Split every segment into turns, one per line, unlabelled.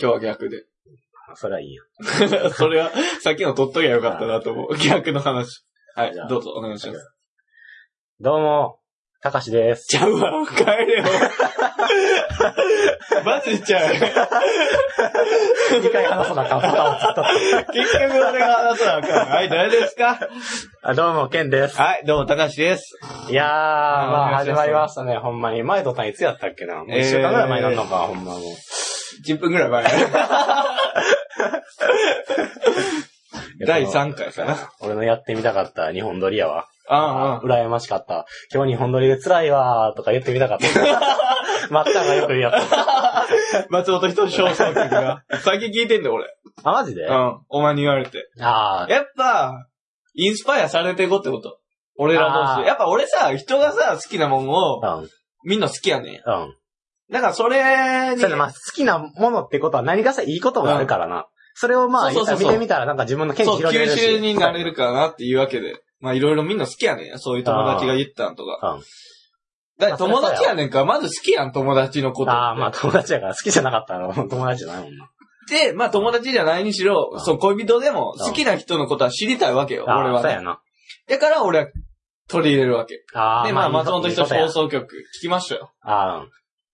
今日は逆で。
それはいいよ。
それは、さっきの取っときゃよかったなと思う。逆の話。は
じゃあ
い、どうぞお願いします。
どうも、たかしです。
ちゃうわ、 帰れよ。マジちゃう。
2回話さなあかん、パターンずっ
結局俺が話さなあかん。はい、誰ですか
と。 あどうも、ケンです。
はい、どうも、たかしです。
いやー、まあ
お願いし
始
ます
まりましたね、ほんまに。前撮ったんいつやったっけな。もう1週間ぐらい前になったのか、ほんまもう。
10分くらい前。 第3回かな。
俺のやってみたかった日本撮りやわ。
ああ、
羨ましかった。今日日本撮りで辛いわーとか言ってみた かった。まっちゃんがよく言うやつ。
松本人志小奏曲が。 最近聞いてんだよ、俺。
あ、マジで
う
あ
ん、お前に言われて。
あ ー、
やっぱ、インスパイアされていこうってこと。俺ら同士
あー
で。やっぱ俺さ、人がさ、好きなもんを、
うん、
みんな好きやねん。
うん。
だからそれに、
それでまあ、好きなものってことは何かさ、いいこともあるからな。それをまあ、
そうそうそうそう
見てみたらなんか自分の権利
そう、
広げ
吸
れるし。
収になれるかなっていうわけで。まあいろいろみんな好きやねん。そういう友達が言ったんとか。
うん。
だから友達やねんから、まず好きやん、友達のこと。
ああ、まあ友達やから好きじゃなかったら 友達じゃないもんな。
で、まあ友達じゃないにしろ
う、ん
そう、恋人でも
うん
好きな人のことは知りたいわけよ、 俺
ああ、
は
そう
ね。
やな。
だから俺は取り入れるわけ。
ああ、
で、まあ松本
いい
人
こ
志
とや
放送局聞きましたよ。
ああ、うん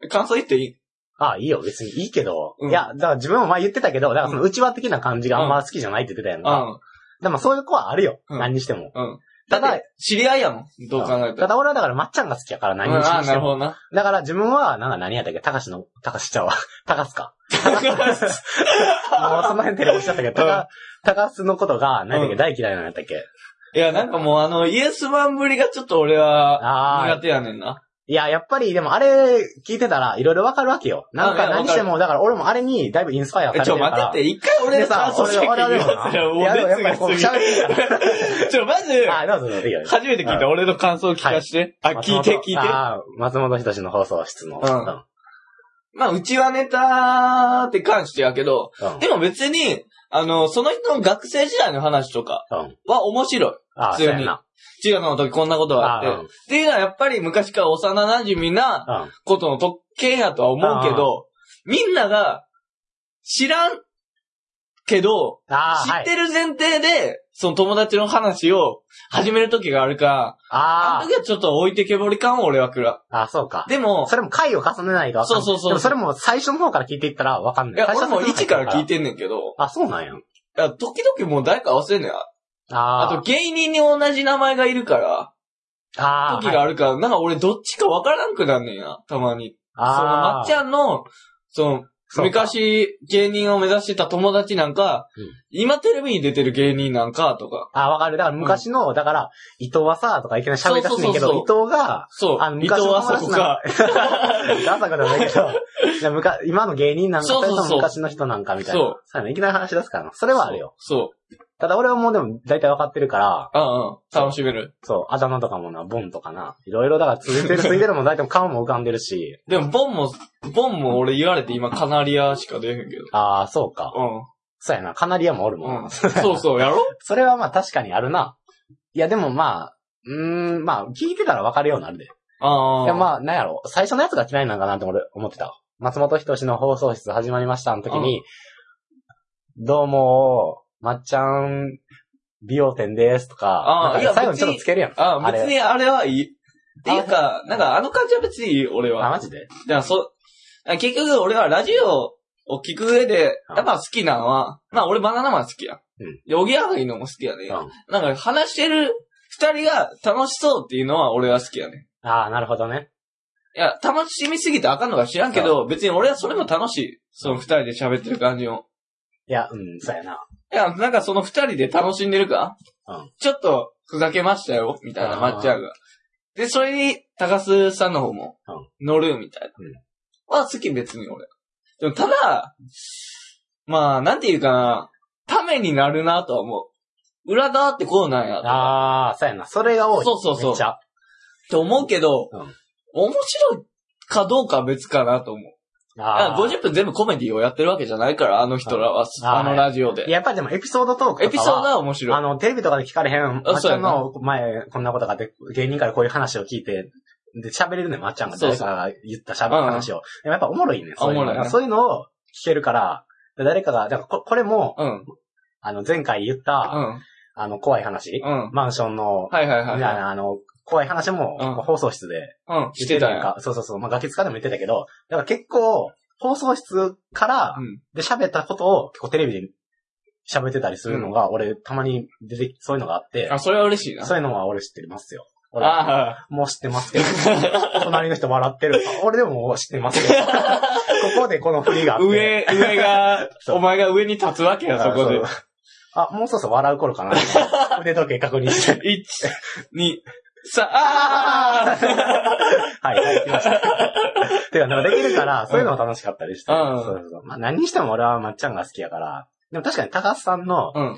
感想言っていい
ああ、いいよ、別にいいけど。
うん
いや、だから自分も前言ってたけど、だからその内輪的な感じがあんま好きじゃないって言ってたやん
う
か。
ん。
でもそういう子はあるよ。
うん
何にしても。
うん。
ただ
だって、知り合いやもん。どう考えた
た
ら。
だ俺はだからまっちゃんが好きやから何
うん
にし
あ
ま
あ、
し
な
て
る
も。
ほどな。
だから自分は、なんか何やったっけたかしの、たかしち ゃうわ。たかすか。もうその辺テレビしちゃったけど、たか、たかすのことが、何だっけ、
うん
大嫌いなんやったっけ。
いや、なんかもうあの、イエスマンぶりがちょっと俺は、
ああ
苦、手やねんな。
いや、やっぱり、でもあれ聞いてたらいろいろわかるわけよ。なん
あ
か
いや
何しても、だから俺もあれにだいぶインスパイアさ
え、
れ
ち
てる
ょ、
から。
待ってって、一回俺
でさ
さ、、
俺
先
は
に
俺はでも
言うやつ
な、いやでもやっぱ
ら
りこ
も
う
う熱
喋
が
っていいから
する。ちょ、まず、
あ、どうぞどうぞ、いいよ。
初めて聞いた俺の感想を聞かして。 あ、
松
聞
本
いて聞いて。
あー松本人志の放送室の。
うんまあ、うちはネタって関してやけど、
うん。うん
でも別に、あの、その人の学生時代の話とか
うん。
は面白い。
あー、
普
そう
通に
やな。
中学の時こんなことがあ
あ
っ
ー
て。っ
うん
ていうのはやっぱり昔から幼馴染な
うん。
ことの特権やとは思うけど、みんなが知らんけど、
あー、
知
は
っ
い。
てる前提で、その友達の話を始める時があるから、あ
あ
の時はちょっと置いてけぼり感を俺はくら。
ー、あー、そうか。
でも、
それも回を重ねないとわかんない。
そうそうそう
でもそれも最初の方から聞いていったらわかんないい。
や、
最
俺
初の
も
方
1から聞い
て。
てんねんけど、
あ、そうなんや。
いや時々もう誰か忘れんねん。あ
あ
と芸人に同じ名前がいるから、
ー、あー、
時があるから、なんか俺どっちかわからんくなんねんや、たまに。そのまっち
ん、
ゃんの、その、
そうか
昔芸人を目指してた友達なんか、
うん
今テレビに出てる芸人なんかとか、
あー、わかる。だから昔の、だから、伊藤はさ、とかいきなり喋り出すねんけ
そうそ
ど、伊
う
藤が、
そう
あ、の
伊藤はそこか、
ダサくはないけど、じゃあむか今の芸人なんか、
そうそうそう
れとも昔の人なんかみたいな。
そう
そうやねいきなり話し出すからな。それはあるよ。
そう。
ただ俺はもうでも大体わかってるから、
うんうん。楽しめる。
そう、あだ名とかもな、ボンとかな。いろいろだから続いてる、続いてるもん大体顔も浮かんでるし。
でも、ボンも、ボンも俺言われて今カナリアしか出へんけど。
ああ、そうか。そうやな。カナリアもおる
う
も
ん。
ん。
うん。そうそう、やろ
それはまあ確かにあるな。いやでもまあ、うーん、まあ、聞いてたらわかるようになるで。
ああ。
いやまあ、なんやろ。最初のやつが嫌いなんかなって俺思ってたわ。松本人志の放送室始まりましたの時に、どうも、まっちゃん、美容店ですと
あ
か、なん
いや
か最後にちょっとつけるやん。
あ
あ
あ、別
れ。
にあれはいい。っていうか、なんかあの感じは別にいい、俺
あ、
は。
マジ
だ
で
から、そ、だから結局俺はラジオを聞く上で、やっぱ好きなのは、まあ俺バナナマン好きや。
うん。
で、おぎやはぎのも好きやね。
うん。
なんか話してる二人が楽しそうっていうのは俺は好きやね。
ああ、なるほどね。
いや、楽しみすぎてあかんのか知らんけど、別に俺はそれも楽しい。その二人で喋ってる感じも。
いや、うん、そうやな。
いや、なんかその二人で楽しんでるか
うん
ちょっと、ふざけましたよ、みたいな、
あー
まっちゃんが。で、それに、高須さんの方も
うん、
乗る、みたいな。は、好き、別に俺。でも、ただ、まあ、なんていうかな、ためになるなとは思う。裏側ってこうなんや、とか
ああ、そうやな。それが多い。
そうそうそう
めっちゃ。
って思うけど、
うん
面白いかどうかは別かなと思う。
あー
50分全部コメディをやってるわけじゃないから、あの人らは、
あー
あのラジオで。
やっぱりでもエピソードトーク
エ
とかは
ピソードは面白
あ
い。
の、テレビとかで聞かれへん、まっち
そう
ゃ
や
ん
な
の前、こんなことがあって、芸人からこういう話を聞いて、で、喋れるね、まっちゃんが
そう
誰
そ
か
う
が言った喋る話を。でもやっぱおもろいね、そういう
おもろい
の。
な
そういうのを、けるから、で誰かが、だからここれも、
うん。
あの、前回言っ
う
た、
ん。
あの、怖い話、
うん。
マンションの、
はいはいは
みた
い
い
は
な、あの、怖い話も
うん、
放送室で
い。うん。し
言
て
って
たや
たやん
ん。
か。そうそうそう。まあ、ガキ使でも言ってたけど、だから結構、放送室から
う、ん。
で喋ったことを結構テレビで喋ってたりするのが、俺、たまに出てき、そういうのがあって、
あ、それは嬉しいな。
そういうのは俺知ってますよ。俺、
あ
もう知ってますけど、隣の人笑ってる。俺でももう知ってますけど、ここでこの振りがあ
あ。
って。
上、上が、
そう
お前が上に立つわけや、そこで
あ。。そうあ、もうそろそろ笑う頃 かな。腕時計確認して。
一、二、三、あ
はい、はい、来ました。てか、でもできるから、そういうのも楽しかったりして。
うん
そうそうそう。まあ、何にしても俺はまっちゃんが好きやから。でも確かに高須さんの、
ー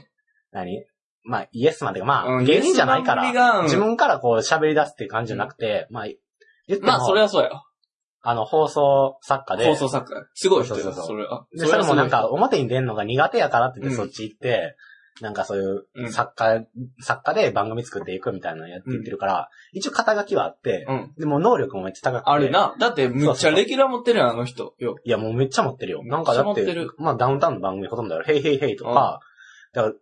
何まあ、イエスマンっていうか、ま
う
あ、
ん。
芸人じゃないから、
ら
自分からこう喋り出すっていう感じじゃなくて、まあ、言っても、
まあ、それはそうや。
あの、放送作家で、
放送作家。すごい人
そ
や、
うそうそ
そ
う
れは。
で、それもなん
は
か、表に出るのが苦手やからって言っ
う
て、そ
ん
っち行って、なんかそう
う
いうん作家、作家で番組作っていくみたいなのやって言ってるから、一応肩書きはあっ
す、
て
ごい人、うん。
でも能力もめっちゃ高くて。
ある。な。だって、む
そ
っ
うそ
ちゃ
うそう
レギュラー持ってるやん、あの人。よ。
いや、もうめっちゃ持ってるよ。なんかだっ
めっちゃ
て
持って、
まあダウンタウンの番組ほとんどだよ。ヘイヘイヘイとか、だから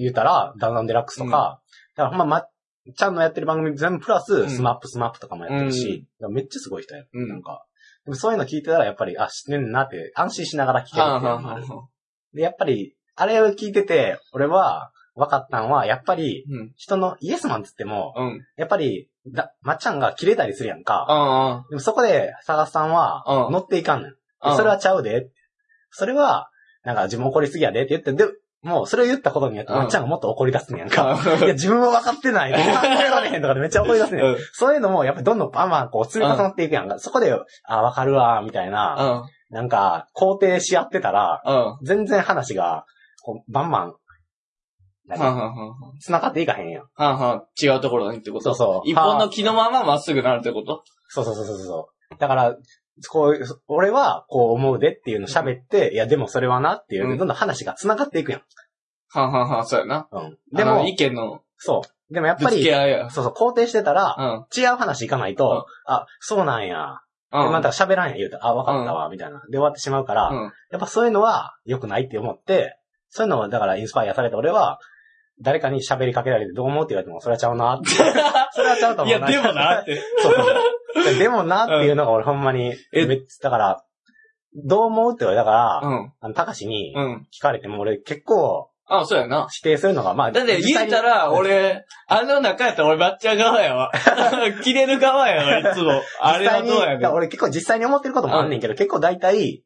言うたら、ダウンタウンデラックスとか、だからほんま、まっちゃんのやってる番組全部プラス、
ん
スマップスマップとかもやってるし、だからめっちゃすごい人やん。
うん
なんか。でもそういうの聞いてたら、やっぱり、あ、知ってんなって、安心しながら聞ける
はあ
っていう
は
のもあ
あ
る。
は
で、やっぱり、あれを聞いてて、俺は、分かったのは、やっぱり、
うん。
人のイエスマンっつっても、
うん。
やっぱり、だ、まっちゃんが切れたりするやんか。
あ
でもそこで、探すさんは、
あ。うん。
乗っていかんねん。
うん
でそれはちゃうで。それは、なんか自分怒りすぎやでって言って、で、もうそれを言ったことによって、
うん
まっちゃんがもっと怒り出すねやんか。 いや、
う
自分は分かってない。分かってられへんとかでめっちゃ怒り出すねん。
ん。
そういうのも、やっぱりどんどんバンバンこう積み重なっていくやんか。そこで、あ、分かるわ、みたいな、
うん。
なんか、肯定し合ってたら、
うん。は
全然話が、こう、バンバン、
あは
何
あはあ。
繋がっていかへんやん。
はあはあ、違うところにってこと
そうそう
一本の木のまままっすぐなるってこと
そうそうそうそうそう。だから、こういう、俺はこう思うでっていうの喋って、いやでもそれはなっていうの
う
で、
ん
どんどん話が繋がっていくやん。
はあはあはあ、そうやな。
うん。
で
で
も、
も、
意見の
そう。でもやっ
ぶ
ぱ
つ
り
け、合いや。
そうそう、肯定してたら、
うん。うん。
違う話いかないと、あ、そうなんや。でまた喋らんや言うたら、あ、わかったわ、みたいな。で終わってしまうから、
うん。
やっぱそういうのは良くないって思って、そういうのをだからインスパイアされて俺は、誰かに喋りかけられてどう思うって言われても、それはちゃうなって。それはちゃうと
い
思う
や、でもなっ。て。
そうそう。でもなっていうのが俺ほんまに、
え
めっちゃ、だから、どう思うって言われたから、
うん。
あの、たかしに
うん。
聞かれても俺結構
あ、そうやな。
否定するのが、まあ、
だって言えたら、
実際に、
俺、あの中やったら俺、抹茶側やわ。 切れる側やわ、いつも。あれ
実
は
際に
どうやねん。
俺結構実際に思ってることもあんねんけど、結構大体、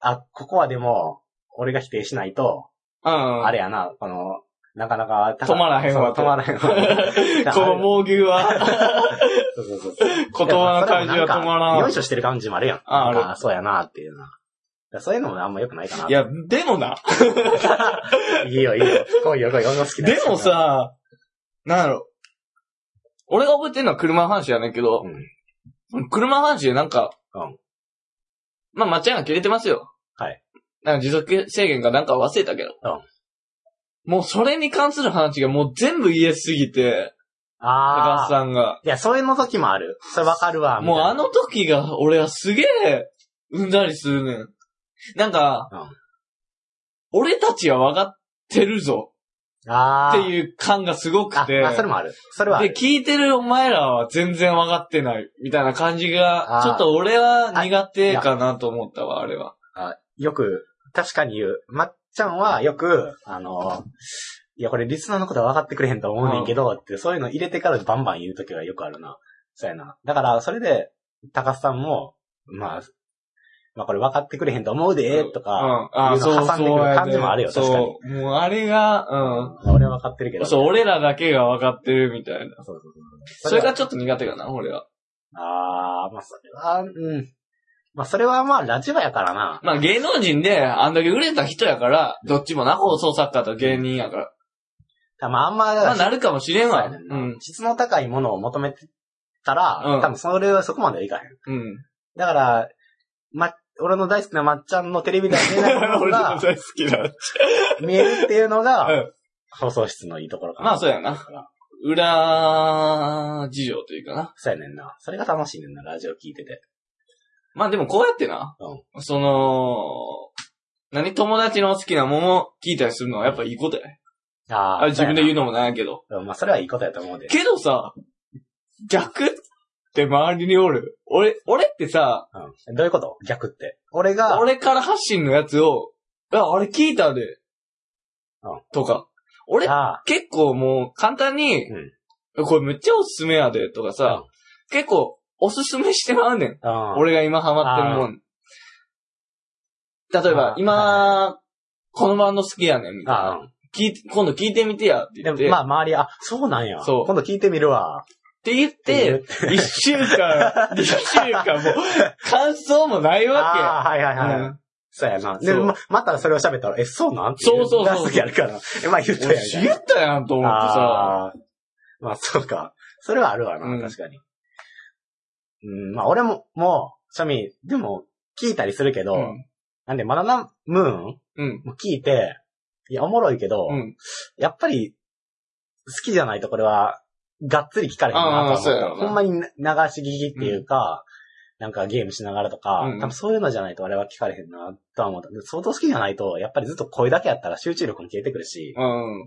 あ、ここはでも、俺が否定しないと、
うん。
あれやな、この、なかなか、
止まらへんわ
そう止まらへん わ。
この毛牛 は、
そうそうそうそう
言葉の感じは止まらん
よいしょしてる感じもあるやん。
あある
なんかそうやな、っていうな。だからそういうのもあんま良くないかな。
い、や、でもな。
いいよ、いいよ。来いよ、来いよ。俺も好きだ
でも、さ、なんやろ。俺が覚えてるのは車の話やねんけど、
うん
車の話でなんか、
うん
まあ、まっちゃんが切れてますよ。
はい。
なんか持続制限かなんか忘れたけど。もうそれに関する話がもう全部言えすぎて、高
あ
橋
あ。
さんが。
いや、そういうの時もある。それわかるわ。みたい
もう
な
あの時が俺はすげえ、うんだりするねん。なんか、
うん
俺たちは分かってるぞ
あ
って
う
いう感がすごく
あ、
て。
まあそれもある。それはあ
で、
る。
聞いてるお前らは全然分かってない、みたいな感じが
あ、ー
ちょっと俺は苦手かなと思ったわ、あれは。
あよく、確かに言う。まっちゃんはよく、あの、いや、これリスナーのことは分かってくれへんと思うねんけど、って、そういうの入れてからバンバン言う時はよくあるな。そうやな。だから、それで、高須さんも、まあ、まあこれ分かってくれへんと思うで、
う
と
ん。
か、
あー
いう
そ
の
う
挟んでくる
そう。
感じもあるよ確かに
そう。もうあれが、
俺は分かってるけ
う
ど。
ん。そう、俺らだけが分かってるみたいな。
そうそうそうそう
それが、ちょっと苦手かな、俺は。
ああ、まあそれは、うん。まあそれはまあラジオやからな。
まあ芸能人で、あんだけ売れた人やから、どっちもな、放送作家と芸人やから。
まああんま、
まあなるかもしれん
そう
わ。
や
う
ねんな、
ん。
質の高いものを求めてたら、
うん
多分それはそこまではいかへん。
うん。
だから、ま、俺の大好きなまっちゃんのテレビでは見えないもの
俺
が
の大好きな。
見えるっていうの
う
が
ん、
放送室のいいところかな。
まあそうやな。裏事情というかな。
そうやねんな。それが楽しいねんな、ラジオ聞いてて。
まあでもこうやってな、その、何友達の好きなもの聞いたりするのはやっぱいいことやね。
あ
あ
あ。
自分で言う
の。
のもなんやけど。
まあ、それはいいことやと思うで。
けどさ、逆って周りにおる。俺、俺ってさ、
うん。どういうこと逆って。俺が、
俺から発信のやつを、あ、あれ聞いたで
うん、
とか。俺
あ
結構もう簡単に、これめっちゃおすすめやで、とかさ、結構おすすめしてまうねん。
あ、うん。
俺が今ハマってるもん。例えば
あ、ー
今、このバンド好きやねん、みたい
あ
な。
あ、
聞いて今度聞いてみてや、って
で
言っ
も
て。、
まあ、周り、あ、そうなんや。
そう
今度聞いてみるわ。
って言っ
って
て、 一週 間、二週間もう、感想もないわ
ああ、はいはい
け。
はい。
うん
そうやな。
そう
で、ま、またそれを喋ったら、え、そうなんって
そうそうそう
出す時あるから。え、まあ言った
俺
やん
知ったやんと思ってさ。
あーまあそうか。それはあるわな、
うん
確かに。うん、まあ俺も、もう、庶民、でも、聞いたりするけど、
うん。
なんで、マナナムーン
うん。
も聞いて、いや、おもろいけど、
うん。
やっぱり、好きじゃないとこれは、がっつり聞かれへんな
あー
と
そうやろ
思う。
うな
ほんまに流し聞きっていうか、なんかゲームしながらとか、
うん
多分そういうのじゃないとあれは聞かれへんなとは思った。相当好きじゃないと、やっぱりずっと声だけやったら集中力も消えてくるし、
うん。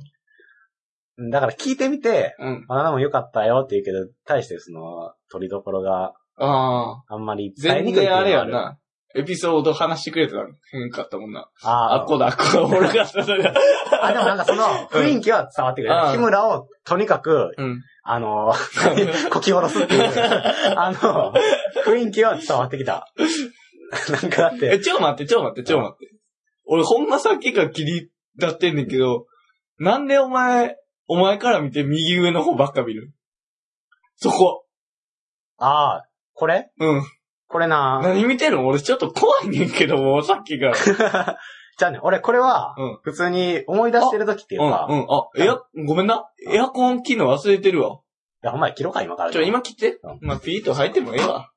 だから聞いてみて、
うん。
バナナも良かったよって言うけど、対してその、取りどころが
ああ。
あんまり伝え
全
にくいっていう
然
のは
あれや
る。
な。エピソード話してくれたら変かったもんな。
あ
あっこだ、あっこだ、俺 がさ、それ
あ、でもなんかその、雰囲気は伝わってくる
うん。
日村を、とにかく、
うん。
あの、 こき下ろすっ ていう、あの、雰囲気は伝わってきた。 なんかだっ
え、
て、
ちょ待って、ちょ待って、ちょ待って。俺ほんまさっきから気になってんねんけど、なんでお前、お前から見て右上の方ばっか見るそこ。
ああ、これ
うん。
これな
何見てるの俺ちょっと怖いねんけど、もうさっきから。
じゃあね、俺これは
うん、、
普通に思い出してる時っていううんか、い
うん。あ、エア、ごめんな。エアコン機能忘れてるわ。
や、ほんまや、切ろうか、今から。
ちょ、今切って
うん。
まあ、ピーッと入ってもええわ。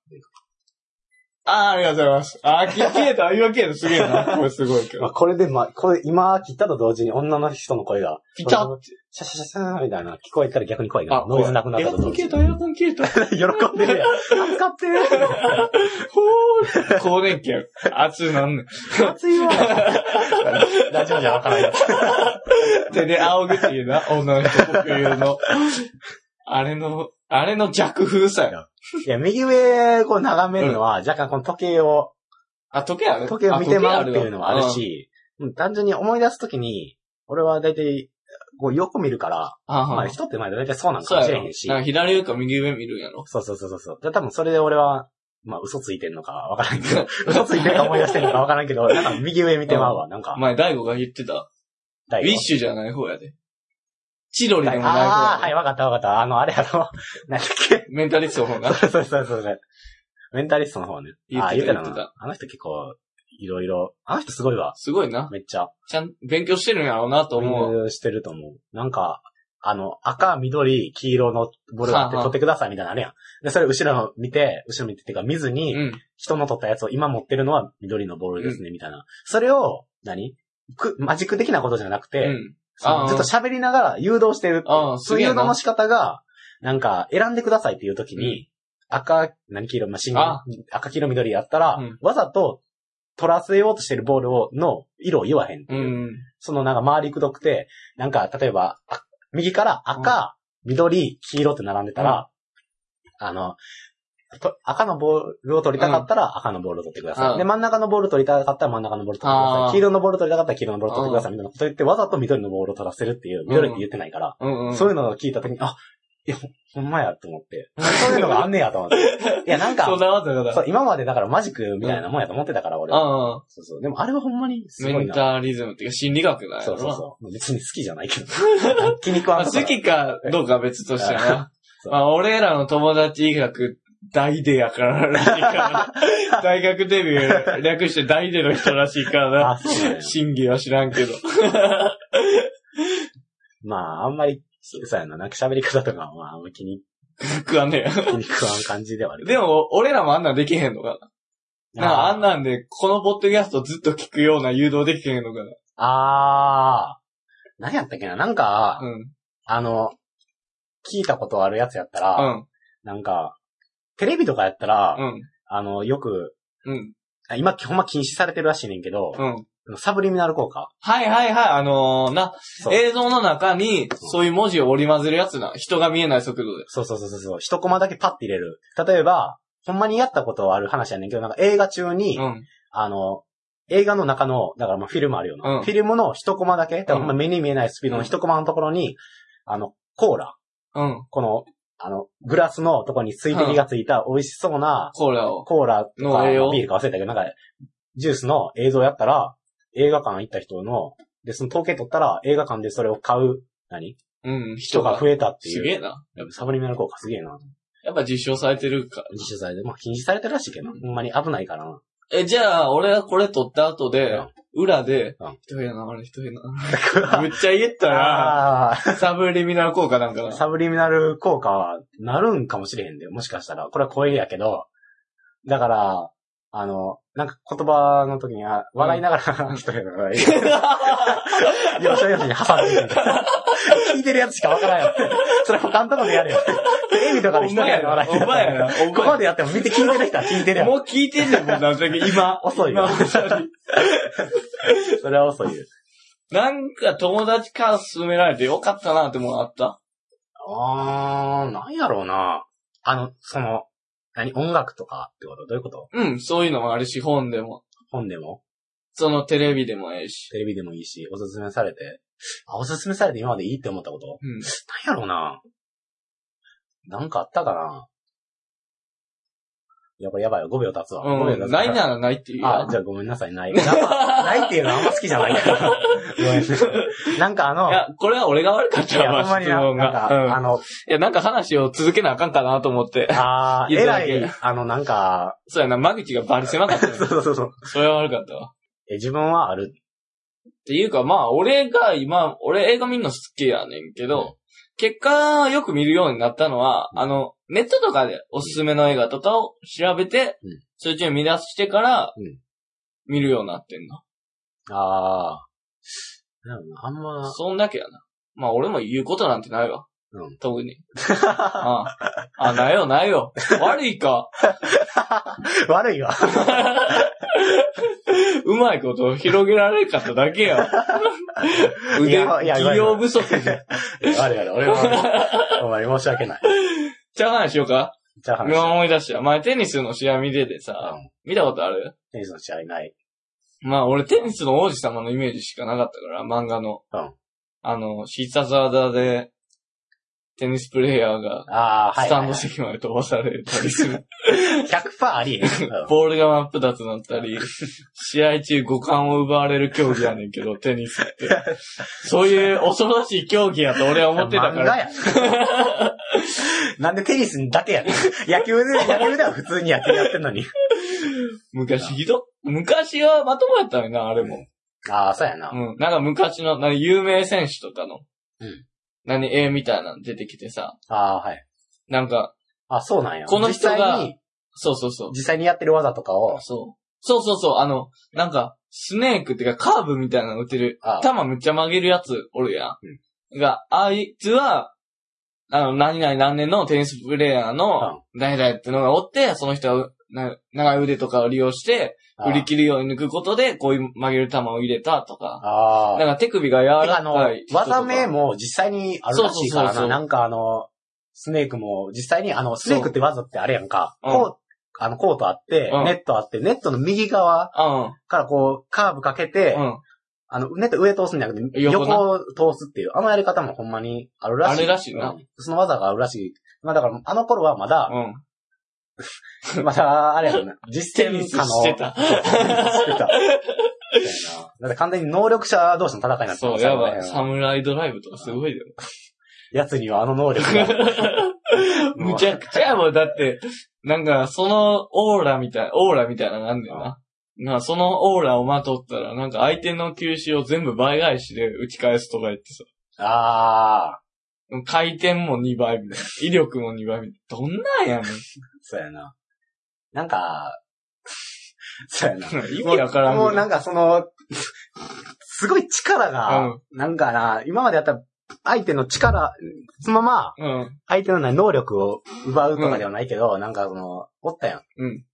あー、ありがとうございます。あー、 き消えた。今消えた。すげえな。これすごいけ
まあ
ど。
これで、まあ、これ、今、切ったと同時に女の人の声が、
ピタッて。
シャシャシャシャーみたいな、聞こえたら逆に声が、ノイズなくなっ
エ
た
ア
と
コ
同
ン
時
消えた、
に。
エアコン消えた。
喜んでるやん。助かってる。
ほー。高電気や。熱いなんねん。
熱いわ。 大丈夫じゃわからないやつ。
手で仰ぐっていうな、女の人特有の。あれの、あれの弱風さや。
いや、右上、こう眺めるのは、若干この時計を、
あ、時計ある
時計を見て
あ
回
時計
るって
わ
いうのもあるし、うん単純に思い出すときに、俺は大体、こう、よく見るから、
うんあはん
まあ、人って前で大体そうなんか
そう
も
や
し
ろ。
れ
な
へ
ん
んし、
か左上か右上見るんやろ。
そうそうそうそうそう。で、多分それで俺は、まあ、嘘ついてんのかわからんけど、 嘘ついてるか思い出してんのかわからんけど、なんか右上見てまうわ、なんか。
前、大悟が言ってた。ウ
大
ィ
悟
ッシュじゃない方やで。千鳥でもない
ああ、
方
はい、
や
わかったわかった。あの、あれやろ。 なんだっけ。
で。メンタリストの方が。
そうそうそうそうそう。メンタリストの方ね。
言ってた
ああ、言ってた
言って
な
た。
あの人結構、いろいろ、あの人すごいわ。
すごいな。
めっちゃ。
ちゃん、勉強してるんやろうなと思う。
う。してると思う。なんか、あの、赤、緑、黄色のボールがあっ
はあ
て
はあ
取ってくださいみたいなのあるやん。で、それ後ろの見て、後ろ見てっていうか見ず
う
に、
ん。
人の取ったやつを今持ってるのは緑のボールですね、みたいな。それを、何く、マジック的なことじゃなくて、
うん。
その
ああ
ちょっと喋りながら誘導してるっていう
ああす
そう
げ
い
え
う
な
誘導の仕方が、なんか、選んでくださいっていう時に、赤、何黄色、まあ、信号
あ
赤、黄色、緑やったら、
うん
わざと取らせようとしてるボールを、の色を言わへんって
う
いう。
ん。
そのなんか周りくどくて、なんか例えば、あ右から赤、緑、黄色って並んでたら、あの、と赤のボールを取りたかったら赤のボールを取ってください。
うん
で、真ん中のボール取りたかったら真ん中のボール取ってくだ
あ
さ
ー
い。黄色のボール取りたかったら黄色のボール取ってください。みたいなこと言ってわざと緑のボールを取らせるっていう、緑って言ってないから、
うんうん。
そういうのを聞いたときに、あ、いや、ほほんまやと思って。そういうのがあんねやと思って。いや、なん か、
そうだわざわざ
そう、今までだからマジックみたいなもんやと思ってたから、俺は。
ああ。
そうそう。でもあれはほんまにすご
メ
い
ン
な。
タリズムっていうか心理学だよ
そうそう
う。
そう。別に好きじゃないけ ど。気に食
ま
わ
あ
ん
好きかどうかは別としてな。
そう
まあ、俺らの友達医学、大でやかららしい からな。大学デビュー、略して大での人らしいから
あそうなん
な。
や
真偽は知らんけど。
まあ、あんまり、そうやな。なんか喋り方とかは、まあ、あんま気に、
僕はね。
気に食わん感じではあるけ
でも、俺らもあんなんできへんのかな。なんかあん
な。
なんで、このポッドキャストずっと聞くような誘導できへんのか
あー。何やったっけななんか、
な。うん。
あの、聞いたことあるやつやった
う
ら、
ん。
なんか、テレビとかやったら、
うん。
あの、よく、
うん。
あ今、ほんま禁止されてるらしいねんけど、
うん。
サブリミナル効果。
はいはいはい、あのー、な
そ、う
映像の中に、そういう文字を織り混ぜるやつな。人が見えない速度で。
そうそうそうそうそう。一コマだけパッて入れる。例えば、ほんまにやったことある話やねんけど、なんか映画中に、
うん。
あの、映画の中の、だからまあフィルムあるよな。
うん
フィルムの一コマだけ、だからほんま目に見えないスピードの一コマのところに、あの、コーラ、
うん。
この、あの、グラスのとこに水滴がついた美味しそうな、
コーラを。
コーラとか、
の栄養
ビールか忘れたけど、なんか、ジュースの映像やったら、映画館行った人の、で、その統計取ったら、映画館でそれを買う、何
うん。
人が増えたっていう。
すげえな。やっぱ
サブリミナル効果すげえな。
やっぱ実証されてるか。
自主されて、まあ禁止されてるらしいけどな、ほんまに危ないからな。
え、じゃあ、俺はこれ撮った後で
うん、
裏で
うん、
一部屋な、あれ一部屋な。 むっちゃ言ったら、
ああー、
サブリミナル効果なんかな。
サブリミナル効果はなるんかもしれへんで、もしかしたら。これは声やけど、だから、あの、なんか言葉の時には、笑いながら、一人の笑い要所要所に挟んでるんだ聞いてるやつしかわからんよ。それ他のとこでやるよ。テレビとかで一
お
人
前や
で
な
笑。い
お前やな。お
ここ
前
までやっても見て聞いてる人は聞いてるやん
もう聞いてんねんもん、なんだけ 今。
遅いよ
今。
それは遅いよ。
なんか友達から勧められてよかったなってものあった
あー、なんやろうな。あの、その、何音楽とかってことどういうこと
うん、そういうのもあるし、本でも。
本でも
そのテレビでもええし。
テレビでもいいし、おすすめされて。あ、おすすめされて今までいいって思ったこと
うん。
なんやろうな。なんかあったかな。やばいやばいよ、5秒経つわ。5秒経
う
つ
ん。な
わ
いならないっていうよ。
あ、じゃあごめんなさい、ない。なん かないっていうのはあんま好きじゃないから。ごめんなさいなんかあの、
いや、これは俺が悪かっ
い
た
や
わ、
ほんま
質
にな、
問
なん
が。
か、
うん
あの、
いや、なんか話を続けなあかんかなと思って。
あー、
言っ
え
てただ
ら
け
い、あの、なんか、
そうやな、間口がバリ狭かったよ
そうそうそうそう。
それは悪かったわ。
え、自分はある。
っていうか、まあ、俺が今、俺映画見るの好きやねんけど、
うん
結果、よく見るようになったのは、あの、ネットとかでおすすめの映画とかを調べて、
うん
そっちに見出してから
うん、
見るようになってんの。
あー。なんかあんま、
そんだけやな。まあ、俺も言うことなんてないわ。
うん
特 に。あああ、ないよ、ないよ。悪いか。
悪いわ。
うまいこと広げられんかっただけや。
い
腕、
やいや
技量不足。
悪い悪い。俺は、お前申し訳ない。
じゃあ話しようか
じゃあ話。
今思い出した。前テニスの試合見ててさ、
うん
見たことある
テニスの試合ない。
まあ俺テニスの王子様のイメージしかなかったから、漫画の。
うん
あの、必殺技で、テニスプレイヤーが、
ああ、は
ス
いは
タン
いは
ド
い。
席まで飛ばされたりする。
100%ありえん。うん
ボールが真っ二つになった り、試合中五冠を奪われる競技やねんけど、テニスっ て。そういう恐ろしい競技やと俺は思ってたか
漫画
ら。
や。なんでテニスだけやねん。野球で、野球では普通に野球やってんのに。
昔ひど、昔はまともやったのにな、あれも。
ああ、そうやな。
うん。なんか昔の、何、有名選手とかの、
うん
何、絵みたいなの出てきてさ、
ああ、はい。
なんか、
あそうなんや。
この人が
実際に、
そうそうそう。
実際にやってる技とかを、
そう。そうそうそう、あの、なんか、スネークっていうかカーブみたいなの打てる、
あー
球めっちゃ曲げるやつおるやん。が、あいつは、あの、何々何年のテニスプレイヤーの、誰々ってのがおって、その人は、な長い腕とかを利用して、
あ
振
ー
り切るように抜くことで、こういう曲げる球を入れたとか。
ああ。
なんか手首が柔
てからあの
かい、人とか。
技名も実際にあるらしいから
そうそうそうそ
な。
う
なんかあの、スネークも実際にあの、スネークって技ってあれやんか。
うん
こう、あの、コートあって、
うん
ネットあって、ネットの右側からこう、カーブかけて、
うん。うん。
あの、ネット上通すんじゃなくて、
横
横
な
を通すっていう、あのやり方もほんまにあるらしい。
あるらしいな
うんその技があるらしい。まあだから、あの頃はまだ、
うん。
まだ、あれ やろな。実践
テニス
可能。
してた
そうして た。みたいなだって完全に能力者同士の戦いになって
そう、
た
や
もん
ば
ね
い。サムライドライブとかすごいよ。
やつにはあの能力が。
むちゃくちゃやもん。だって、なんか、そのオーラみたい、オーラみたいなのがあんだよな。なあ、そのオーラをまとったら、なんか相手の球種を全部倍返しで打ち返すとか言ってさ。
ああ、
回転も2倍みたいな。威力も2倍みたいな。どんなんやね
そうやな。なんか、そうやな。
ん。意味わからん
もう
ぐ
もうな
らい。
んかその、 すごい力が、なんかな、今までやった相手の力、そのまま
うん。
相手のない能力を奪うとかではないけど、なんかその、おったやん。
うん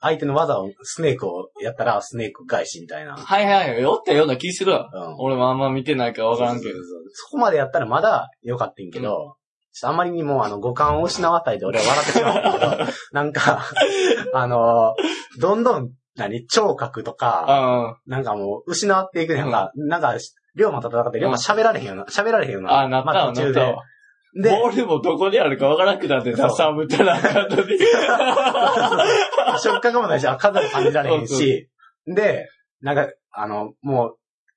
相手の技を、スネークをやったら、スネーク返しみたいな。
はいはい。おったような気するわ。
うん。
俺もあんま見てないからわからんけど
そう。そうそうそこまでやったらまだ良かったんけど、ちょっとあまりにもあの五感を失わったりで俺は笑ってしまったんやけど、なんか、あのどんどん、何聴覚とか、
あ
なんかもう失っていくねんか、なんか、龍馬と戦って龍馬喋られへんような、喋られへんような。
あ、なった
まあ
わ、
途
な
中
った
で
わ。。
で、
ボールもどこにあるかわからなくなって
そ
た、
う
サブったらあかんの に。
食感がもないし、あ風も感じられへん
そうそ
し、で、なんか、あの、もう、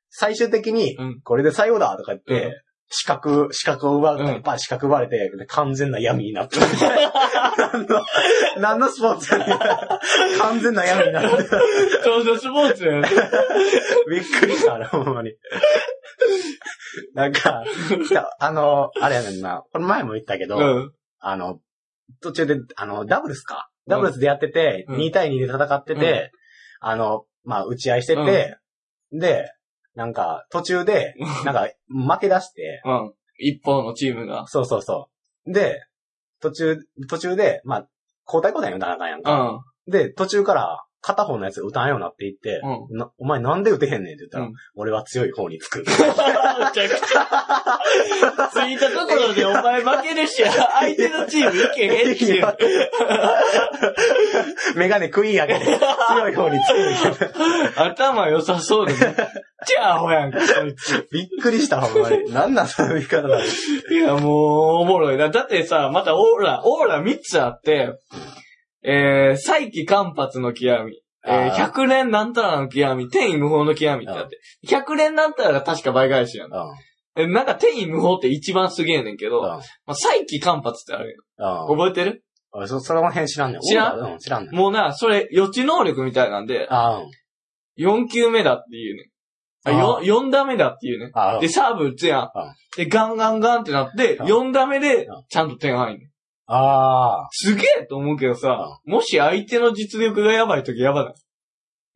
最終的に
うん、
これで最後だとか言っ
うん
て、資格、資格を奪うとか、
うん
やっぱり資格奪われて、で完全な闇に なった。何の、何のスポーツやねん 完全な闇になった。
ちょうどスポーツやね
びっくり した、あれ、ほんまに。なんか、いやあの、あれやねんな、これ前も言ったけど、
うん。
あの、途中で、あの、ダブルスか
うん
ダブルスでやってて、
うん
2対2で戦ってて、あの、まあ、打ち合いしてて、で、なんか、途中で、なんか、負け出して、
うん。一方のチームが。
そうそうそう。で、途中、途中で、まあ、交代交代の戦いやん
う
か。
ん。
で、途中から、片方のやつ打たんようになっていって、
う
なお前なんで打てへんねんって言ったら、
うん
俺は強い方につ く。
めちゃくちゃ。ついたところでお前負けるし、相手のチームいけへんって いう。
メガネクイーンやけど、強い方につくみたいな。
頭良さそうでめっちゃアホやんか、そいつ。
びっくりした、ほんまに。なんなん、その言い方だ。
いや、もう、おもろいな。だってさ、またオーラ、オーラ3つあって、えー、再起間髪の極み。えー、
あー
100年なんたらの極み、天意無法の極みってあって、100年なんたらが確か倍返しやん。
う
えなんか天意無法って一番すげえねんけど、
ん。うん。
まあ、再起間髪ってあるよ。
う
覚えてる
ん。そ、その辺知らんねん。
知らん
俺らうん、知らんねん。
もうな、それ予知能力みたいなんで、
あうん。
4球目だっていうね。あ、
あ
よ4打目だっていうね。
あうん
で、サーブ打つやん。で、ガンガンガンってなって、
うん
4打目で
うん、
ちゃんと点入んねん。
ああ。
すげえと思うけどさ、もし相手の実力がやばいときやばない。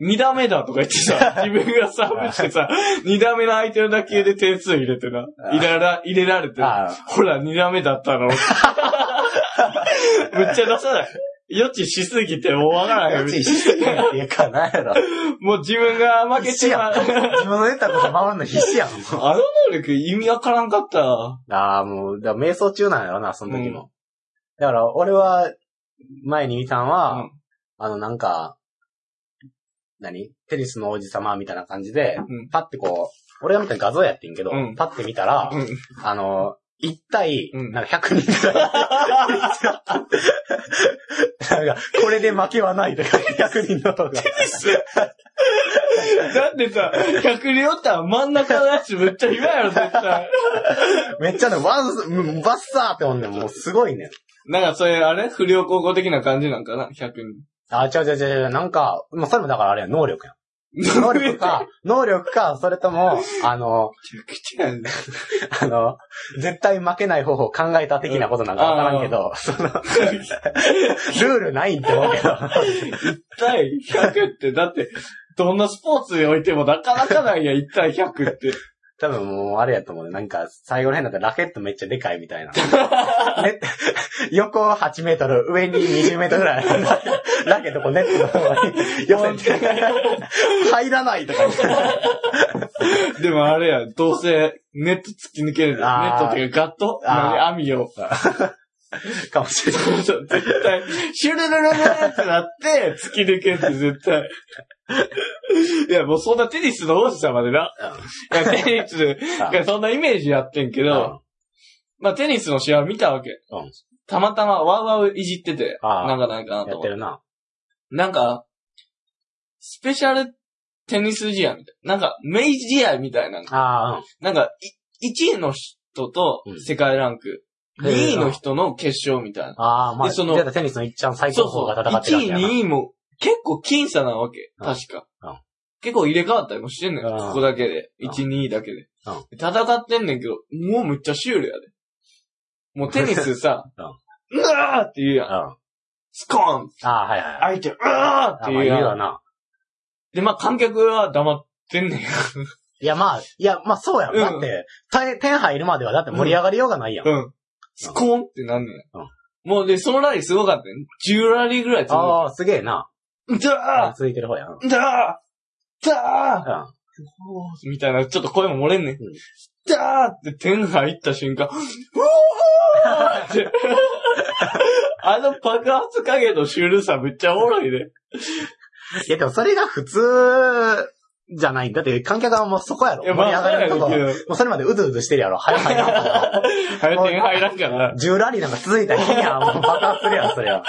2打目だとか言ってさ、 自分がサーブしてさ、2打目の相手の打球で点数入れてな、
うん
入れら入れられてな、
あ
ほら、2打目だった の。むっちゃ出さない。予知しすぎてもうわか
あ。
らへん
う。ちしすぎないっていうか、なんやろ。
もう自分が負け
必死
て
や
ま
ん。
う。
自分の言ったこと守るの必死やん。
あの能力意味わからんか った。
ああ、もう、だから瞑想中なんやろな、その時
う
も。だから、俺は、前に見たん
う
は
ん、
あの、なんか、何テニスの王子様みたいな感じで
うん、
パってこう、俺が見た画像やってんけど
うん、
パって見たら
う、ん。
あの、1対、
うん
なんか100人ぐらい。なんか、これで負けはないとか、100人の方が。
だってさ、100両ったら真ん中のやつめっちゃ暇やろ、絶対。
めっちゃね、ワン、うんバッサーって思うねんもうすごいねん。
なんかそれ、あれ不良高校的な感じなんかな ?100
あ、違う違う違う違う、なんか、もうそれもだからあれや、能力やん。能力 か、能力か、それとも、あの、
人。めちゃくちゃやね。
あの、絶対負けない方法を考えた的なことなんかわからんけど、その、ルールないんって思うけ ど。
対100って、だって、どんなスポーツにおいてもなかなかないや、1対100って。
多分もうあれやと思うね。なんか、最後ら辺だったらラケットめっちゃでかいみた いな。ね、横8メートル、上に20メートルぐらいある。ラケットこうネットの方に寄せて、入らないとか言って。
でもあれや、どうせネット突き抜けるネッ
あ
ト
ー
っていうかガット
あ
なんで網を。
かもしれない。
そう絶対、シュルルルルってなって、突き抜けって絶対。いや、もうそんなテニスの王子様でな。いや、テニス、いやそんなイメージやってんけど、まあテニスの試合を見たわけ。
うん
たまたまワウワウいじってて、
あー
なんかないかな
や
と
っ
思
て
って。
るな。
なんか、スペシャルテニス試合みたいな。なんか、メイ試合みたいな。
ああ、
なんか、い1位の人と
うん
世界ランク、
うん
2位の人の決勝みたいな。
ああ、まあ、
でその
じゃあテニスの一ちゃん最
そ
高
うそ
峰
う。
が戦ってるわ
1
け
位、
やな。
2位も結構僅差なわけ。
うん
確か
うん。
結構入れ替わったりもしてんねん。
うん
ここだけで。
うん
1、2だけで
うん。
戦ってんねんけど、もうむっちゃシュールやで。もうテニスさ、
うん
うわーって言うやん。
うん。
スコーン
ああ、はいは
相
い。
手、うわーっ
あ
て
ー
言
まあ、
う
言う
や
わ
ん。
な。
で、まあ観客は黙ってんねん。
いや、まあ、いや、まあ、そうやん。
うん
だって、大天入るまではだって盛り上がりようがないやん。
うん。スコーンってなんねん
うん。
もうで、そのラリーすごかったね。10ラリーぐらい続いて
ああ、すげえな。
だ
続いてる方やん。
ーだーだー
うん。
みたいな、ちょっと声も漏れんねん。
うん
だーって天入った瞬間、うおーっ て。あの爆発加減のシュールさめっちゃおもろいね。
いや、でもそれが普通じゃない。だって観客はもうそこやろ。
いや、
盛り上が
あ、
る
そ
と
う
こ。
や
も
ねんけ
うそれまでうずうずしてるやろ。早い早 いな。
ど、はい、点入らんから。
10ラリーなんか続いたら変やん。もう爆発するやん、そりゃ。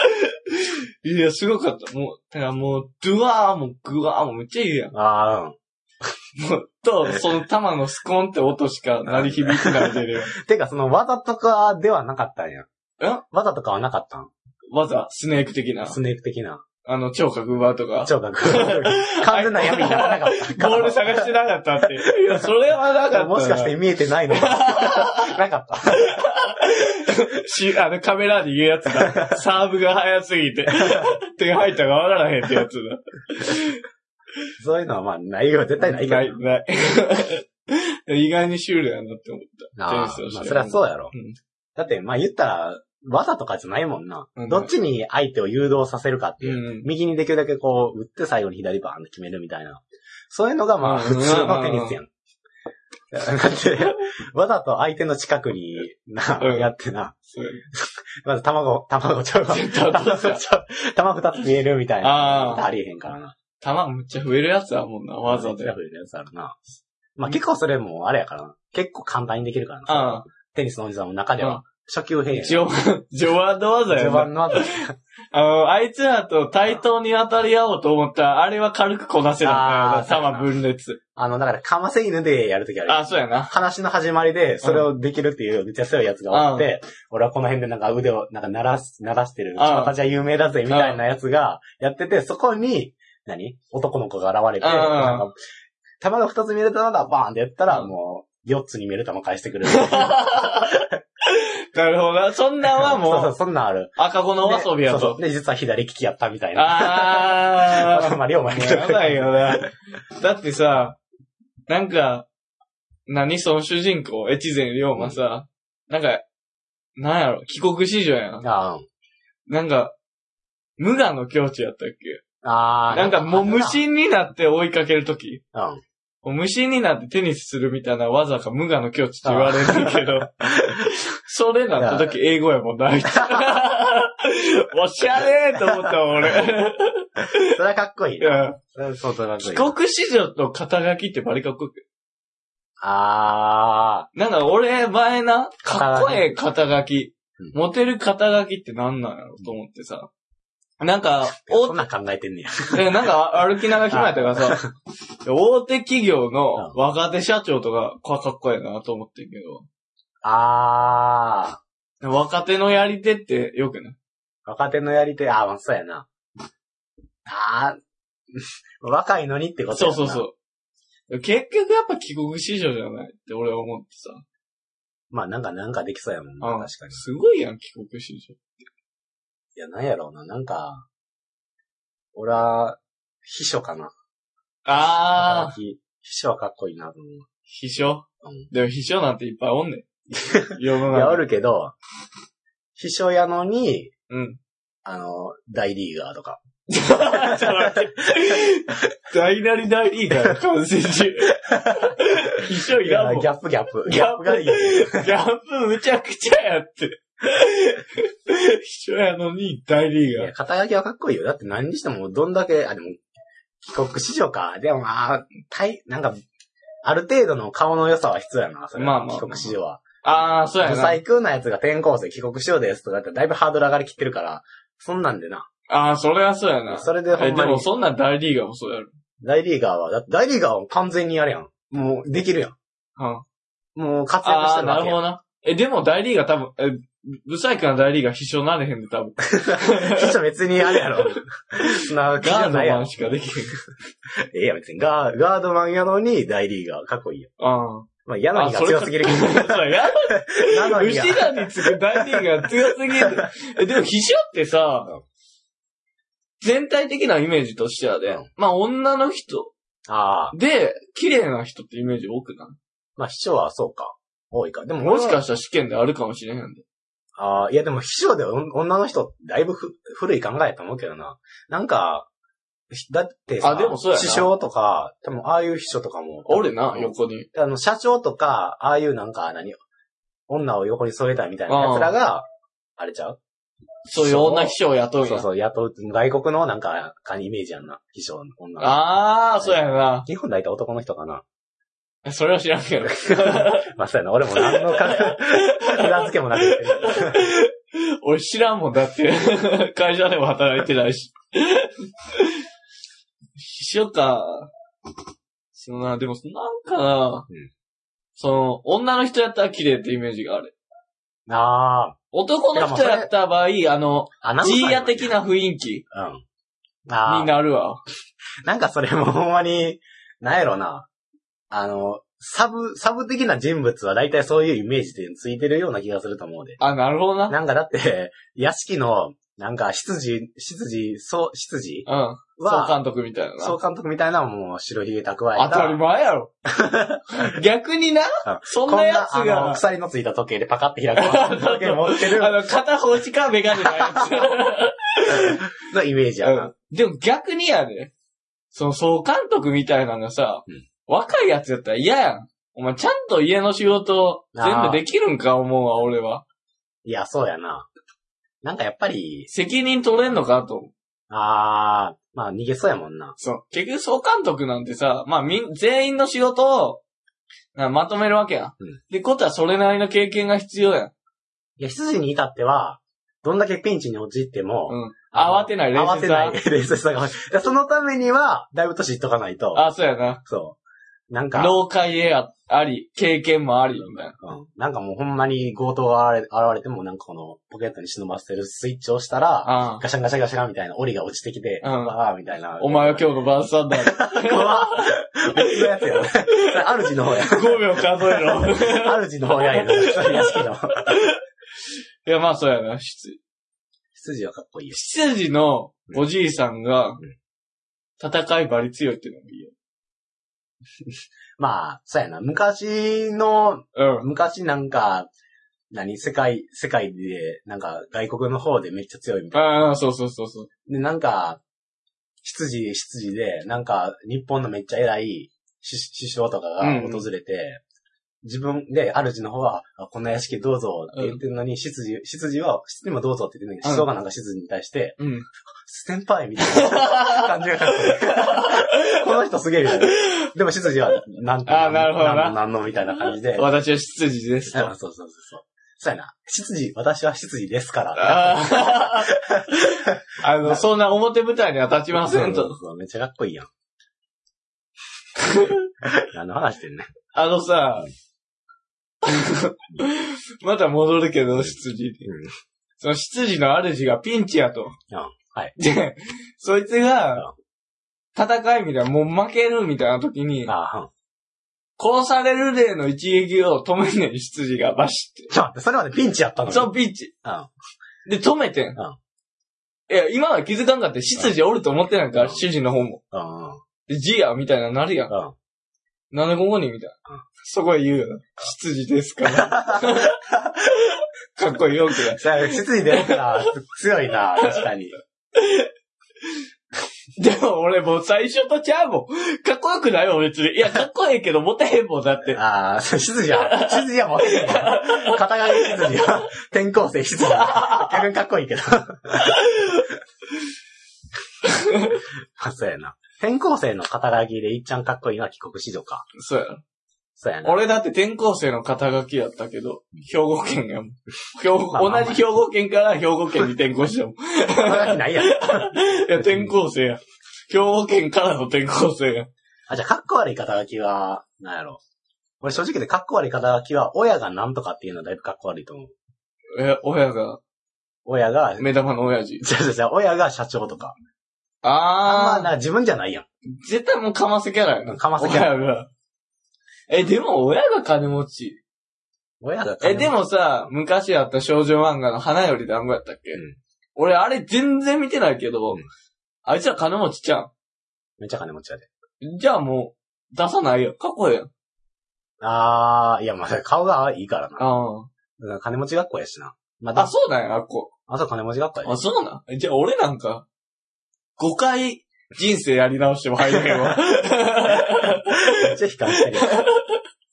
いや、すごかった。もう、だからもう、ドゥワーもグワーもめっちゃいいやん。
ああ、
もう、と、その弾のスコンって音しか鳴り響いてないでるよ。
うん。てか、その技とかではなかったんや。
え
技とかはなかったん
わざ、スネーク的な。
スネーク的な。
あの、聴覚馬とか。
聴覚。完全な闇にならなかったから。
ボール探してなかったって。いや、それはなかったな。
もしかして見えてな いのかなかった。
し、あの、カメラで言うやつ だ。サーブが早すぎて、 点入ったかわからへんってやつだ。
そういうのはまあ、ないよ。絶対ないけど。
ない、ない。 意外にシュールやなって思っ
ああ
テニス
ま
をして
あ、
る
そりゃそうやろ。
うん
だって、まあ言ったら、技とかじゃないもんな。
うん
どっちに相手を誘導させるかっていう。
うん
右にできるだけこう、打って最後に左バーンって決めるみたいな。そういうのがま
うん
あ、普通のテニスやん。だって、わざと相手の近くに、な、
うん
やってな、
た。
まず卵、卵ちょ う
卵ちょう
卵二つ見えるみたい
あ
な。
ー
ありえへんからな。
弾むっちゃ増えるやつだもんな、わざで
で。や。るやつあるな。まあ結構それもあれやからな。結構簡単にできるから
あ
な。テニスのおじさんの中で
うん
は、初級平均。
序盤、序盤の技や
序
な。
盤の技。
あの、あいつらと対等に当たり合おうと思ったら、あれは軽くこなせた
あ
ん
ー
だよな。弾分裂。
あの、だから、かませ犬でやるときある。
あ、そうやな。
話の始まりで、それをできるっていう、めっちゃ強いやつがおって、俺はこの辺でなんか腕を、なんか鳴らす、鳴らしてる、
ん
私は有名だぜ、みたいなやつが、やってて、そこに、何男の子が現れて、
うん
なんか弾が二つ見える玉だ、バーンってやったら、
うん
もう、四つに見える玉返してくる。
なるほどな。そんなんは
そうそ
も
う、
う、
そんなんある。
赤子のお遊びや
でそう
と
そう。で、実は左利きやったみたいな。
あー。
まあ、両前に。
やばいよな。だってさ、なんか、何その主人公、越前龍馬さ、なんか、なんやろ、帰国子女やん。
あー
なんか、無我の境地やったっけ
あー。
なんかもう無
う
心になって追いかけるとき、
ん。
もう無心になってテニスするみたいな技か無我の境地って言われるけ ど、それなったとき英語やもんな、 あいつおしゃれーと思ったもん 俺。
それはか っこいいな。それは相当かっこい
帰
い。
国子女と肩書きってバリかっこよく
あ
なんか俺、前な、かっこええ肩書き
うん。
モテる肩書きってなんなんやろと思ってさ。なんか、
ー。 そ
お
んなん考えてんねや。
えなんか歩きながら暇やったからさ、大手企業の若手社長とか、かかっこええなと思ってんけ
あ
ど、若手のやり手ってよくない
ー。若手のやり手、あー、まあ、そうやな。あー。 若いのにってこと
そ
や
う
な
そうそう。結局やっぱ帰国子女じゃないって俺は思ってさ。
まあ、なんか、なんかできそうやもんな。
うん
確かに。
すごいやん、帰国子女。
いや、なんやろうな。なんか、俺は、秘書かな。
あー、
秘書はかっこいいなと思う。
秘書
うん
でも秘書なんていっぱいおん ねん。世の
いや、お
中。
るけど、秘書やのに、
うん。
あの、大リーガーと か。
ちょっ と待って大なり大リーガーの感 染中。秘書い
い
ら
や
んもん。
ギ
ギャ
ャップギャップ。
ギ
ギ
ャ
ャ
ッ
ッ
プ
プがいいよね。
ップむちゃくちゃやって。秘書やのに大リ
い
ーガ
や、
ー。
肩書きはかっこいいよ。だって何にしても、どんだけ、あ、でも、帰国子女か。でもまあ、たい、なんか、ある程度の顔の良さは必要やな、それは
まあまあまあ
帰国子女は。
ああ、そうや
不
な。
細工なやつが転校生帰国子女ですとかだってだいぶハードル上がりきってるから、そんなんでな。
ああ、それはそうやな。
それでほ
え
んま
で
に
も、そんなん大リーガーもそうやろ。
大リーガーは、だって大リーガーは完全にやるやん。もう、できるやん。
うん、
もう活躍
あ
して
あ、
る
な
わ
る
け
ほ
やん
どな。え、でも大リーガー多分、え、ブサイクな大リーガー秘書なれへんで多 分。
秘書別にあれや ろ。そんな、気じ
ガー
ゃ
ド
ないや
マン
ろ。
しかできへん。
ええやん、別に。ガー、ガードマンやのに大リーガー、かっこいいよ。
ああ。
まあ、柳が
それ
強すぎるけど。
そうや
なのに
牛
が。
田に次ぐ大リーが強すぎる。 えでも、秘書ってさ、全体的なイメージとしてはね
うん、
まあ女の人
ああ。
で、綺麗な人ってイメージ多くな
まあ、秘書はそうか。多いか。でも、
いもし
俺は
かしたら試験であるかもしれへんで。
ああ、いやでも秘書で女の人、だいぶふ古い考えやと思うけどな。なんか、だってさ
あでもそうやな
師匠とか、多分ああいう秘書とかも、
おるな、横に。
あの、社長とか、ああいうなんか何、女を横に添えたいみたいな奴らが、あれちゃう
そういう女秘書を雇うんや。
そうそう、雇う、外国のなんか、かにイメージやんな、秘書の女の。
ああ、そうやな。
日本大体男の人かな。
それは知らんけど。
まあ、そうやな、俺も何のか、 裏付けもなく言ってる。
俺知らんもんだって。 会社でも働いてないし。しようか。そうな、でもなんかな、
うん
その、女の人やったら綺麗ってイメージがある。
あ
男の人やった場合、あの、
あ、アナウンサ
ジー
ーや
ヤ
もん
的な雰囲気
うん。あ
に
あ、
なるわ。
なんかそれもほんまに、なんやろな。あの、サブ、サブ的な人物は大体そういうイメージでついてるような気がすると思うで。
あ、なるほどな。
なんかだって、屋敷の、なんか、執事、執事、そう、執事
うん。総
は、
監督みたいな
総
な。
監督みたいなもう白ひげ蓄え
当たり
た、
前やろ。 逆にな
うん、
そ
こ
ん
ん
なや
な
つ、
あの、
が、
鎖のついた時計でパカって開く時計持ってる
あの、片方しかメガネないやつ。
のイメージやな。
うんでも逆にやで。その総監督みたいなのがさ、
うん
若いやつやったら嫌やん。お前ちゃんと家の仕事全部できるんか思うわ、俺は。
いや、そうやな。なんかやっぱり、
責任取れんのかと思う。
あー、まあ逃げそうやもんな。
そう。結局総監督なんてさ、まあみん、全員の仕事を、なまとめるわけやん。
うん
ってことはそれなりの経験が必要やん。
いや、羊に至っては、どんだけピンチに陥っても、
うん。
あの
慌てない、冷
慌
静
てな
さ
い。冷静さが欲しい。だからそのためには、だいぶ年いっとかないと。
あ、そうやな。
そう。なんか、
老解へああり、経験もあり、みたいな。
うん、なんかもうほんまに強盗が現れ現れても、なんかこのポケットに忍ばせてるスイッチを押したら、
ああ。
ガシャンガシャンガシャンみたいな檻が落ちてきて、
うん
わあみたいな。
お前は今日のバースサンダーだ。
怖っ別のやつやな。それ主の方や。
5秒数えろ。
主の方ややな。それ屋敷の。
いや、まあそうやな。執
羊はかっこいいよ。
執事のおじいさんが
ん、
戦いバリ強いっていうのもいいよ。
まあ、そうやな。昔の
うん。
昔なんか、何世界、世界で、なんか外国の方でめっちゃ強いみたい
ああ、そうそうそうそう。
な。で、なんか、羊、羊で、なんか日本のめっちゃ偉い師師匠とかが訪れて、自分で、主の方は、あこんな屋敷どうぞって言ってるのに、羊、羊は、羊もどうぞって言ってるのに、
うん
師匠がなんか羊に対して、
うん。
先輩みたいな感じがかっこいいこの人すげえみたいな。でも羊は、なん
あーなるほどな
なんのなんのみたいな感じで、
私は執事ですと。
あそうそうそうそう。そうやな。執事、私は執事ですから。
ああ。 あの、そんな表舞台には立ちません
そう
と。
そうそうめっちゃかっこいいやん。 何の話してんねん。
あのさ、 また戻るけど、執事に。
うん
その執事の主がピンチやと。
はい。
で、そいつが、戦いみたいな、もう負けるみたいな時に、
ああ、うん。
殺される例の一撃を止めんねん、羊がバシって。
ちょっと待って、それまでピンチやったのに
そう、ピンチ。
うん。
で、止めてん。いや、今は気づかんかった。羊おると思ってないから、
うん
主人の方も。
うん。うん。
で、ジやみたいなのなるやん。
うん
なんでここにみたいな。そこへ言うよな。羊ですから。 かっこいいよ、く
じゃあ、執事ですから、強いな、確かに。
でも俺もう最初とちゃうもん。かっこよくないもん、別に。いや、かっこええけど、モテへんもん、だって。
ああ、そう執事は、執事はもう、肩掛け執事は、転校生執事は、逆にかっこいいけど。あ、そうやな。転校生の肩書きでいっちゃんかっこいいのは帰国子女か。
そうや。
そうやな。
俺だって転校生の肩書きやったけど、兵庫県やもん。兵庫
まあまあ
同じ兵庫県から兵庫県に転校したもん。い
肩書きないやん。
や、転校生や。兵庫県からの転校生や。
あ、じゃあ、かっこ悪い肩書きは、なんやろ。俺正直でかっこ悪い肩書きは、親がなんとかっていうのはだいぶかっこ悪いと思う。
え、親が、
親が、
目玉の親父。
じゃじゃじゃ親が社長とか。あんま
あー、
なんか自分じゃないやん。
絶対もうかませキャラやな。
かませキャラ
親が。え、でも親が金持ち。
親が。
え、で、もさ、昔あった少女漫画の花より団子やったっけ、
うん
俺あれ全然見てないけど、
うん
あいつら金持ちちゃ
めっちゃ金持ちやで。
ん。じゃあもう、出さないよ。かっこええやん。
あー、いや、まあ、顔がいいからな。
あー
うん金持ち学校やしな。まあ、
あ、
だ
そうなんや、あっこ。
あ、そう金持ち学校や
あ、
で。
そうなんじゃあ俺なんか、5回人生やり直しても入れへんわ。
めっちゃ悲観してる。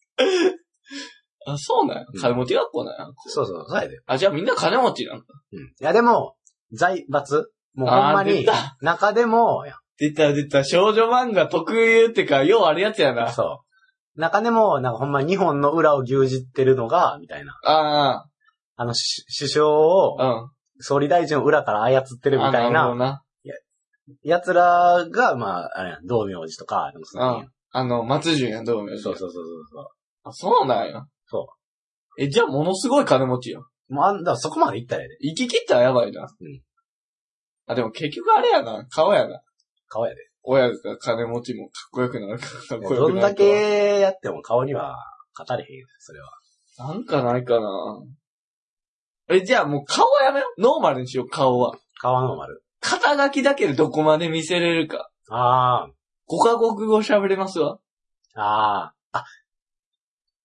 あ、そうなんや。金持ち学校なんや。
そうそう、そうやで。
あ、じゃあみんな金持ちなんだ。
うん。いや、でも、財閥もうほんま
あー出
に
た、
中でも、
出た出た、少女漫画特有ってか、ようあるやつやな。
そう。中でも、なんかほんま日本の裏を牛耳ってるのが、みたいな。
あ
あの、し首相を
あ、うん。
総理大臣を裏から操ってるみたい
あなるほど
な、
な。
奴らが、まあ、あれや、道明寺とか、なんかその辺
あの、松潤やん、どうも。
そうそうそうそうそ
あ、そうなんや。。
そう
え、じゃあものすごい金持ちやん。
う。もうあんだからそこまで行ったらやで。
行き切ったらやばいな。
うん。
あ、でも結局あれやな。顔やな。
顔やで。
親が金持ちもかっこよくなるから、かっこよ
ど
く
ん
な
だ
るとは
けやっても顔には語れへんよそれは。
なんかないかな。え、じゃあもう顔はやめよう。ノーマルにしよう、顔は。
顔はノーマル。
肩書きだけでどこまで見せれるか。
あ
5カ国語喋れますわ。
あ、あ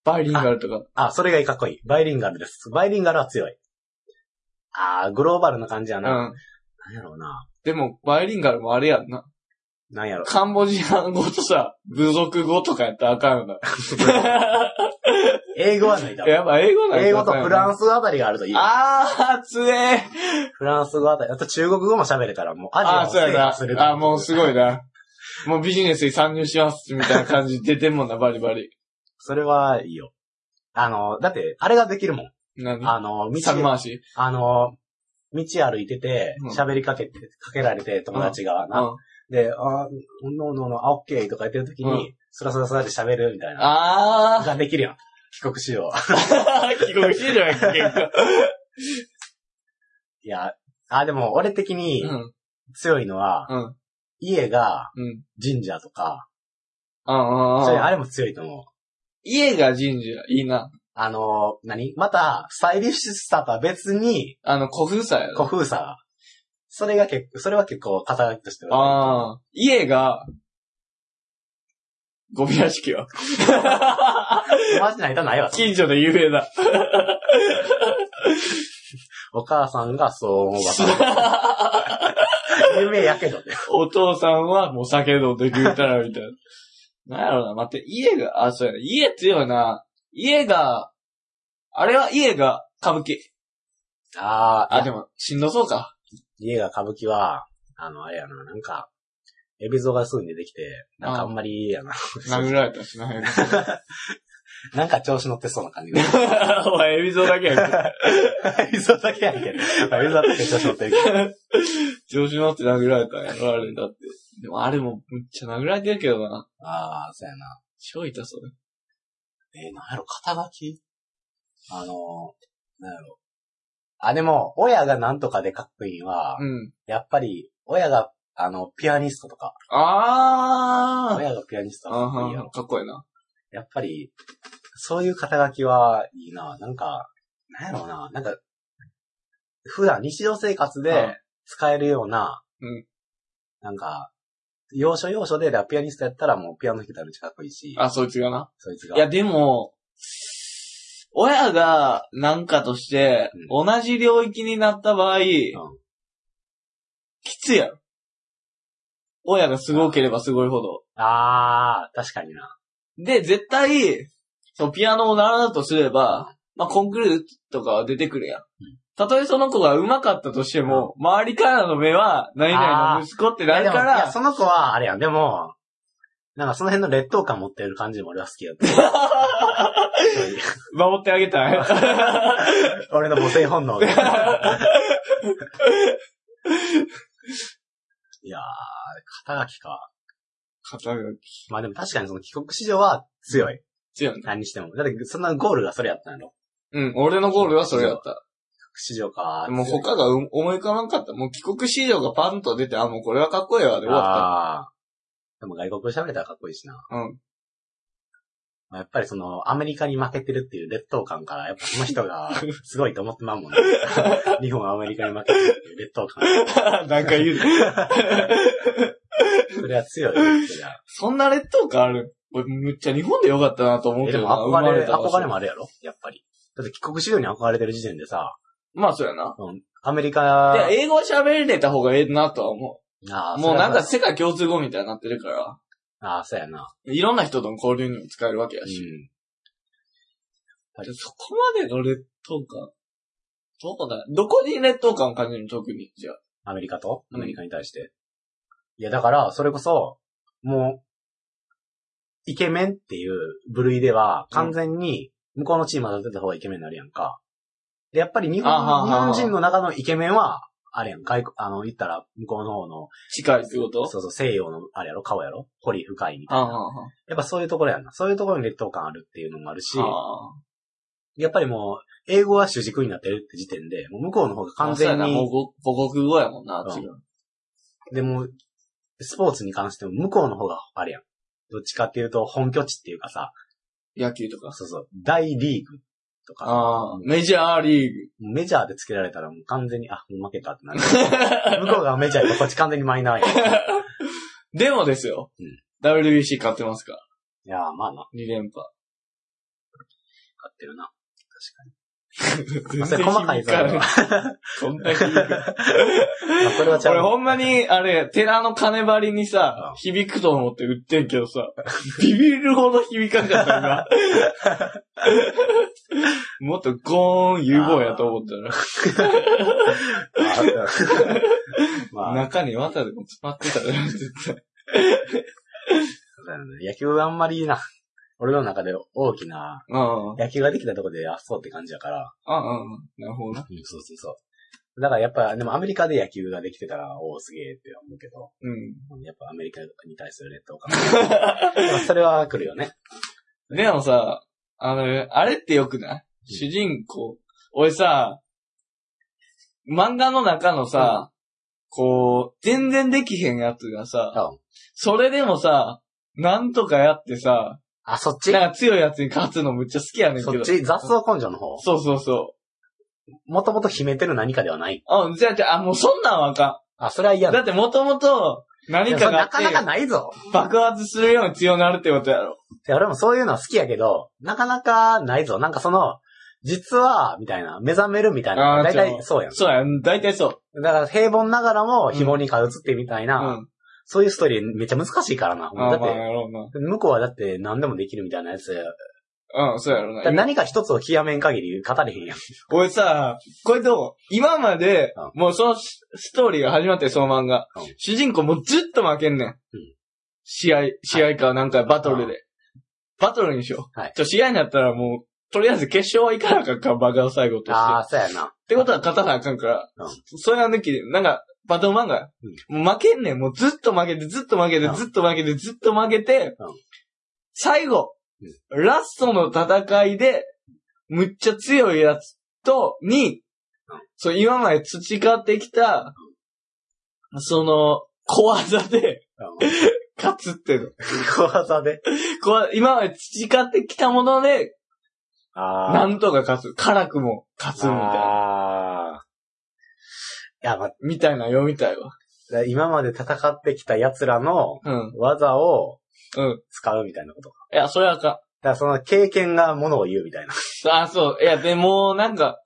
バイリンガルとか。
あ、あ、それがかっこいい。バイリンガルです。バイリンガルは強い。ああ、グローバルな感じや
う
な。
ん。
なんやろうな。
でも、バイリンガルもあれやんな。
なんやろ。
カンボジア語とさ、部族語とかやったらあかん よな。
英語はないだろ。
やっぱ英語なん
英語とフラン
ス。
ス語あたりがあるといいよ。
あー、つえー。
フランス語あたり。あと中国語も喋れたらもう
あ
ア
あ、
ジ
そ
アを
う
制覇
や
する。
な。あもうすごい
な。
な。もうビジネスに参入します、みたいな感じ出てんもんな、バリバリ。
それはいいよ。あの、だって、あれができるもん。
何
あの、
三
道、
回し。
あの、道歩いてて
うん、
喋りかけて、かけられて、友達がな。
うん
で、あ、ノーノーノー、あ、オッケーとか言ってる時
うん
に、スラスラスラで喋るみたい な。
あ
ができるやん。帰国しよう。
ー。帰国してるやん、結局。
いや、あ、でも俺的に
うん。
強いのは、
うん。
家が
うん。
神社とか、
あ
それ
あ
あれも強いと思う。
家が神社、いいな。
あの、何また、スタイリッシュさとは別に、
あの、古風さやろ。
古風さ。それが結構、それは結構、肩書きとしては。
ああ。家が、ゴミ屋敷は。
マジな板ないわ。
近所で有名だ。
お母さんがそう思 う わ。有名やけどね。
お父さんはもう酒飲んで食うたら、みたいな。 なんやろな、待って、家が、あ、そうや、家強いな。家が、あれは家が歌舞伎。
あ
あ、
あ、
でも、しんどそうか。
家が歌舞伎は、あの、あれやな、なんか、エビゾがすぐに出てきて、なんかあんまりいいやな。
殴られたらしない。
なんか調子乗ってそうな感 じ。
お前、エビゾだけやんけ。
エビゾだけやんけど。まあエビゾだけ調子乗ってるけど。
調子乗って殴られたんやろ、あれだって。でも、あれも、むっちゃ殴られてるけどな。
ああ、そうやな。
超痛そう。
えー、なんやろ、肩書きあのー、なんやろ。あ、でも、親がなんとかでかっこいいのは、
うん。
やっぱり、親が、あの、ピアニストとか、
あー。
親がピアニストはかっこいいや
あ
ろ
ーかっこいいな。
やっぱり、そういう肩書きはいいな。なんか、なんやろうな。なんか、普段日常生活
うん
で使えるような、
うん
なんか、要所要所で、だからピアニストやったらもうピアノ弾けたらめっちゃかっこいいし、
あ、そいつがな。
そいつ
いや、
が。
でも、親がなんかとして、同じ領域になった場合、きついやろ。親がすごければすごいほど。
あー、確かにな。
で、絶対、そう、ピアノを習うとすれば、まあ、コンクールとかは出てくるやん。たとえその子が上手かったとしても、周りからの目は、何々の息子ってなるか
いやでもいや
ら、
その子は、あれやん。でも、なんかその辺の劣等感持ってる感じも俺は好き やった。そういう
守ってあげ たい。
俺の母性本能が。いやー、肩書きか。
肩が
まあでも確かにその帰国市場は強い。
強いな。
何にしても。だってそんなゴールがそれやったんやろ。
うん、俺のゴールはそれだった。
帰国市場か。
もう
強い
他がう思い浮かばんかった。もう帰国市場がパンと出て、あ、もうこれはかっこいいわ、で終わっ
あーでも外国語喋れたらかっこいいしな。
うん
まあ。やっぱりその、アメリカに負けてるっていう劣等感から、やっぱその人 が、すごいと思ってまうもんね。日本はアメリカに負けてるっていう劣等感。
た。 なんか言う。
それは強い。そりゃ
そんな劣等感ある俺、むっちゃ日本でよかったなと思う
え
け
で
ど
も
な、
憧れ、
た場所
憧れもあるやろやっぱり。だって帰国資料に憧れてる時点でさ、
まあ、そうやな。
アメリカ、
で英語喋れた方がええなとは思
ああ、
もうなんか
そ
世界共通語みたいになってるから、
れはああ、そうやな。
いろんな人との交流にも使えるわけや
う
し。
ん。
でそこまでの劣等感。どこだどこに劣等感を感じるの特に、じゃあ。
アメリカと
うん
アメリカに対して。いや、だから、それこそ、もう、イケメンっていう部類では、完全に、向こうのチーム当たってた方がイケメンになるやんか。で、やっぱり日本
あはあ
日
はあ
本人の中のイケメンは、あれやん、外国、あの、言ったら、向こうの方の、
近いってこと
そうそう、西洋の、あれやろ、顔やろ、彫り深いみたい
ああ、
な。
あ
やっぱそういうところやんな。そういうところに劣等感あるっていうのもあるし
あ、ああ。
やっぱりもう、英語は主軸になってるって時点で、もう向こうの方が完全
まあそうやな
に、
母国母国語やもんな、あっちが。
でも、スポーツに関しても向こうの方があれやん。どっちかっていうと、本拠地っていうかさ、
野球とか。
そうそう、大リーグとか、
ああ、メジャーリーグ。
メジャーでつけられたらもう完全に、あ、もう負けたって なる。向こうがメジャーやからこっち完全にマイナーやん。い
でもですよ。
うん
WBC 勝ってますから。
やー、まあな、
2連覇。
勝って るな。
全
まあ、それ細かいぞ。
響
あ
かな
れ
い
は
そんな響く。
まあこれはち ゃ
俺
う。
ほんまに、あれ、寺の金張りにさ
うん、
響くと思って売ってんけどさ、 ビビるほど響かんかったな。 もっとゴーン融合やと思った
ま
ら、
あ、
中に綿でも詰まってたら、絶対。
そうだよね野球はあんまりな、 俺の中で大きな、
うん。うん
野球ができたとこで、あ、そうって感じだから。
うんうん。なるほどな。
うん、そうそうそう。だからやっぱ、でもアメリカで野球ができてたら、おお、すげえって思うけど、
うん。
やっぱアメリカに対する劣 等感。まあそれは来るよね。
でもさ、あの、あれってよくない、主人公。俺さ、漫画の中のさ、こう、全然できへんやつがさ、
うん
それでもさ、なんとかやってさ、
あ、そっち
なんか強いやつに勝つのむっちゃ好きやねんけ
そ
ど。
っち雑草根性の方
そうそうそ
もともと秘めてる何かではない。
う。あ、じゃあ、じゃあ、あもうそんなんわか
あ、それは嫌
ん。だ
だ。
ってもともと、何
でも
か
それ
があっ
なかなか
て、
ないぞ。
爆発するように強なるってことやろ。
いや俺もそういうのは好きやけど、なかなかないぞ。なんかその、実は、みたいな、目覚めるみたい
あ
な。
ー
だい
ち
た
ょ
いそうやん。
そうや、大体そう。
だから平凡ながらも紐にかうつってみたいうな、
ん。
そういうストーリーめっちゃ難しいからな。
あ
だっ
まあ、
て、
やろう
向こうはだって何でもできるみたいなやつや。
な。うん、そうやろう
だ
な
から。何か一つを極めん限り語れへんや ん。
俺さ、これどう今まで、もうそのスストーリーが始まって、その漫画
うん。
主人公もうずっと負けんねん。試合、試合かなんかバトルで。バトルにしよう。
はい
ちょ試合になったらもう、とりあえず決勝は行かなあかんから、バカを最後として。
あ
っ
あ、そうやな。
てことは勝たなあかんから、
うん
それは抜きで、なんか、バトル漫画、もう負けんねん。もうずっと負けて、ずっと負けて、
うん
ずっと負けて、ずっと負けて、
うん
最後、ラストの戦いで、むっちゃ強いやつと、に、そう、今まで培ってきた、その、小技で、 勝つっての。
小技で。
小技今まで培ってきたもので、
ああ。
なんとか勝つ。辛くも勝つみたいな。
あーいや、まあ、
みたいな読みたいわ。
今まで戦ってきた奴らの
うん。
技を
うん。
使うみたいなことか。
いや、それはあかん。
だからその経験がものを言うみたいな。
あ、そう。いや、でも、なんか、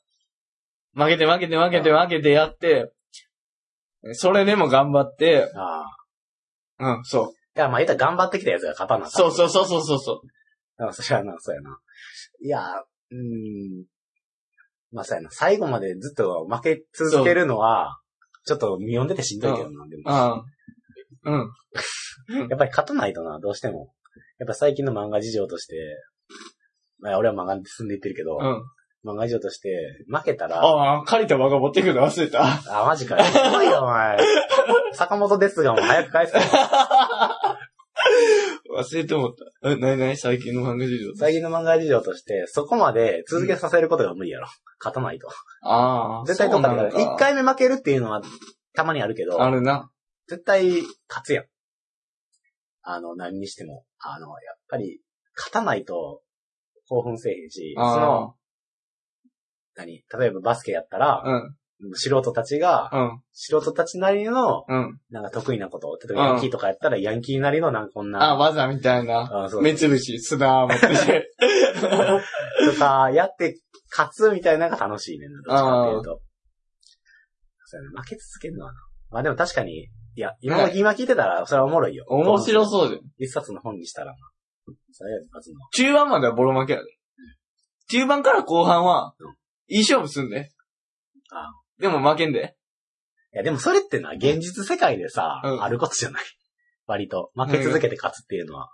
負けて負けて負けて負けてやって、それでも頑張って、
ああ。
うん、そう。
だからまあ言ったら頑張ってきたやつが勝たなあかん
そうそうそうそうそうそう。
だからそれはな、そうやな。いや、うーん。まあそうやな。最後までずっと負け続けるのは、ちょっと読んでてしんどいけどな、でも。
うん。うん。
やっぱり勝たないとな、どうしても。やっぱ最近の漫画事情として、まあ俺は漫画で進んでいってるけど、
うん。
漫画事情として、負けたら、
ああ、借りた漫画持ってくるの忘れた。
あ、マジかよ。すごいよ、お前。坂本ですが、もう早く返せ。
忘れて思った。え、なになに最近の漫画事情。
最近の漫画事情として、そこまで続けさせることが無理やろ。勝たないと。
ああ。
絶対どっかで
そうなの
一回目負けるっていうのは、たまにあるけど、
あるな。
絶対勝つやん。あの、何にしても。あの、やっぱり、勝たないと、興奮せえへんし、その、
あ
何例えばバスケやったら
あ。、うん。
素人たちが、
うん。
素人たちなりの、
うん。
なんか得意なこと、例えばヤンキーとかやったら、ヤンキーなりのなんかこん
あ、
な、
技みたいな。
あそう
目つぶし、砂持ってき て。
とか、やって、勝つみたいなのが楽しいねんな、どっちかっていうと。そうやな負け続けるのはな。まあでも確かに、いや、今の、今聞いてたら、それはおもろいよ。
面白
う。
そうじゃん。
一冊の本にしたら、それや一発の。
中盤まではボロ負けやで。中盤から後半は
うん、
いい勝負すんで。
あ
でも負けんで。
いや、でもそれってな、現実世界でさ、
うん
あることじゃない。割と。負け続けて勝つっていうのは。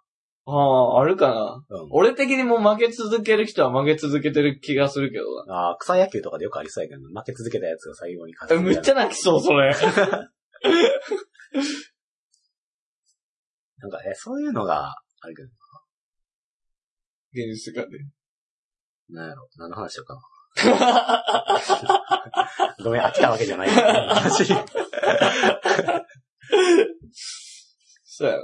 ああ、あるかな。
うん。
俺的にもう負け続ける人は負け続けてる気がするけどな
ああ、草野球とかでよくありそうやけど、負け続けたやつが最後に勝
え。
つみ
む
た
っち
いな。
ゃ泣きそう、それ。
なんか、え、そういうのが、あるけど、
現実世界で。
なんやろ、何の話しようか な。ごめん、飽きたわけじ ゃない。話
そうや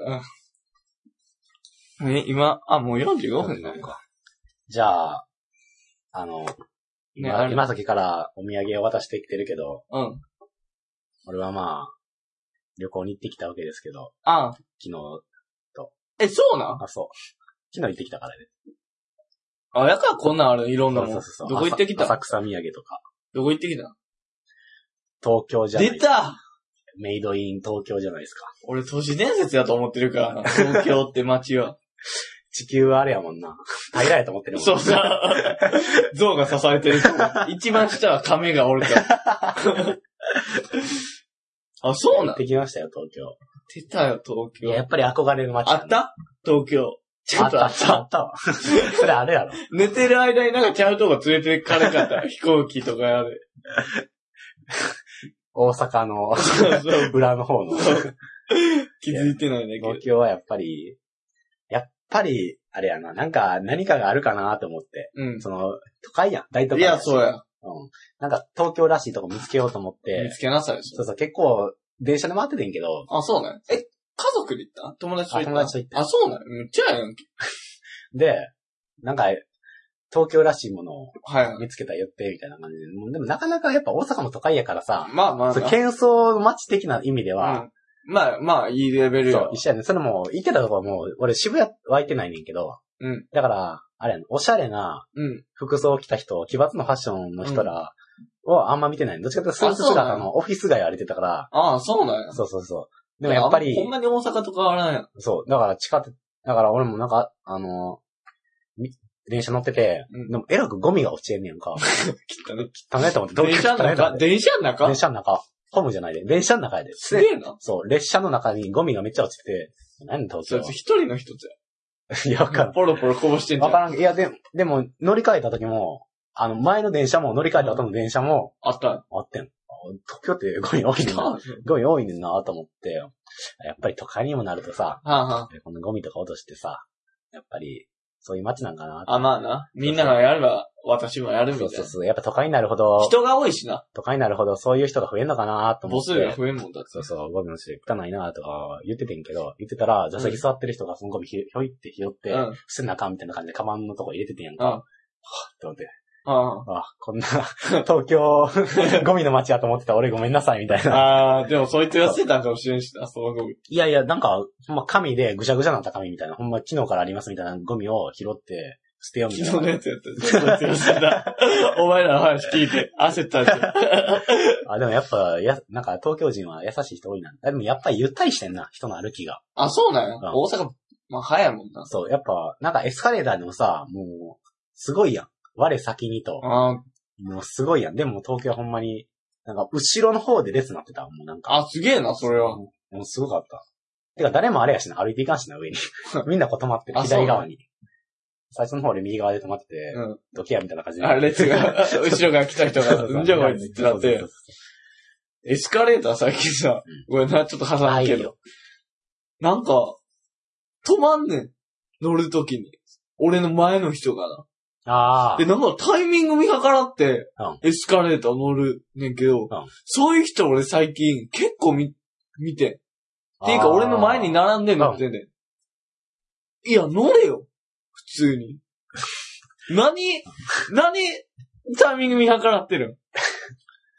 な。え、今、あ、もう45分なんか。
じゃあ、あの、
ね、
今
あれ。
今先からお土産を渡してきてるけど、
うん。
俺はまあ、旅行に行ってきたわけですけど、
あ、
昨日、
え、そうなん
あ、そう。昨日行ってきたからね。
あ、やからこんなんあるいろんな
そう
もん。
そう
ど
そう
こ行ってきた
浅浅草土産とか、
どこ行ってきた
東京じゃない
出た
メイドイン東京じゃないですか。
俺都市伝説やと思ってるからな、東京って街は。
地球はあれやも んな。平らやと思ってるもん
そうさ、象が支えてる。一番下は亀がおるから。 あ、そう
行
な
っ
ん
てきましたよ、東京。
出たよ、東
いや、やっ
京。
ぱり憧れの街
あ
だ
っ
ね
た東京。ちょ
あ
っ
っ
と
た
あ
あ
っ
った
た。
あった わ。それあれやろ。
寝てる間になんかちゃうとこ連れてかれか った。飛行機とかやで。
大阪 の
そうそう。
裏の方の。
気づいてないね、
東京はやっぱり、やっぱり、あれやな、なんか何かがあるかなと思って。
う
その、都会やん、大都
ん。
会
いや、
し
そう。や。
うん。なんか東京らしいとこ見つけようと思っ
見
て
つ、けなさいよ、そ
そ
れ
うそう、結構、電車で回っててんけど、
あ、そうなんえ、家族で行った友達と行った
あ友達と行った
あ、そうなんめっちゃやんけ。
で、なんか、東京らしいものを
はいはい。
見つけたら言って、みたいな感じで。もうでもなかなかやっぱ大阪も都会やからさ、
まあまあ
そう、
な。
喧騒街的な意味では、
うんまあまあ、いいレベル
そう
よ、。
一緒やね。それも、行ってたとこはもう、俺渋谷湧いてないねんけど。
うん
だから、あれやね、おしゃれな
うん。
服装を着た人、奇抜なファッションの人らをあんま見てないね。どっちかというとスーツ姿
あそうな
のオフィス街歩いてたから、
ああ、そうなんや。
そうそうそう。でもやっぱり
ほん、まに大阪と変わらんやん。
そう、だから地下鉄、だから俺もなんか、あの、み電車乗ってて、
うん
でもえらくゴミが落ちてんねやんか。
汚ね。
汚ねと思って、ど う
電車の中電車の中
電車の中ホームじゃないで、電車の中やで。
すげえな。
そう、列車の中にゴミがめっちゃ落ちてて、何東
そ
京
いつ一人の人じ
いや、わから
ゃ
ん
ん。ポロポロこぼしてんじゃ
わ
ん。
か
あ
らんけど。いや、でも、でも、乗り換えた時も、あの、前の電車も乗り換えた後の電車も、
った。
あってん。あ東京ってゴミ多いねんな。
は
ゴミ多いねんなと思って、やっぱり都会にもなるとさ、
あはあ。
このゴミとか落としてさ、やっぱり、そういう街なんかな
あ、まあな。みんながやれば、私もやるみた
そ
いう
そう
な。
そう。やっぱ都会になるほど、
人が多いしな。
都会になるほどそういう人が増えんのかなと思
母
っ
数が
て。
増えんもんだって
そ。うそう、ゴミの種類汚いなとか言っててんけど、言ってたら、座席座ってる人がそのゴミひひょいって拾って
うん。、あ
捨てなあかんみたいな感じでカバンのとこ入れててんや
う
ん
ん
か。はぁって思って、
あ。
あ、こんな、 東京、 ゴミの街やと思ってた俺ごめんなさい、みたいな。
ああ、でもそいつが捨てたんかもしれん しな、そのゴミ。
いやいや、なんか、ほんま紙でぐちゃぐちゃなった紙みたいな、ほんま昨日からありますみたいなゴミを拾って、捨てようみたい
昨日の
な。
やつやった。そいつが捨て た。お前らの話聞いて、焦ったんじゃん。
あ、でもやっぱ、や、なんか東京人は優しい人多いな。あでもやっぱりゆったりしてんな、人の歩きが。
あ、そうなんや。
ん
大阪、まあ、早いもんな。
そう、やっぱ、なんかエスカレーターでもさ、もう、すごいやん。我先にと。
あ
もうすごいやん。でも東京はほんまに、なんか後ろの方で列なってた。もうなんか。
あ、すげえな、それは。
もうすごかった。てか誰もあれやしな、歩いていかんしな、上 に。みんなこう止まってる、
あそう
左側に。最初の方俺右側で止まってて、
うん
ドキやみたいな感じ で。
あ、列が、 後ろから来た人
そうそう
が、んじゃこいつってなっ。
そ
て
う、
エスカレーター最近さ、ごめんな、ちょっと
そう
挟
あ、
む
いい
けど、
よ。
なんか、止まんねん。乗るときに。俺の前の人がな。
あ
で、なんかタイミング見計らって
うん、
エスカレーター乗るねんけど
うん、
そういう人俺最近結構み、見てん。
あ。
っていうか俺の前に
な。
並んでんのってね。いや、乗れよ。普通 に。何、何、タイミング見計らってるん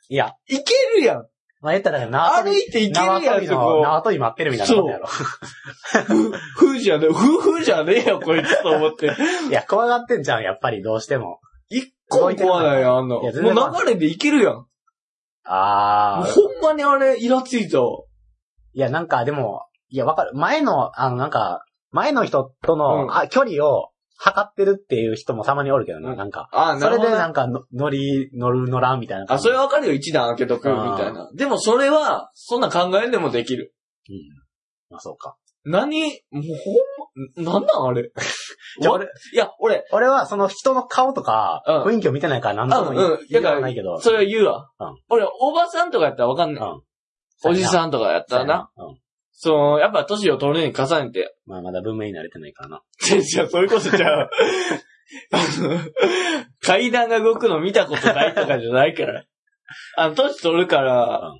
いや、
いけるやん。
まあ、言ったら、縄跳
歩
び。
いていけ
縄
るや
跳
ん、
び
そ
の、
こ。
縄跳び待ってるみたいなことやろ。
ふ、ふじゃねえ、ふ、ふじゃねえよ、こいつと思って。
いや、怖がってんじゃん、やっぱり、どうしても。
一個も怖ないやん、あんな。も
いや全然怖いう
流れでいけるやん。もう
ああ。
ほんまにあれ、イラついたわ。
いや、なんかでも、いや、わかる。前の、あの、なんか、前の人と
う
の、
ん
あ距離を測ってるっていう人もたまにおるけどね、
うん
なんか。
あー
そ
なる
れ
ほど
で
ね。
なんかの、乗り、乗る、乗らんみたいな感
あ、
じ。
それはわかるよ。一段開けとく、みたいな。でもそれは、そんな考えんでもできる。
うん。まあ、そうか。
何もうほんま、なんなんあ れ。
じゃあ
わ
俺、
いや、俺、
俺はその人の顔とか、
うん
雰囲気を見てないから何とも
うんうん
言い
だから
言わないけど。
それは言うわ。
うん
俺、おばさんとかやったらわかんない。
うん
おじさんとかやったらな。。
そうやうん。
その、やっぱ年を取るに重ねて、
まあ、まだ文明に慣れてないからな。
じゃあ、そういうことじゃあ、 あの、階段が動くの見たことないとかじゃないから。あの、年取るから、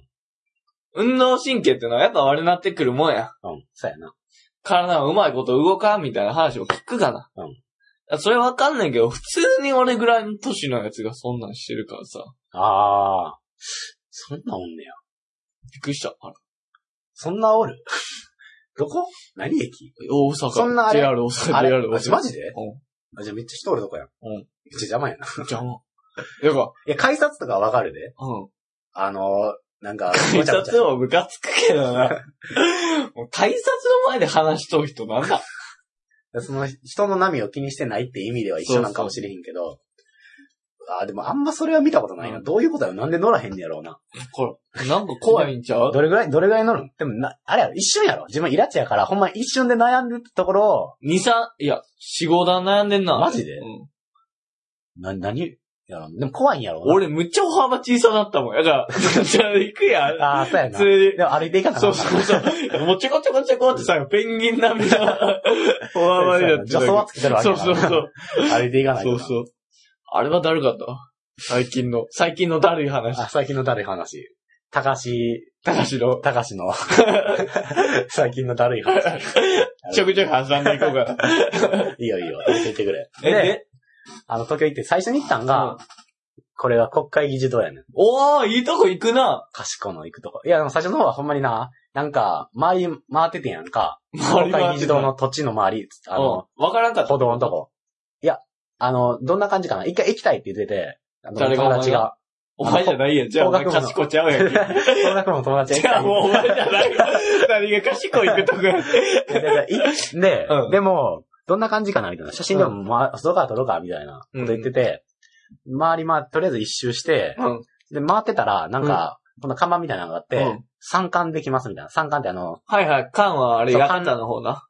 運動神経ってのはやっぱ悪なってくるもんや。
うん。そうやな。
体をうまいこと動かんみたいな話を聞くかな。
うん
ん。それわかんないけど、普通に俺ぐらいの年のやつがそんなんしてるからさ。
ああ。そんなおんねや。
びっくりした。あれ
そんなおる どこ何 駅
大阪。
そんなあれ
JR 大阪、
あれ
JR 大
あ
阪。
マジで
うん。
あじゃあめっちゃ人おるとこやん。
うん
めっちゃ邪魔やな。
邪魔。やっ
いや、改札とかわかるで。
ぱ、うん。
あのー、なんか、
改
ごちゃごち
札
ゃ
はムカつくけどな。もう改札の前で話しとる人なんだ
その人の波を気にしてないって意味では一緒なんかもしれへんけど。あーでもあんまそれは見たことないな。どういうことやろなんで乗らへんねやろうな。
これ、なんか怖いんちゃう
どれぐらい、どれぐらい乗るんでもな、あれやろ一瞬やろ自分イラチやから、ほんま一瞬で悩んでたところ
二三、いや、四五段悩んでんな。
マジで
うん
を、な、何やろでも怖いんやろうな。
俺、むっちゃ歩幅小さなったもん。だから、じゃあ行くやん。
ああ、そうや
普
な。
通に。
でも歩いていかなあか
そ
ん
うそうそう。もうちょこちょこちょこってさ、ペンギン並み の歩幅になって
女装は
た
つけてるわ
そ
けや
う
な
そうそう。
歩いていかない
そ
とな
うそう。あれはだるかったわ。最近の、最近のだるい話。
あ、最近のだるい話。たかし、
高しの、
たかしの、 最近のだるい話。
ちょくちょく挟んでいこうかな。
いいよいいよ、教えてくれ。
え、
で、
で、
あの、東京行って最初に行ったん
うん
が、これが国会議事堂やねん。
おー、いいとこ行くな。
かしこの行くとこ。いや、でも最初の方はほんまにな、なんか、周り回っててんやんか。
周
国
り
会
は
議事堂の土地の周り、あの、
うんわからんかった。
歩道のとこ。いや、あの、どんな感じかな。一回行きたいって言ってて、あの、
誰が
友達が、
お前じゃないやん。じゃあ、お前、
工学部
か
の
しこちゃうやん け。
友達も友
じ
達が行きた
ゃ
い
あ
って
もうお前じゃない。何が賢い行くとこや
いやだからい で、
うん
でも、どんな感じかなみたいな。写真でも、まあ、外から撮ろうかみたいなこと言ってて、周りまあ、とりあえず一周して、
うん。
で、回ってたら、なんか、この看板みたいなのがあって、
うん
参観できますみたいな。参観ってあの、
はいはい。缶はあれ、
そう
ヤカタの方な。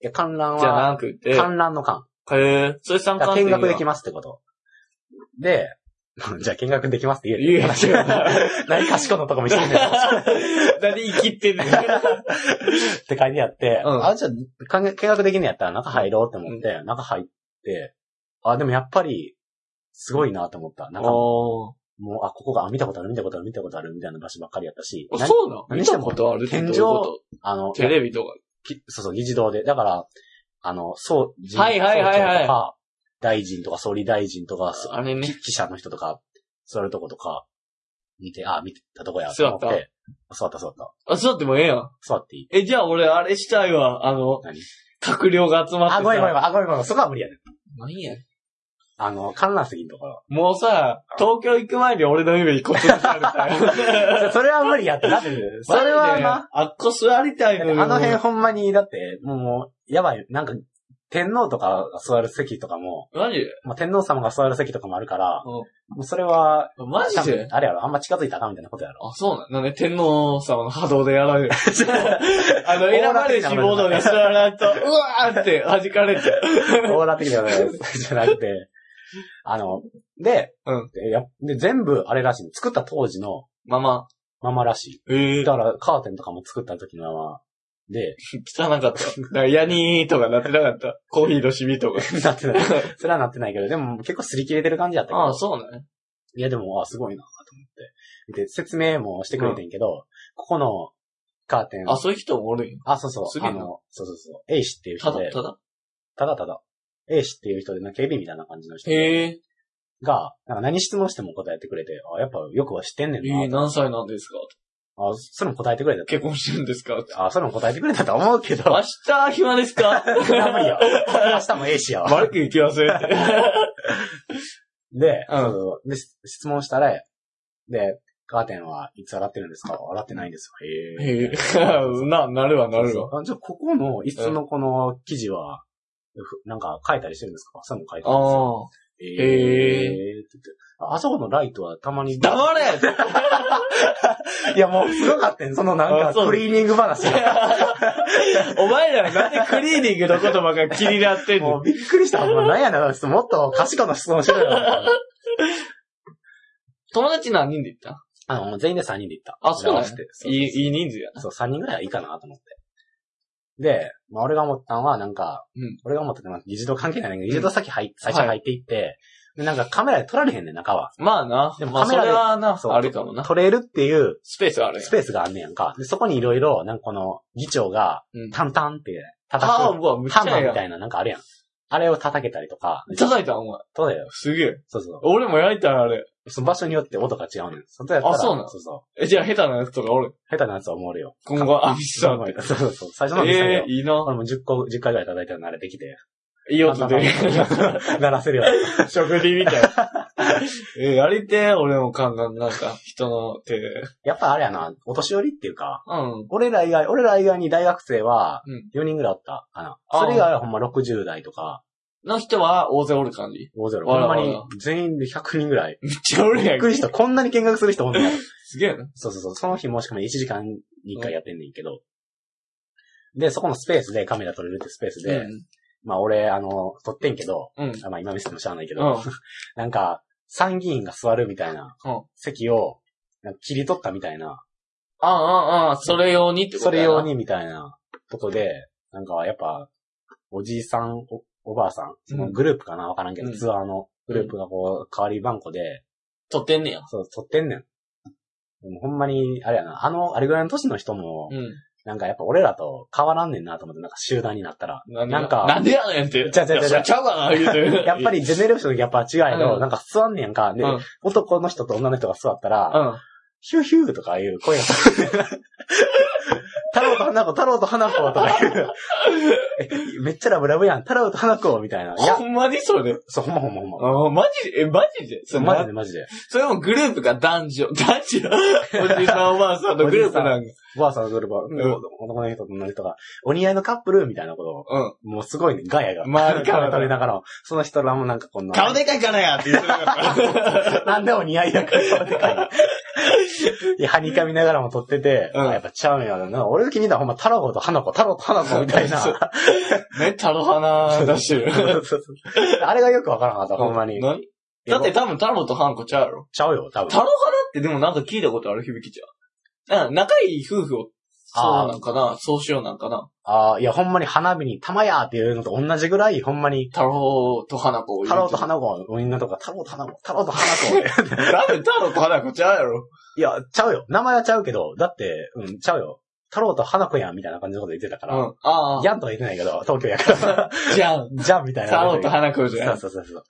いや観覧
じゃ
は、
なくて。
観覧の観。
へえ。それ参
だか
観
ら見学でき
ま
ますってこと。で、 じゃあ見学できますって言
言
え
え
る。
違うな
何かしこのとこ見せてんねん
何生きてんねん。
って書いてあって、
うん
あ、じゃあ、かん見学できんのやったら中入ろうって思って、中入って、あ、でもやっぱり、すごいなと思った。なんか、も
おー。
う、あ、ここが、あ見たことある、見たことある、見たことある、みたいな場所ばっかりやったし、な
そうなの
何
見
して
た
も
ことあるってどういうこ
あの
と、テレビとか。
きそうそう、議事堂で。だから、あの、総人、
はいはいはいはい
総長とか、大臣とか、総理大臣とか、そ
あれね。
記者の人とか、座るとことか、見て、あ、見てたとこや、と
座
思
っ
ったて、座った、座った。
あ、そうやってもええやん。
座っていい
え、じゃあ俺、あれしたいわ。あの、
何
閣僚が集まってさ。
あ、ごめんごめんごめん、あ、ごめんごめん、そこは無理やね
何や。
あの、観覧席のところ。
もうさ、東京行く前に俺の夢にこっちにされた よ。
それは無理やって。だって、それは
マジ
な
で、あっこ座りたい
あ
のに。
の辺ほんまに、だって、もう、やばい、なんか、天皇とかが座る席とかも、
マジで
まあ、天皇様が座る席とかもあるから、
うん
もうそれは、
マジで
多分あれやろ、あんま近づいたらあかんみたいなこと やろ。
あ、そうなんなんで天皇様の波動でやら れる。あの、選ばれし者が座らん と、うわーって弾かれて。
オーラ的なね、じゃなくて、あの、で、
うん
でやで、全部あれらしい。作った当時の
まあま
ままらし
あ、ええ
い。だから、カーテンとかも作った時のまま、で、
汚かった。なんかヤニーとかなってなかった。コーヒーのシミとか。
なってない。それはなってないけど、でも結構擦り切れてる感じやったけど。
ああ、そうなんや
いや、でも、あ、すごいなと思って。で、説明もしてくれてんけど、ここのカーテン、
あ、そういう人もおるんや。
あそうそう、
すげえな
あの、そうそうそう、A 氏っていう
た
人で
だ、、ただ。
ただただ、A 氏っていう人で、なんか警備員みたいな感じの人
へえ。
が、なんか何質問しても答えてくれて、あ、やっぱよくは知ってんね
ええ
んな。
何歳なんですか
あ、それも答えてくれた。
結婚してるんですか
あ、それも答えてくれたと思うけど、
明日暇です か
そんな無理よ。明日も A 氏やわ。
悪く行き ませんって。
で、
うん
そうそうそうで、質問したら、で、カーテンはいつ洗ってるんですか洗ってないんですよ。
へえ。 な、なるわ、なるわ。
あじゃあ、ここの椅子のこの生地は、ふなんか書いたりしてるんですかそういうの書いてるんですか
ああ。
え
へえ
えーって言ってあそこのライトはたまに。
黙れ
いや、もうすごかったね。そのな
あ
ん
そう
か、クリーニング話。
お前らなんでクリーニングのことばっかり気になってん
も
の
うびっくりした。もうなんやねん。もっと賢いの質問し ろよ。
友達何人で行った
あの、もう全員で3人で行った。
あ、そうなん
で
や
すね。
いい、いい人数や
そう、3人ぐらいはいいかなと思って。で、まあ俺が思ったのは、なんか、
うん
俺が思ったって、まあ議事堂関係ないんだけ
ん
ど、議事堂先入っ、最初入っていって、で、なんかカメラで撮られへんねん、中は。
な。まあな。
でも
まあ、
カ
そ
メラ
れ
で
はな、
そう
あるかもな。
撮れるっていう
スペースあるや
ス
ん。
ペースがあんねやんか。で、そこにいろいろ、なんかこの、議長が
うん、
タンタンって叩く、
ああ、うわ、むっち
ハンマ
ゃええ
ー
や
みた
ん。
いな、なんかあるやん。あれを叩けたりとか、
叩いたんお前。
そうだよ。
すげえ。
そうそう。
俺もやりたい、あれ。
その場所によって音が違うねん。そやったら
あそうなの
そうそ
え、じゃあ下手なやつとか俺、
う。下手なやつは思うよ。
今後アミスターって。
そうそうそう。最初のミスだ
ええ
よ。
いいな。
俺も10個、10回ぐらい叩いたら慣れてきて。
いい音で。
鳴らせるよ。
食事みたいな。 え、やりてえ、俺もカンカンなんか、人の手で。
やっぱあれやな、お年寄りっていうか、
うん。
俺ら以外、俺ら以外に大学生は
うん、
4人ぐらいおったかな。
ああ
それ以外はほんま60代とか、
の人は大勢おる感じ。
大勢おる
あ
ほ
ら
ん
あ
ま
ら
に全員で100人ぐらい。
めっちゃおる
び
や
っ
ん
く。りした。こんなに見学する人おんの
すげえな。
そうそう そう。その日もしかも1時間に1回やってんねんけど。で、そこのスペースでカメラ撮れるってスペースで、
うん
まあ俺、あの、撮ってんけど、
うん。
あまあ今見せてもしゃあないけ
うん。
ど、なんか、参議院が座るみたいな
うん、
席を、なんか切り取ったみたいな、
ああ、ああ、それ用にってこと
それ
やな
用。にみたいなことで、なんかやっぱ、おじいさん、おおばあさん、そのグループかなわからんけ
う
ど、
ん
ツアーのグループがこう、代わり番号で、
撮ってんねや。
そう、撮ってんねん。でもほんまに、あれやな、あの、あれぐらいの年の人も、
うん。
なんかやっぱ俺らと変わらんねんなと思って、なんか集団になっ たら。
なん
なんか
なんでやねんって。
ちゃうちゃうちゃう
いやそれちゃうかな、言うて。
やっぱりジェネレーションのギャップは違いの、
うん
なんか座んねやんか。
うん。
で、
うん。
男の人と女の人が座ったら、ヒューヒューとかいう声が。 太郎と花子、太郎と花子とかいう。えめっちゃラブラブやん。太郎と花子みたいな。いや
ほ、んまにそれ。
そう、ほんまほんまほんま。
ああ、マジでえ、マジで
そう
れ
マジでマジで。
それもグループが男女。男 女おじさんおばあさんのグループなんか。
おばあさんのドルバー、
ん
男の人と女の人が、お似合いのカップルみたいなことを、
うん。
もうすごいね、ガヤが。
周りから
撮りながらも、その人らもなんかこんな。
顔でかいからやって言ってなかった。
なんでも似合いやから、顔で かい。いや、はにかみながらも撮ってて、
うん
あやっぱちゃうんやろな。俺が気に入ったのはほんま、太郎と花子、太郎と花子みたい な。
そうね、タロハナ出してる。
そうそうそうあれがよくわからなかった、 ほんまに。
何だって多分タロとハンコちゃうやろ。
ちゃうよ、多分
タ。ロハナってでもなんか聞いたことある響きちゃう。うん仲いい夫婦を、そうなんかなそうしようなんかな
ああ、いや、ほんまに花火に玉やっていうのと同じぐらい、ほんまに、
タロとハナコを言う
太郎と花子、みんなとか、太郎と花子、太郎と花 子。
だってタロとハナコちゃうやろ。
いや、ちゃうよ。名前はちゃうけど、だって、うん、ちゃうよ。太郎と花子やん、みたいな感じのこと言ってたか
う
ら。
ん。ああ。
やんとは言ってないけど、東京 やから。
じゃん。
じゃん、みたいな
タ
こと
ロ
言って。
とハナコじゃん。
そうそうそうそう。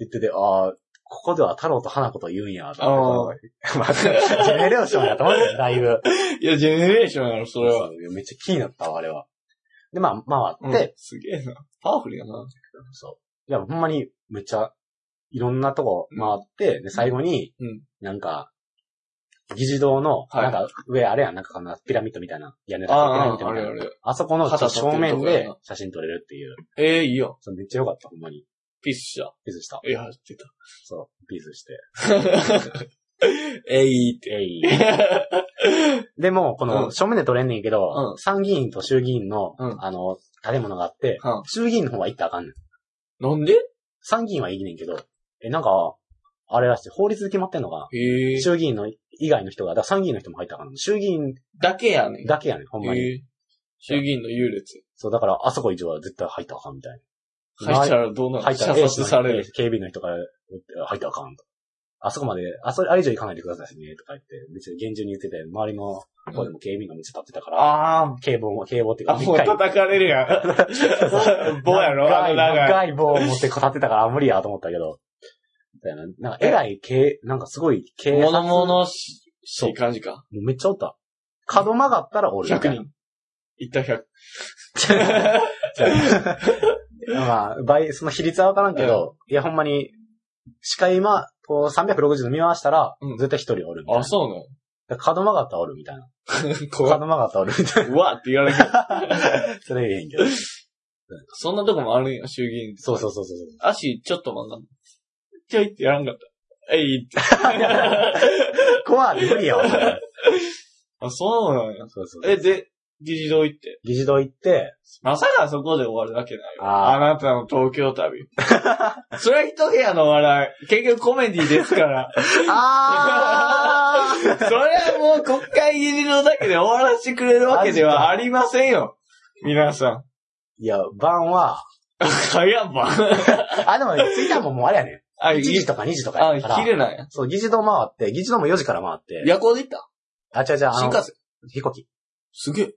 言ってて、ああ、ここでは太郎と花子と言うんや、と思って。まあ、ジェネレーションやと思うよ、だいぶ。
いや、ジェネレーションやろ、それは。
そうめっちゃ気になったわ、あれは。で、まあ、
う
回
ん
って、、
すげえな。パワフルやな。
そう。いや、ほんまに、めっちゃ、いろんなとこ回って、で、最後に
うん、
なんか、議事堂の、
はい
なんか、上、あれやん、なんかこんなピラミッドみたいな、屋根だ
あ
ピラミ
あ
ッ
ー、
ド
あ
みた
れ
い
あ
な。
れ。
あそこの
旗立ってる
正
とこやな
面で写真撮れるっていう。
ええ、いいよ。
そうめっちゃ良かった、ほんまに。
ピースした。
ピースした。
いや、出た。
そう、ピースして。
えいって。
え い。でも、こ
うん
の、正面で撮れんねんけど、
うん
参議院と衆議院の、
うん
あの、建物があって、
うん
衆議院の方は行ったらあかんねん。
なんで
参議院はいいねんけど、え、なんか、あれらしい、法律で決まってんのかな
へえ。
衆議院の以外の人が、だから参議院の人も入ったから、衆議院
だけやねん。
だけやねん、ほんまに。
へえ衆議院の優劣。
そう、だから、あそこ以上は絶対入ったらあかんみたいな。
入ったらどうな
な
る
入ったら
射殺され
A
る。
氏の警備の人から、入ったらあかんと。あそこまで、あそれ、あれ以上行かないでくださいね、とか言って、めっちゃ厳重に言ってて、周りの方でも警備員がめっちゃ立ってたから、
あ
警棒も、警棒っていう
あ、
か、
あ、もう
い
叩かれるや ん。棒やろあ
長
の
い、
長い。
長い棒を持って立ってたから、あ無理やと思ったけど。みたいな。なんか、偉い警、なんかすごい警察。
物々ししい感じか。
もうめっちゃおった。角曲がったら俺みた
100
いな。
人。いった100。
まあ、倍、その比率はわからんけど、いや、ほんまに、視界今、こう360度見回したら
うん、
絶対一人おるみたい
あ、
な。
そうなの
だから角曲がったおるみたいな。
怖っ
角曲がったおるみたいう
わって言われる。
な。それ言えへん けど。
そんなとこもあるんや、衆議院。
そうそうそうそう。
足、ちょっと曲がんのちょいってやらんかった。えいって。
怖い、無理やわ。
あ、そうなんや。
そうそう。
え、で、議事堂行って。
議事堂行って、
まさかそこで終わるわけないよ。
あ
あなたの東京 旅。それは一部屋の笑い。結局コメディですから。
あ
それはもう国会議事堂だけで終わらせてくれるわけではありませんよ。皆さん。
いや、晩は、
早っば。
あ、でも、着いたらもうもうあれやね
あ、
ん。1時
い
とか2時とか
あ
やから。
昼なんや。
そう、議事堂回って、議事堂も4時から回って。
夜行で行った
あ、違う違う、あ
新
の、
幹線。
飛行機。
すげえ。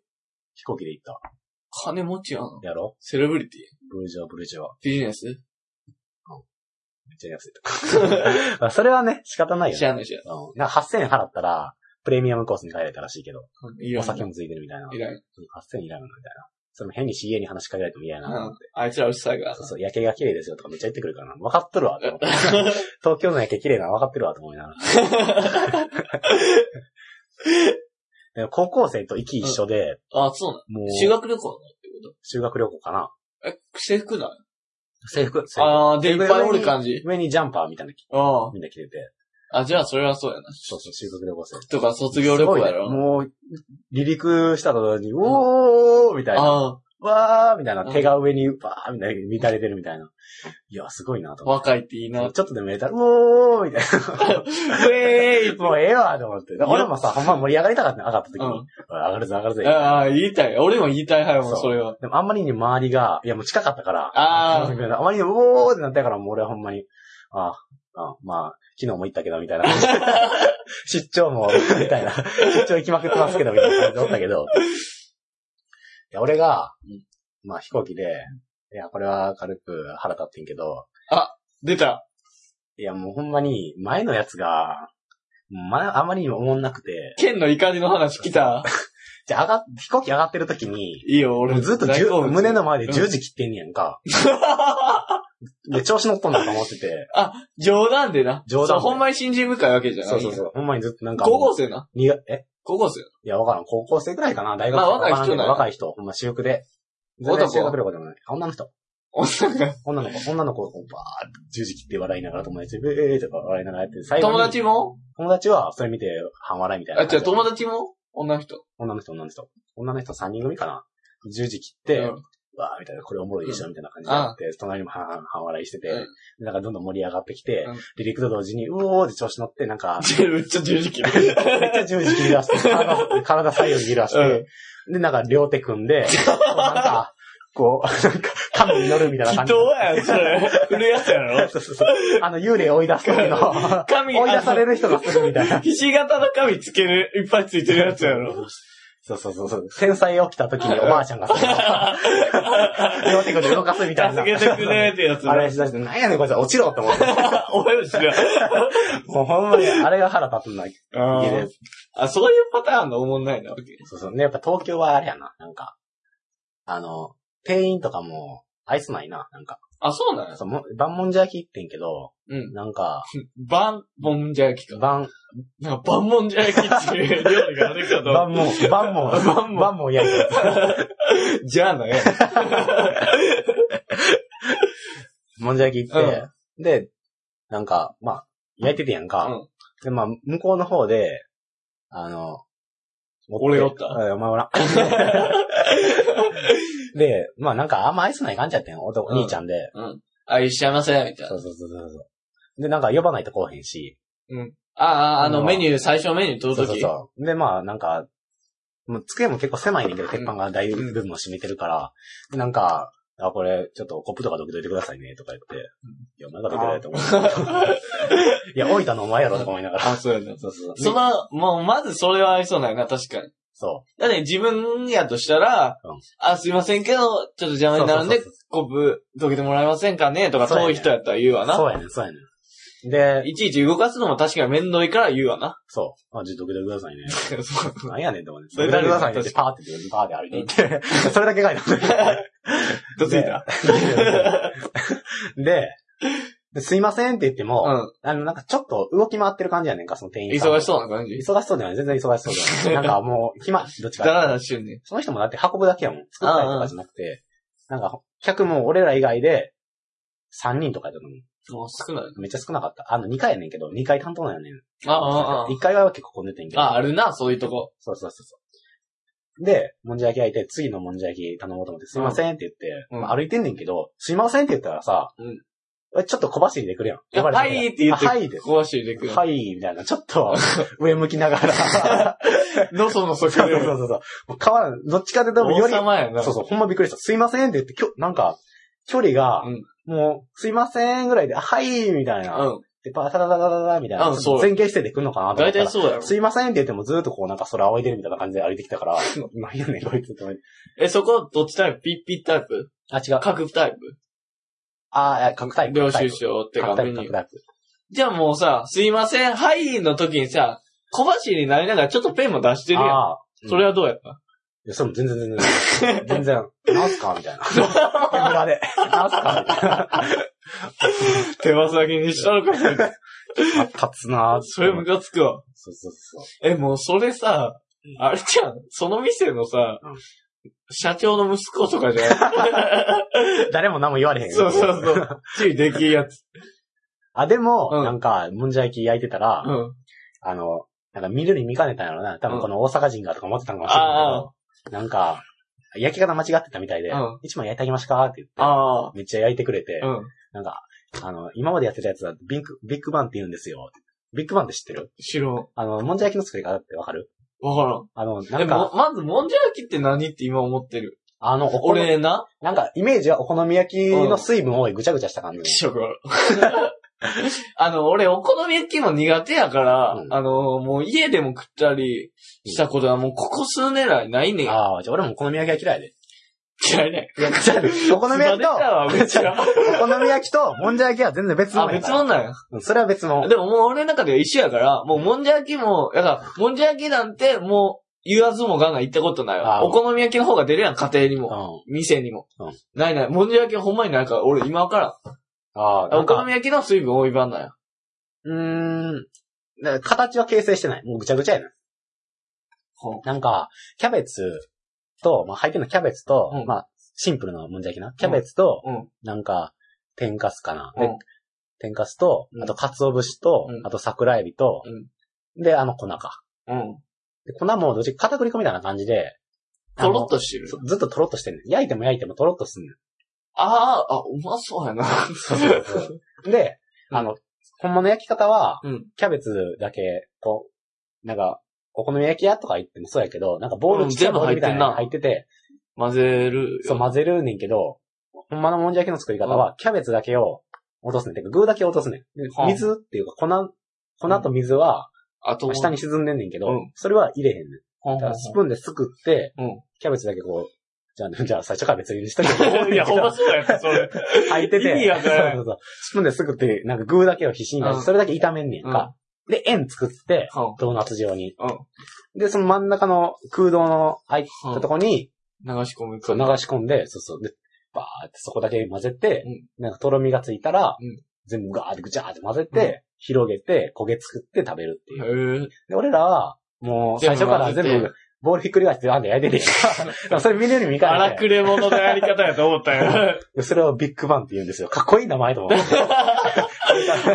飛行機で行った。
金持ちやん。
やろ
セレブリティ。
ブルジョー、ブルジョー。
ビジネス
めっちゃ安いとか。 まあそれはね、仕方ないよ
知
ね。
らない知ら
うん、なんか8000円払ったら、プレミアムコースに帰れたらしいけど、
ない。いら
お
ん
酒もついてるみたいな。
いらん。
8000円いらんのみたいな。それも変に CA に話しかけられても嫌やな。
うんあいつらうるさいから
そうそう、夜景が綺麗ですよとかめっちゃ言ってくるからな。分かっとるわ、と思って 東京の夜景綺麗なの分かってるわ、と思いながら。 でも高校生と息一緒で、
な。あ、そうな
もう
の。、修学旅行
修学旅行かな。
なのえ、制服な
制服制
の
服
ああ、で、いっぱいおる感じ。
上にジャンパーみたいなの着
あ
みんな着てて。
あ。あ、じゃあそれはそうやな。
そうそう、修学旅行生。
とか卒業旅行や
すごいね
ろ。
もう、離陸した途端に、おーみたいな。
あ
わーみたいな
う。ん
手が上に、わーみたいな、乱れてるみたいな。いや、すごいなと
あ、
思って。
若いっていい な。ウ
ちょっとでも入れたら、おーみたい
ェーイ
な。もうええわと思って。俺もさ、ほんま盛り上がりたかったの上がった時に。
う
おい上がるぞ上がるぜ
ん。。ああ、言いたい。俺も言いたい派やもん、そ
そう
れは。
でもあんまりに周りが、いやもう近かったから、
あー
みたいなあまりにも、おーってなったから、もう俺はほんまに、ああ、まあ、昨日も行ったけど、みたいな。 出張も、みたいな。出張行きまくってますけど、みたいな感じだったけど。いや、俺が、まあ飛行機で、いや、これは軽く腹立ってんけど、
出た。
いや、もうほんまに、前のやつが、まあ、あまりにも思んなくて、
剣の怒りの話来た。
じゃあ上がっ、飛行機上がってる時に、
いいよ、俺。
ずっと
大
じゅ
好物
胸の前で
う
十
ん
字切ってんねや んか。で、調子乗っとんだと思ってて、
冗談でな。
冗談で
そうほんまに信心深いわけじゃない。
そうそうそう。ほんまにずっとなんか。
高校生な。
にがえ
高校生。
いや、わからん。高校生くらいかな大学
まあ
わからん
若い人
けど
なんや
若い人。ほんま、私服で。
男
全然修学旅行でもない。あ女の人。
女 が
女の子。女の子をこうバーって十字切って笑いながら友達で、えーとか笑いながらやって、最後に
友達も
友達は、それ見て、半笑いみたいな。
あ、違う、友達も女の人。
女の人、女の人。女の人3人組かな十字切って、
うん
わーみたいな、これおもろいでしょみたいな感じ
う
で
ん
やって、隣にも半半笑いしてて、
うん
でなんかどんどん盛り上がってきて、
うん
離陸と同時に、うおーって調子乗って、なんか、
めっちゃ十 字切る。
めっちゃ十字切り出 して、体体左右に切り出して、で、なんか両手組ん で、こうなんか、こう、なんか、神に乗るみたいな
祈
感じ。
祷やん、それ。古いやつやろ
そうそうそう。あの、幽霊追い出す時 の、
神、
追い出される人がするみた
あ
い
の
な。
ひし形の神つける、いっぱいついてるやつやろ。
そうそうそうそう。天才起きた時におばあちゃんがする。 両手組んで動かすみたいな。
助けてくれってやつ
あ
だ
れ。しだして、なんやねんこいつは落ちろって思って。
おいしな。
もうほんまに、あれが腹立つんだけ
あー
ど。
あ、そういうパターンがおもんないな、わけ。
そうそう。ね、やっぱ東京はあれやな、なんか。あの、店員とかも、愛想ないな、なんか。
あ、そうなんや。
そう、も万文字焼きってんけど、
うん。
なんか、
バン、ボンジャ焼きか。
万、
なんか、バンモンジャ焼きっていう料理があるけど。
万文、
万
万文、万
文
文、万文焼き。
じゃあなや。
もんじゃ焼き行って、で、なんか、まあ、焼いててやんか。
うん
で、まあ、向こうの方で、あの、持
俺がおった
うん お前 おらん。で、まあなんかあんま愛想ない感じやってん、男、
うん
兄ちゃんで。
あ、いらっしゃいませ、みたい
そ
な。
うそうそうそうそう。で、なんか呼ばないとこうへんし。
ああ、あの、
うん
メニュー、最初メニュー取
そう
る
そ
と
う
き。
そう。で、まあなんか、もう机も結構狭いねんけど、鉄板が大部分も占めてるから、でなんか、あ、これ、ちょっとコップとかどけといてくださいね、とか言って。いや、お前がどけないと思う。 いや、置いたのお前やろ、とか思いながら。
あ、そうやな。
そうそうそ。
そうの、もう、まずそれは合いそうないな、確かに。
そ
だって自分やとしたら、
うん
あ、すいませんけど、ちょっと邪魔になるん
そ
で
うそう、
コップ、どけてもらえませんかねとか、
そうや
遠
ね
い人やったら言うわ
う。
な。
そうやねん、そうやねん。で、
いちいち動かすのも確かに面倒いから言うわな。
そう。あ、ちょっとどけてくだ さいね。
そう
なんやねんでもね。
そ
ど
れ
け
だ
て
け
くださいねって
確
パーって、パーって歩いていって。それだけ書いてあ
どついた
る。で、ですいませんって言っても、
う
あの、なんかちょっと動き回ってる感じやねんか、その店
ん。
員さん。
忙しそうな感じ。
忙しそうではない。全然忙しそうで はない。なんかもう、暇、どっち
だ
か。
らだらしてんね。
その人もだって運ぶだけやもん。作ったりとかじゃなくて、なんか、客も俺ら以外で、3人とかやったのに。
もう少ない。
めっちゃ少なかった。あの、2回やねんけど、2回担当なんやねん。
ああ、あ
1回は結構混んでてんけど。
あ、あるな、そういうとこ。
そうそうそうそう。で、もんじゃ焼き焼いて、次のもんじゃ焼き頼もうと思って、すいませんって言って、
うん
まあ歩いてんねんけど、すいませんって言ったらさ、
うん
俺ちょっと小走りで来るやん。
いや
呼ば
は
れて
いって言って、
あはいです。
壊してでくる。
はい、みたいな。ちょっ と、上向きながら。
のそのそ
そう
く
そう
る。
そうそう。もう変わらん。どっちかで多分よ
王
り、
様やな。
そうそう、ほんまびっくりした。すいませんって言って、きょ、なんか、距離が
うん、
もう、すいませんぐらいで、あはい、みたいな。
うん。
で、パータラララララみたいな。
うんそう
前傾してて来んのかなと思
大
ったら
体そうやろ。
すいませんって言ってもずっとこうなんか空仰いでるみたいな感じで歩いてきたから、 何やねんこいつって思い。
え、そこ、どっちタイプピッピッタイプ
あ、違う。
角タイプ
あ、いや角タイプ。
領収書って
角
か
タ
メ
イプ、
ニュ
角
ー。
タイプ。
じゃあもうさ、すいません、はいの時にさ、小走りになりながらちょっとペンも出してるやん。
ああ。うん
それはどうやった
いや、それも全然全然。 全然、なんすかみたいな。 手ぶらで。なんすかみたいな。
手羽先にしたのか。
あ立つなぁ。
それムカつくわ。
そうそうそう。
え、もうそれさ、あれじゃん、その店のさ
うん、
社長の息子とかじゃん。
誰も何も言わ れへんよ
そうそう そう。注意できるやつ。
あ、でも、
うん
なんか、もんじゃ焼き焼いてたら、
うん。
あの、なんか見るに見かねたんやろな。多分この大阪人がとか思ってたんかもしれ
あ
ないけど、なんか、焼き方間違ってたみたいで
うん、
一枚焼いてあげましかって言って。
ああ。
めっちゃ焼いてくれて
う、ん。
なんか、あの、今までやってたやつはビッグ、ビッグバンって言うんですよ。ビッグバンって知ってる
知らん。
あの、もんじゃ焼きの作り方ってわかる
わか
あの、な
らん。で
んか、
も、まず、もんじゃ焼きって何って今思ってる。
あの、お好み、
俺な、
なんか、イメージはお好み焼きの水分をぐちゃぐちゃした感じ。
気色 悪いあの、俺、お好み焼きも苦手やから、
うん
あの、もう家でも食ったりしたことはもうここ数年来ないねん。
ああ、じゃあ俺もお好み焼きは嫌いで。
嫌いね。
いや、じゃあ、お
お
好み焼きと、
は別が。
お好み焼きと、もんじゃ焼きは全然別
あ、
物や
別
から。
物なんや。
うんそれは別物。
でももう俺の中では一緒やから、もうもんじゃ焼きも、だから、もんじゃ焼きなんてもう言わずもがな行ったことないわ。
あ
お好み焼きの方が出るやん、家庭に
う
も。
ん。
店にも
うん。
ないない。もんじゃ焼きほんまにないから、俺今わか
あ
ら
あ、
ん。
な
お
ん
好
か、
み焼きの水分多い版なんや。
うーん。だから形は形成してない。もうぐちゃぐちゃやな。
ほ
なんか、キャベツと、まあ、入ってんのキャベツと、
うん
まあ、シンプルなもんじゃ焼きな。キャベツと、
うん
なんか、天かすかな。
う
で
ん、
天かすと
う、ん
あと、鰹節と、
うん
あと、桜エビと、で、あの、粉か。
うん。
で粉も、どっちか片栗粉みたいな感じで、あ
と
の
ろっとしてる。
そずっととろっとしてんねん焼いても焼いてもとろっとすんねん
ああ、あ、うま そうや な。
そうそうそう。で、あの、本物の焼き方は、
うん
キャベツだけ、こう、なんか、お好み焼き屋とか行ってもそうやけど、なんかボー
うん
ルちっちゃいボールみたいなのが
全
入ってて、
混ぜる。
そう混ぜるねんけど、ほんまのもんじゃ焼きの作り方は、キャベツだけを落とすねん。てか、具だけ落とすねん。で
はあ
水っていうか、粉、粉と水は、
あと、
下に沈んでんねんけど、
うん
それは入れへんねん。
ほんほ
だか
ん
らスプーンですくって、
うん
キャベツだけこう、じゃあ、じゃあ最初から別にしとけ
ほ ん。いや、ほんまそうやった、それ。
入ってて。
意味わからん
そうそうそう。スプーンですくって、なんか具だけを必死に出
うん
して、それだけ炒めんねんか。で、円作って、
は
ドーナツ状に。
うん
で、その真ん中の空洞の空い
うん
たとこに、
流し込む
そ
か
う流し込んで、そうそう。で、バーってそこだけ混ぜて、
うん
なんかとろみがついたら、
うん
全部ガーってぐちゃーって混ぜて、広げて、焦げ作って食べるっていう。
へえ。
で、俺らは、もう、
全
最
部
初から全
混ぜ
部、ボールひっくり返して、あんで焼いてて。でもそれ見れる見か
荒
ね
くれ者のやり方やと思ったよ。
て。それをビッグバンって言うんですよ。かっこいい名前と思って。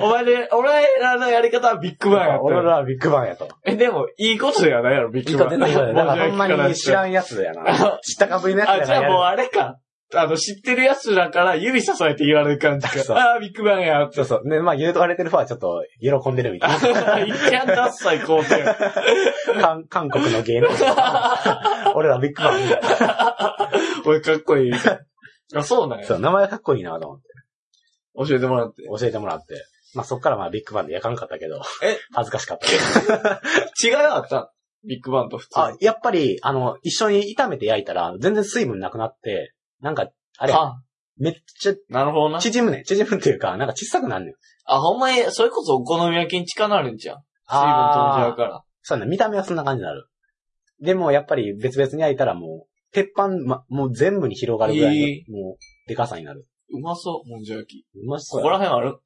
お前で、俺らのやり方はビッグバンやった
俺
よ。
らはビッグバンやと。
え、でも、いいことではないやろ、ビ
い
ッ
い
グ
こ
バン。
とないよね。だからほんまに知 ら
ん。
んやつやな。知ったかぶりのやつ
あ、
や
じゃ
な
あもう
や
あれか。あの、知ってる奴だから指支えて言われる感じ
そう
か。ああー、ビッグバンやっ
る。
て。
そうそう。ね、まあ言うとかれてるファはちょっと喜んでるみた い
一見ダッサい工程。
な。韓韓国の芸能人。 俺らビッグバンみたいな。
俺かっこいい。あ、そうなんや
そ。う、名前かっこいいなと思って。
教えてもらって。
教えてもらって。まあそっからまあビッグバンで焼かんかったけど。
え
恥ずかしかった。
違いはあったビッグバンと普通。
あ、やっぱり、あの、一緒に炒めて焼いたら全然水分なくなって、なんか、あれ、
あ、
めっちゃ
なるほどな。
縮むね。縮むっていうか、なんか小さくなんねん。
あ、ほんまに、それこそお好み焼きに近なるんじゃん。水分飛んじゃうから。
そうだね、見た目はそんな感じになる。でも、やっぱり別々に焼いたらもう、鉄板、ま、もう全部に広がるぐらいの、
え
もう、でかさになる。
うまそう、もんじゃ焼き。
うまそ
こ
う
こ
や。
ら辺ある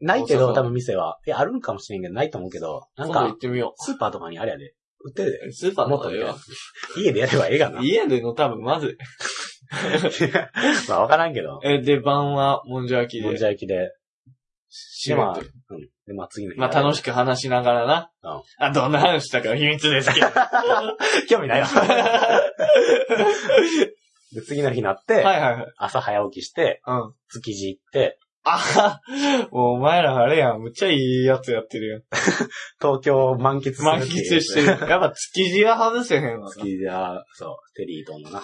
ないけ
そ
ど、
うそ
多
う
分店は。いや、あるんかもしれんけど、ないと思うけど、なん
今度行
か
っ、てみよ
スーパーとかにあれやで。売ってるで。
う。スーパーの方がええわ
も家でやればええがな。
家での多分まずい。
まあ、わからんけど。
え、で、晩はもんじゃ焼き
もん
で
じ。ゃ焼きで。
締
まあ
めて。
うん。で、まあ、次の日。
まあ楽しく話しながらな。
うん
あ、どんな話したか秘密です けど。
く。興味ないわ。
は
で、次の日になっ
い
て、
はいはい。
朝早起きして、
うん。
築地行って、
あはもうお前らあれやん。むっちゃいいやつやってる
東京を満喫する
やん。満喫してる。やっぱ築地は外せへんわ
好
な。
きじゃ、そう、テリー島のな、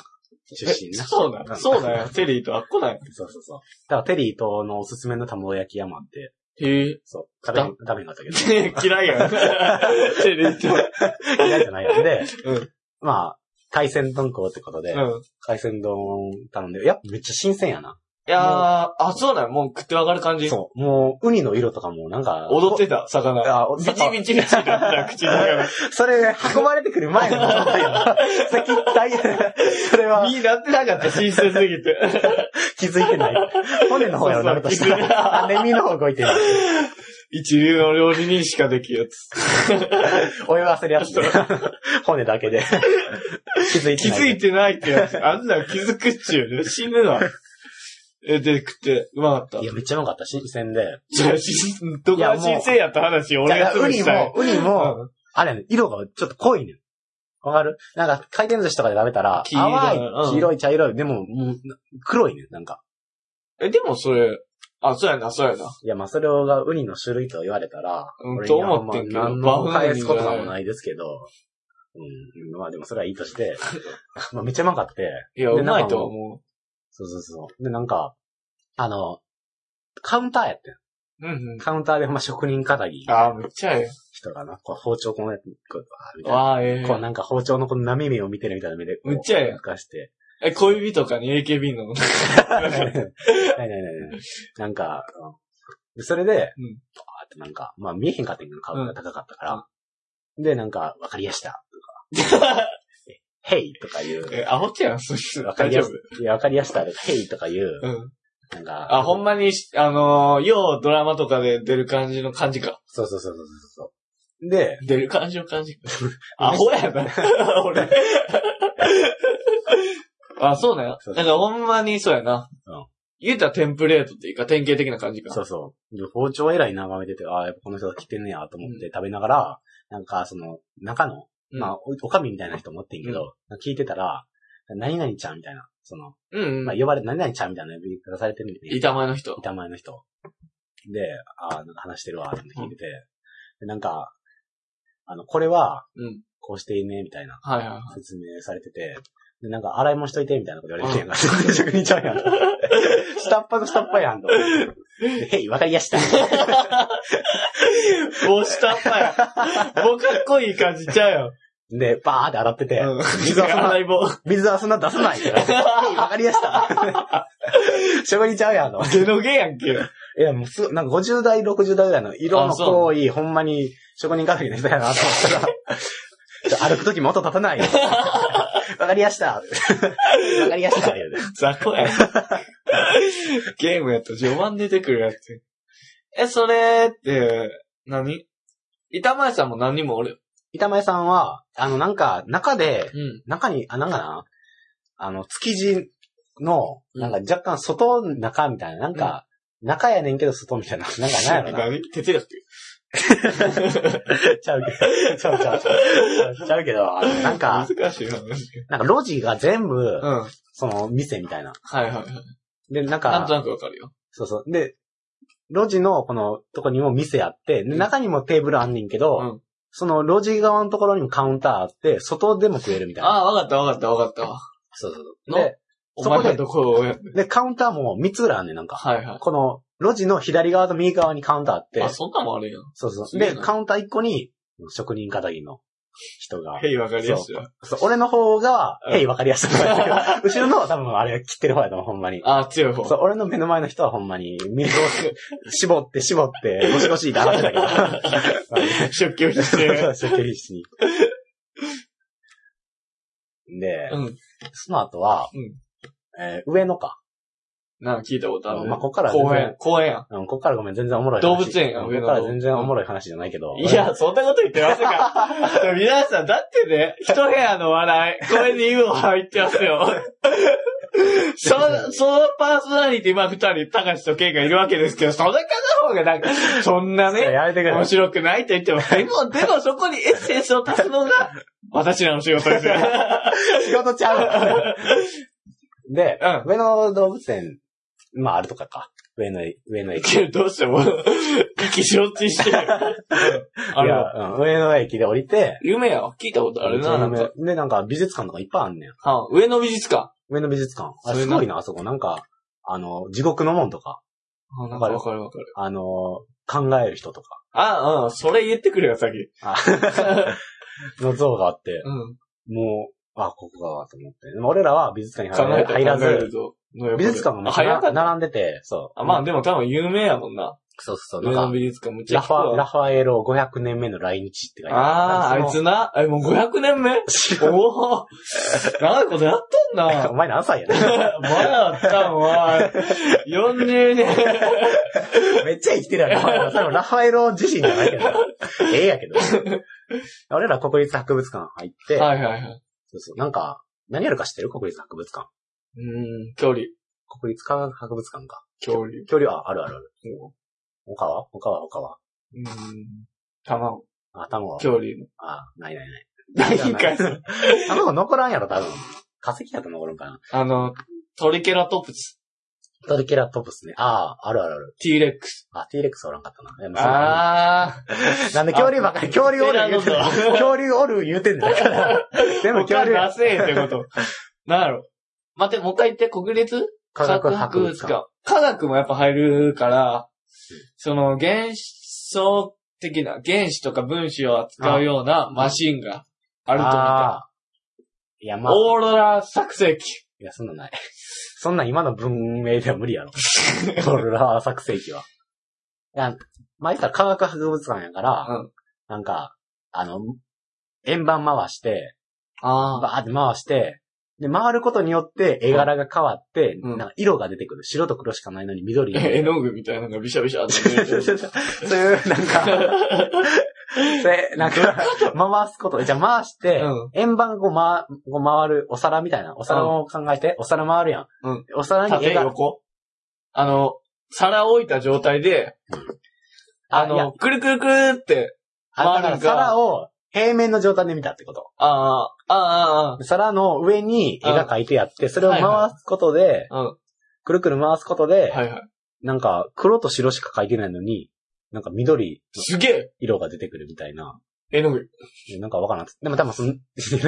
出身
え
な。
そうだよ。そうだよ。テリーとあっこだよ。
そうそうそう。だからテリー島のおすすめの卵焼き山って、
へえ。
そう、食べへん、食べへんかったけど、
嫌いや ん。テリーと。
嫌いじゃないやん で、
うん
まあ、海鮮丼こうってことで、
うん。
海鮮丼頼んで、やっぱめっちゃ新鮮やな。
いやー、あ、そうだよ。もう食ってわかる感じ。
そう、もう、ウニの色とかもなんか、
踊ってた、魚。
あ、
ビチビチビチだっ た、口の中
それ、運ばれてくる 前のことや。先、大変。それは
身になってなかった、新鮮すぎて。
気づいてない。 骨の方やろ、なるとした
そうそう気づいて
ら。あ、ネミの方動いてる。
一流の料理人しかできるやつ。
泳がせるやつ。 骨 だけで。気づいて
気
ない。
づいてないってやつ。 あんなん気づくっちゅうね。死ぬわ。え、で、食って、うまかった。
い
い
や、めっちゃうまかった。新鮮で。
や、しどこが新鮮やった話、俺がす
ウ
ぐ
ニ
したい
も。、ウニも、
うん
あれやね、色がちょっと濃いねん。わかるなんか、回転寿司とかで食べたら、
黄色い
淡
うん
い、黄色い、茶色い、でも、もう黒いねん、なんか。
え、でもそれ、あ、そうやな、そうやな。
いや、まあ、それがウニの種類と言われたら、
うん
俺
と
には
思ってんけど
ほんま何の
バフンウニ
返
じ
す
ゃ
こ
ない
ともないですけど、うん、まあでもそれはいいとして、 まあめっちゃうまかって、
いや、
で
うまいとは思
そうそうそう。で、なんか、あの、カウンターやってん。
う。うんうん。
カウンターでほんま職人かたぎ
あー、めっちゃえ
人がな、こう包丁こうやって、こう、
え。
あーみたいな。
わあ、ええ
こうなんか包丁のこの波目を見てるみたいな目で、こう
めっちゃええやん
浮か して。
え、恋人かに AKB の。
ないないないないなんか、うんでそれで、
うん
パーってなんか、まあ見えへんかったんやけど、顔が高かったから。で、なんか、わかりやした。とか、へいとか言
え、
う。
アホちゃん、そいつ。
わか
大
り
丈
や
夫
す。、いや、わかりやした。へいとか言う。
うん。
なんか、
あ、ほんまにし、あのー、ようドラマとかで出る感じの感じか。
そうそうそうそうそう。で、
出る感じの 感じ。アホやな。 俺。あ、そうだよ。
そう
なんかほんまにそうやな。
うん
言うたらテンプレートっていうか典型的な感じか。
そうそう。で包丁偉い眺めてて、ああ、やっぱこの人が来てんねやと思って食べながら、なんかその、中の、
うん
まあ、おおかみみたいな人持ってんけど、聞いてたら、何々ちゃんみたいな、その、
うんう
まあ、
ん。
呼ばれ、何々ちゃんみたいな呼び方されてるみたいな。
板前の人。
板前の人。で、ああ、なんか話してるわ、って聞いてて、でなんか、あの、これは
うん、
こうしてね、みたいな
はいはいはい。
説明されてて、で、なんか、洗い物しといて、みたいなこと言われてん やんか。職人ちゃうやん。下っ端の下っ端 やんと思って。でへい、わかりやした。
帽子たっぱや。 もうかっこいい感じちゃうよ。
で、バーって洗ってて、
うん。
水はそんな
洗い棒。
水はそんな出さないから、へい、わかりやした。 職人ちゃうやんと思って。
ゲノゲやんけ。
いや、もうすごい、なんか50代、60代ぐらいの色の
あそう
濃い、ほんまに職人稼ぎの人やなと思 ったら、歩くときも音立たない。わかりやした。 わかりやした。言うて
雑魚やん。 ゲームやったら序盤出てくるやつ。え、それって、何板前さんも何にもおるよ。
板前さんは、あの、なんか、中で、
うん。
中に、あ、なんかな、あの、築地の、
うん
なんか若干外、中みたいな、なんか、中やねんけど外みた いな、なんかなんやろな。
何哲学
ちゃうけど、ちゃうちゃうちゃうちゃうけど、あのなんか、
難しい話。
なんか路地が全
う
部
ん。、はい
その、店みたいな。
はいはい。
で、なんか、
なんとなくわかるよ。
そうそう。で、路地のこのとこにも店あって、で中にもテーブルあんねんけど、
うん
その路地側のところにもカウンターあって、外でも食えるみたいな。
ああ、わかったわかったわかったわ。
そうそうそう。
の
で、
お
そこで
前らどこをやって。
で、カウンターも3つぐらいあんねん、なんか。
はいは
この路地の左側と右側にカウンターあっ
い。
て
あ、、そんなんもあるよ。
そうそ
す
う。
げえ
で、
な
カウンター1個に職人かたぎの人が。
へい、わかりやすいわ。
そう俺の方が、
うん
へい、わかりやすくな ってる後ろのは多分あれ切ってる方やと思う、ほんまに。
ああ、強い方。
そう、俺の目の前の人はほんまに、水を絞って絞って、ゴシゴシって洗ってたけど。
食器を必
そう
要。
そう、定必死に。で、
うん。
その後は、
うん
えー上野か。
なんか聞いたことある。
まあこっからは全然
公園、公園やん。
うん、こっからごめん、全然おもろい話。
動物園が
うん
上
こ
野の
っから全然おもろい話じゃないけど。
いや、そんなこと言ってませんか。皆さん、だってね、一部屋の笑い、これに言う入ってます よ。そ、そのパーソナリティ、まあ二人、高橋とケイがいるわけですけど、その方の方がなんか、そんな
俺、
ね、
やめてくれ
面。白くないと言っても、で も、でもそこにエッセンスを足すのが、私らの仕事ですよ。
仕事ちゃう。 で、
う
上野動物園、まああるとかか。上野、上野駅。い
けど、どうしても、意気承知してる。 あれ
や、うん、上野駅で降りて、
夢やわ。聞いたことあるな、なんか。
で、なんか美術館とかいっぱいあんねん。
はあ上野美術館。
上野美術館。あ
それ
す
な
ごいな、あそこ。なんか、あの、地獄の門とか、
あなんかわかるわかる。
あの、考える人とか、
あ、うん、それ言ってくれよ、先。
あの像があって、
うん。
もう、あ、ここが、と思って。でも俺らは美術館に
考え
入
て
入ら
考える
ず、
ぞ。の横で
美術館
あ
が
早かった。
並んでて、そう。
あ、まあでも多分有名やもんな。
そうそうそう。
上
な
野
んか、
美術館むっちゃ
ラ
聞
フ
く
ァ、
わ。
ラファエロ500年目の来日って書いて
ああー、あい
る。
つな。え、もう500年 目
つ
おお長いことやっとんな。
お前何歳やね
まだあったんは、40年。
めっちゃ生きてるやん。お前らそれもラファエロ自身じゃないけど。ええやけど。俺ら国立博物館入って、
はいはいはい。
そうそうなんか、何やるか知ってる国立博物館。
うん、距離。
国立科学博物館か。
距離。
恐竜、あ、あるあるある。他は他は他は
うん。卵。
あ卵は
距離の。
あ、ないないない。
何
じゃな
回
い
す
卵残らんやろ、多分。化石だと残るんかな。
あの、トリケラトプス。
トリケラトプスね。ああ、あるあるある。
T レックス。
あ、T レックスおらんかったな。いやまあ
あ
なんで恐竜ばっかり、恐竜おる言うてん
あ
の。恐竜おる言うてんだから。
ー。
でも 恐竜、
他出せえって こと。なんやろ。待って、もう一回言って、国立
科学博物館。。
科学もやっぱ入るから、その原子層的な、原子とか分子を扱うようなマシンがあ
あ
ると思った。
ーいや、まあ、
オーロラ作成機。
いや、そんなんない。 そんなん今の文明では無理や ろ。オーロラ作成機は。いや、まあ、言ったら科学博物館やから、
うん
なんか、あの、円盤回して、
あ
バーって回して、で、回ることによって絵柄が変わって、
うん
なんか色が出てくる。白と黒しかないのに緑に。
絵の具みたいなのがビシャビシャって出てる。
そういう、なん か、で、なんか、 回すこと。じゃあ回して、
うん
円盤こう回、こう回る、お皿みたいな。お皿を考えて、お皿回るやん。
うん
お皿に
縦
絵が、
横あの、皿置いた状態で、あ
いや
の、くるくるくるって、
あだか
回る
ら
んか
皿を平面の状態で見たってこと。
ああ、ああ、あ
皿の上に絵が描いてあって、それを回すことで、
あ、うん。
くるくる回すことで、
はいはい。
なんか黒と白しか描いてないのに、なんか緑の
すげえ
色が出てくるみたいな。
絵の具。
なんかわからん。 でも多分その、よ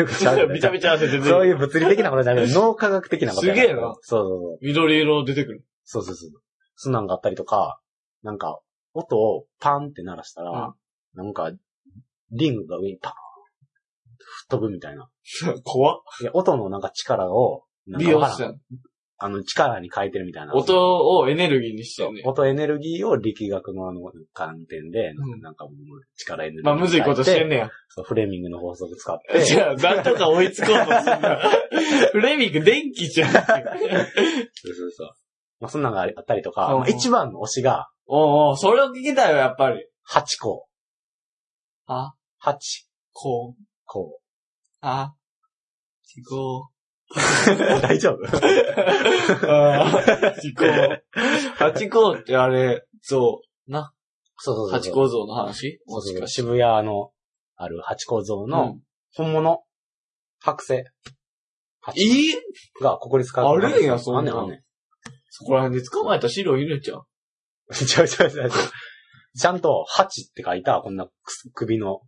く
ビ
ちゃうよね
チャビチャって出て
そう
る。
いう物理的なことじゃなくて、脳科学的なことやから
すげえな。
そうそう
緑色出てくる。
そう。そうそうそう。そんなんがあったりとか、なんか、音をパンって鳴らしたら、なんか、リングが上にパーンって吹っ飛ぶみたいな。
怖っ。
いや、音のなんか力を、なん
美
かわ
容
から
師
ん
さん。
あの、力に変えてるみたいな。
音をエネルギーにしてね。
音エネルギーを力学のあの観点で、
うん
なんかもう力エネルギーに変えて。
まあ、むずいことしてんねや。
そうフレーミングの法則使っ
じ
て、
ゃあ、なんとか追いつこうとすんな。フレミング電気じゃん。
そうそうそう。まあ、そんなのがあったりとか、
うんうん
まあ、一番の推しが、
おうおう、それを聞きたいわ、やっぱり。
八個。
あ、
八
こう、
個。
あ、ちこ
大丈夫
う。あ、ちこう。八甲ってあれ、そう、な。
そうそうそう。
八甲像の話
そ
も
うそう
し
そう
かして。
渋谷のある八甲像の本物、剥製
うんいい
が国立科
あるんやそん
ん
な
ねん
ん
あんねん。
そこら辺で捕まえた資料いるんちゃう
ちゃうちゃうちゃうちゃう。ちゃんと、八って書いた、こんなく首の。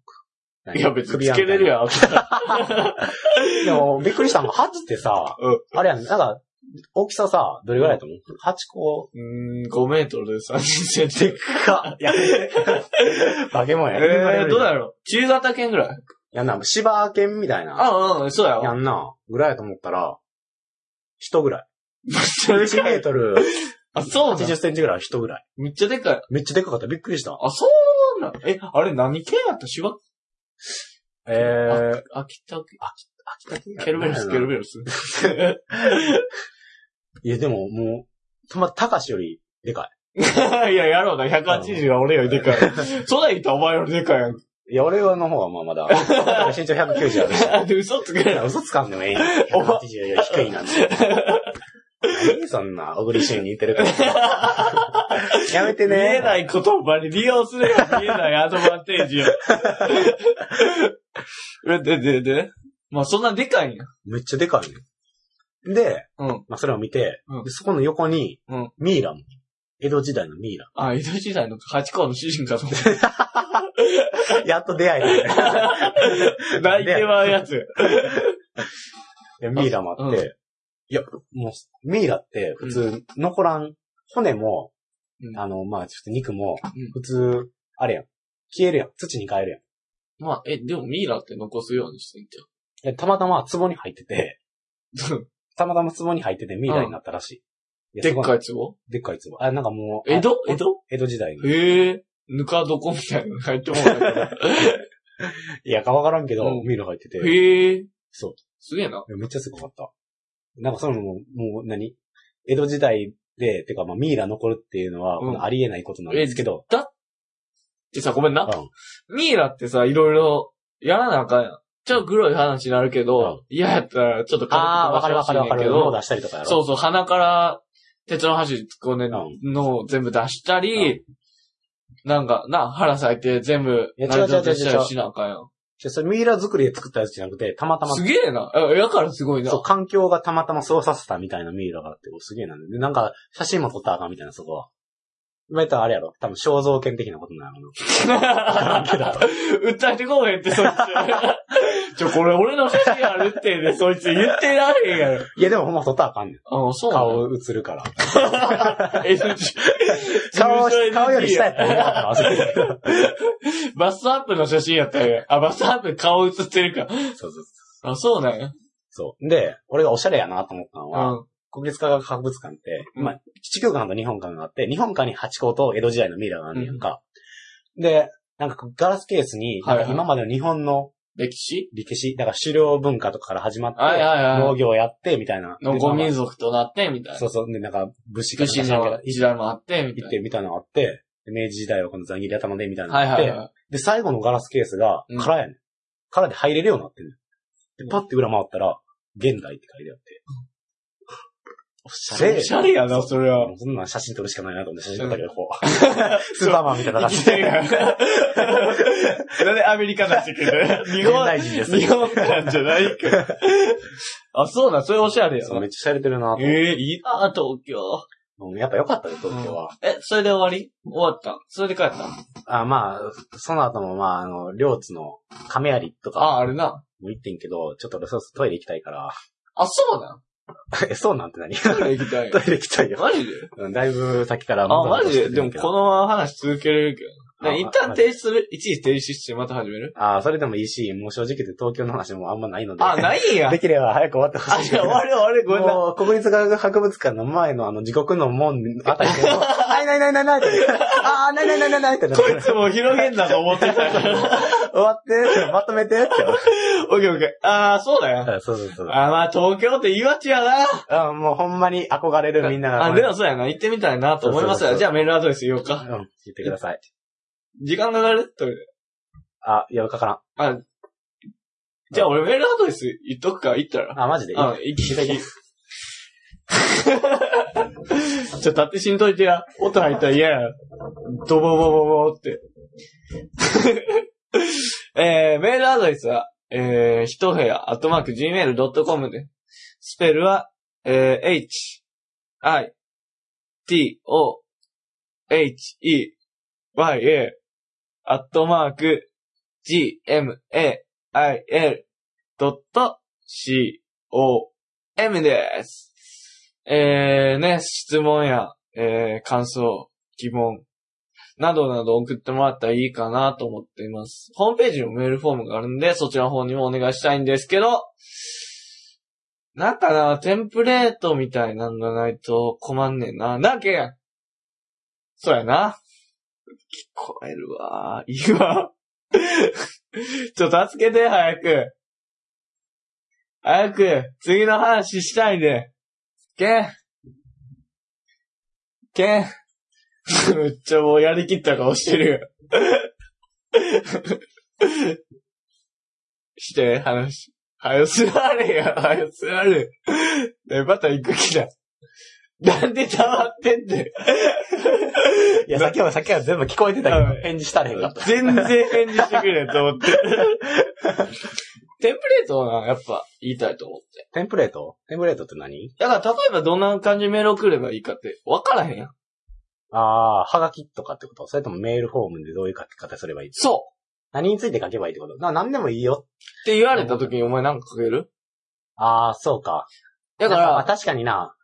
いや、別につけれるや
や
ん。
ん。でも、びっくりしたのが、八ってさ、
うん
あれやん、なんか、大きささ、どれぐらいだと思う ?8 個。
うーん、5メートルで30センチ。
か、やめて。化け物や。
えー、どうだろう中型犬ぐらい
やんな、芝犬みたいな。
あ、うん、そうや
や
わ。
んな、ぐらいやと思ったら、人ぐらい。
めっ ちゃで
1
か
メー
い。
トル
あ、そうなん
80センチぐらい、人ぐらい。
めっちゃでかい。
めっちゃでかかった。びっくりした。
あ、そうなんえ、あれ何犬やった芝
えー、
秋田犬
秋田県
ケルベロス、ケル
ベ
ベロス。
いや、でももトマ、たかしより、でか
いや、やろうな。180は俺よりでかい。そないったらお前よりでかいやん
い。いや、俺の方はまあ まだ、身長190あるし。
あ。で、嘘つくな。
嘘つかんでもええ。180より低いなんて。何そんな、小栗旬に言ってるから。 やめてね。
見えない言葉に利用すれば見えないアドバンテージよ。 えで、で、で。まあ、そんなでかいんや。
めっちゃでかいね。で、
うん。
まあ、それを見て、
うん
でそこの横に
うん、
ミイラも、江戸時代のミイラ。
あ、江戸時代の八甲の主人かと思っ
やっと出会えたね。
て。 泣いてまうやつ。
でミイラもあって、
う
いや、もう、ミイラって普通残らん、骨も、
うん
あの、まあ、ちょっと肉も
うん、
普通、あれやん。消えるやん。土に変える
まあ、え、でもミイラって残すようにしていて。
やん。でたまたま壺に入ってて、たまたま壺に入っててミイラになったらしい。いや
でっか
い。
い壺
でっかい壺。あ、なんかもう、
江戸
あ
江戸
江戸時代の。
へえ、ぬか床みたいなの入ってもらうから。
いや、かわからんけど、
うん
ミイラ入ってて。
へえ、
そう。
すげえな。
いやめっちゃすごかった。なんかそのもう、もう何江戸時代で、てかまあミイラ残るっていうのは、
うん
ありえないことなんですけど、
でさ、ごめんな。
う
ミイラってさ、いろいろやらなあかんやん。ちょっとグロい話になるけ
うん
ど、嫌やったらちょっと
ああ、わかるわかるわか
け
る。脳
ど、
出したりとかやろ。
そうそう、鼻から鉄の箸こうね、
う
のを全部出したり、なんか、な、腹咲いて全部、
いや違
内
う
臓
違う違う
出したりしなあかんやん。、
でそれミイラ作りで作ったやつじゃなくて、たまたます
げえな。えやからすごいな
そ。う、環境がたまたまそうさせたみたいなミイラがあって、おすげえなんで。でなんか、写真も撮ったらあかんみたいな、そこは。今言ったらあれやろ多分肖像権的なことなのか な。
訴えてこうへんって、そいつ。ちょ、 これ俺の写真あるってね、そいつ言ってられへんやろ。
いや、でもほんま撮ったらあかんねん。
あそうなの
顔映るから。
NG 事
顔、
務所 NG
顔より下やったらよか ったな
バストアップの写真やったよ。あ、バストアップ顔写ってるか。
そうそうそう。
あ、そうなんや。
そう。で、俺がおしゃれやなと思ったの
う
は、
ん。
国立科学博物館って、
うん
まあ、地球館と日本館があって、日本館に八甲と江戸時代のミイラがあるんやんか。で、なんかガラスケースに、
はいはい
なんか今までの日本の
歴史
歴史、だから狩猟文化とかから始まって、
はいはいはい
農業をやって、みたいな。
のご民
で
族となって、みたい
まあ
な。
そうそう、で、なんか武士
福
か
祉
なんか
の時代もあって、み
行った
い
て、みたいなのあって、で明治時代はこのザギリ頭で、みたいな
な。は
の
い
あって、
はいはい。
で、最後のガラスケースが
うん
空やねん。空で入れるようになってんねん。で、パッて裏回ったら、現代って書いてあって。おしゃれ。
おしゃれやな、それは。
もうそんなん写真撮るしかないなと思って写真撮ったけど、こう。 スーパーマンみたいな
生
感
き
じ
てる
で。
やん。 なんでアメリカなんだけど。日
現
本、
代人です。
日本なんじゃないけど。 あ、そうなん、それおしゃれや
そう
な
め。っちゃ洒落てるなと
ええいいな、東京。
うんやっぱ良かったよ、東京は。
え、それで終わり終わった。それで帰った。
あまあ、その後もまあ、あの、両津の亀有とか
あ、あれな。
も行ってんけど、ちょっと俺そろそろトイレ行きたいから。
あ、そうなん。
え、そうなんて何
ト
ト
イレ行きたいよ。
イレ行きたいよ。
マジで
うんだいぶ先から
あ、マジででも
こ
このまま話続けれるけど。
あ
ね、一旦停止する一時停止してまた始める
ああ、それでもいいし、もう正直言って東京の話もあんまないので。。
あ、ないんや
できれば早く終わってほ
あ、
しい。
じゃあ終わる終わる、ごめんな。
もう、国立科学博物館の前のあの、地獄の門あたりで、もうないないないないないって、ああ、ないないないないないってなって、
こい
終
つもう広げんなと思 ってたから。
わって、まとめてって。
オッケーオッケー。あー、そうだよ。
あそうそうそう。
あ、まあ東京って言わちやな。
あもうほんまに憧れるみんなが。
あ、でもそうやな。行ってみたいなと思います
そうそうそ
よ。
う
じゃあメールアドレス言おう
うん、
か。
言ってください。
時間がかかるという。
あ、いや、かから
あ、じゃあ俺メールアドレス言っとくか、言ったら。
ん。あ、マジで。
あ、行き
行き
先。ちょ、立って死んどいてや。音入ったら嫌や。ドボボボボって。 えー、メールアドレスは、えー、ひと部屋、アットマーク、gmail.com で。スペルは、えー、h, i, t, o, h, e, y, a, アットマーク、g, m, a, i, l, ドット、c, o, M です。えー、ね、質問や、えー、感想、疑問、などなど送ってもらったらいいかなと思っています。ホームページにもメールフォームがあるんで、そちらの方にもお願いしたいんですけど、なんかな、テンプレートみたいなのがないと困んねんな。だけんそうやな。聞こえるわ。いいわ。 ちょっと助けて、早く。早く、次の話したいんで。けん。けん。めっちゃもうやりきった顔してるよ。して、話。はよすられや、はよすられ。ね、また行く気だ。なんで黙ってんだよ。
いや、さっきは、さっきは全部聞こえてたけど、返事したらへんかった。
全然返事してくれんと思って。 テンプレートをな、やっぱ言いたいと思って。
テンプレートテンプレートって何
だから例えばどんな感じでメール送ればいいかって、わからへんやん。
ああ、はがきとかってことそれともメールフォームでどういう書き方すればいい
そう
何について書けばいいってことな、何でもいいよ。
って言われた時にお前なんか書ける
ああ、そうか。
だか
なんまあ
ら、
確かにな、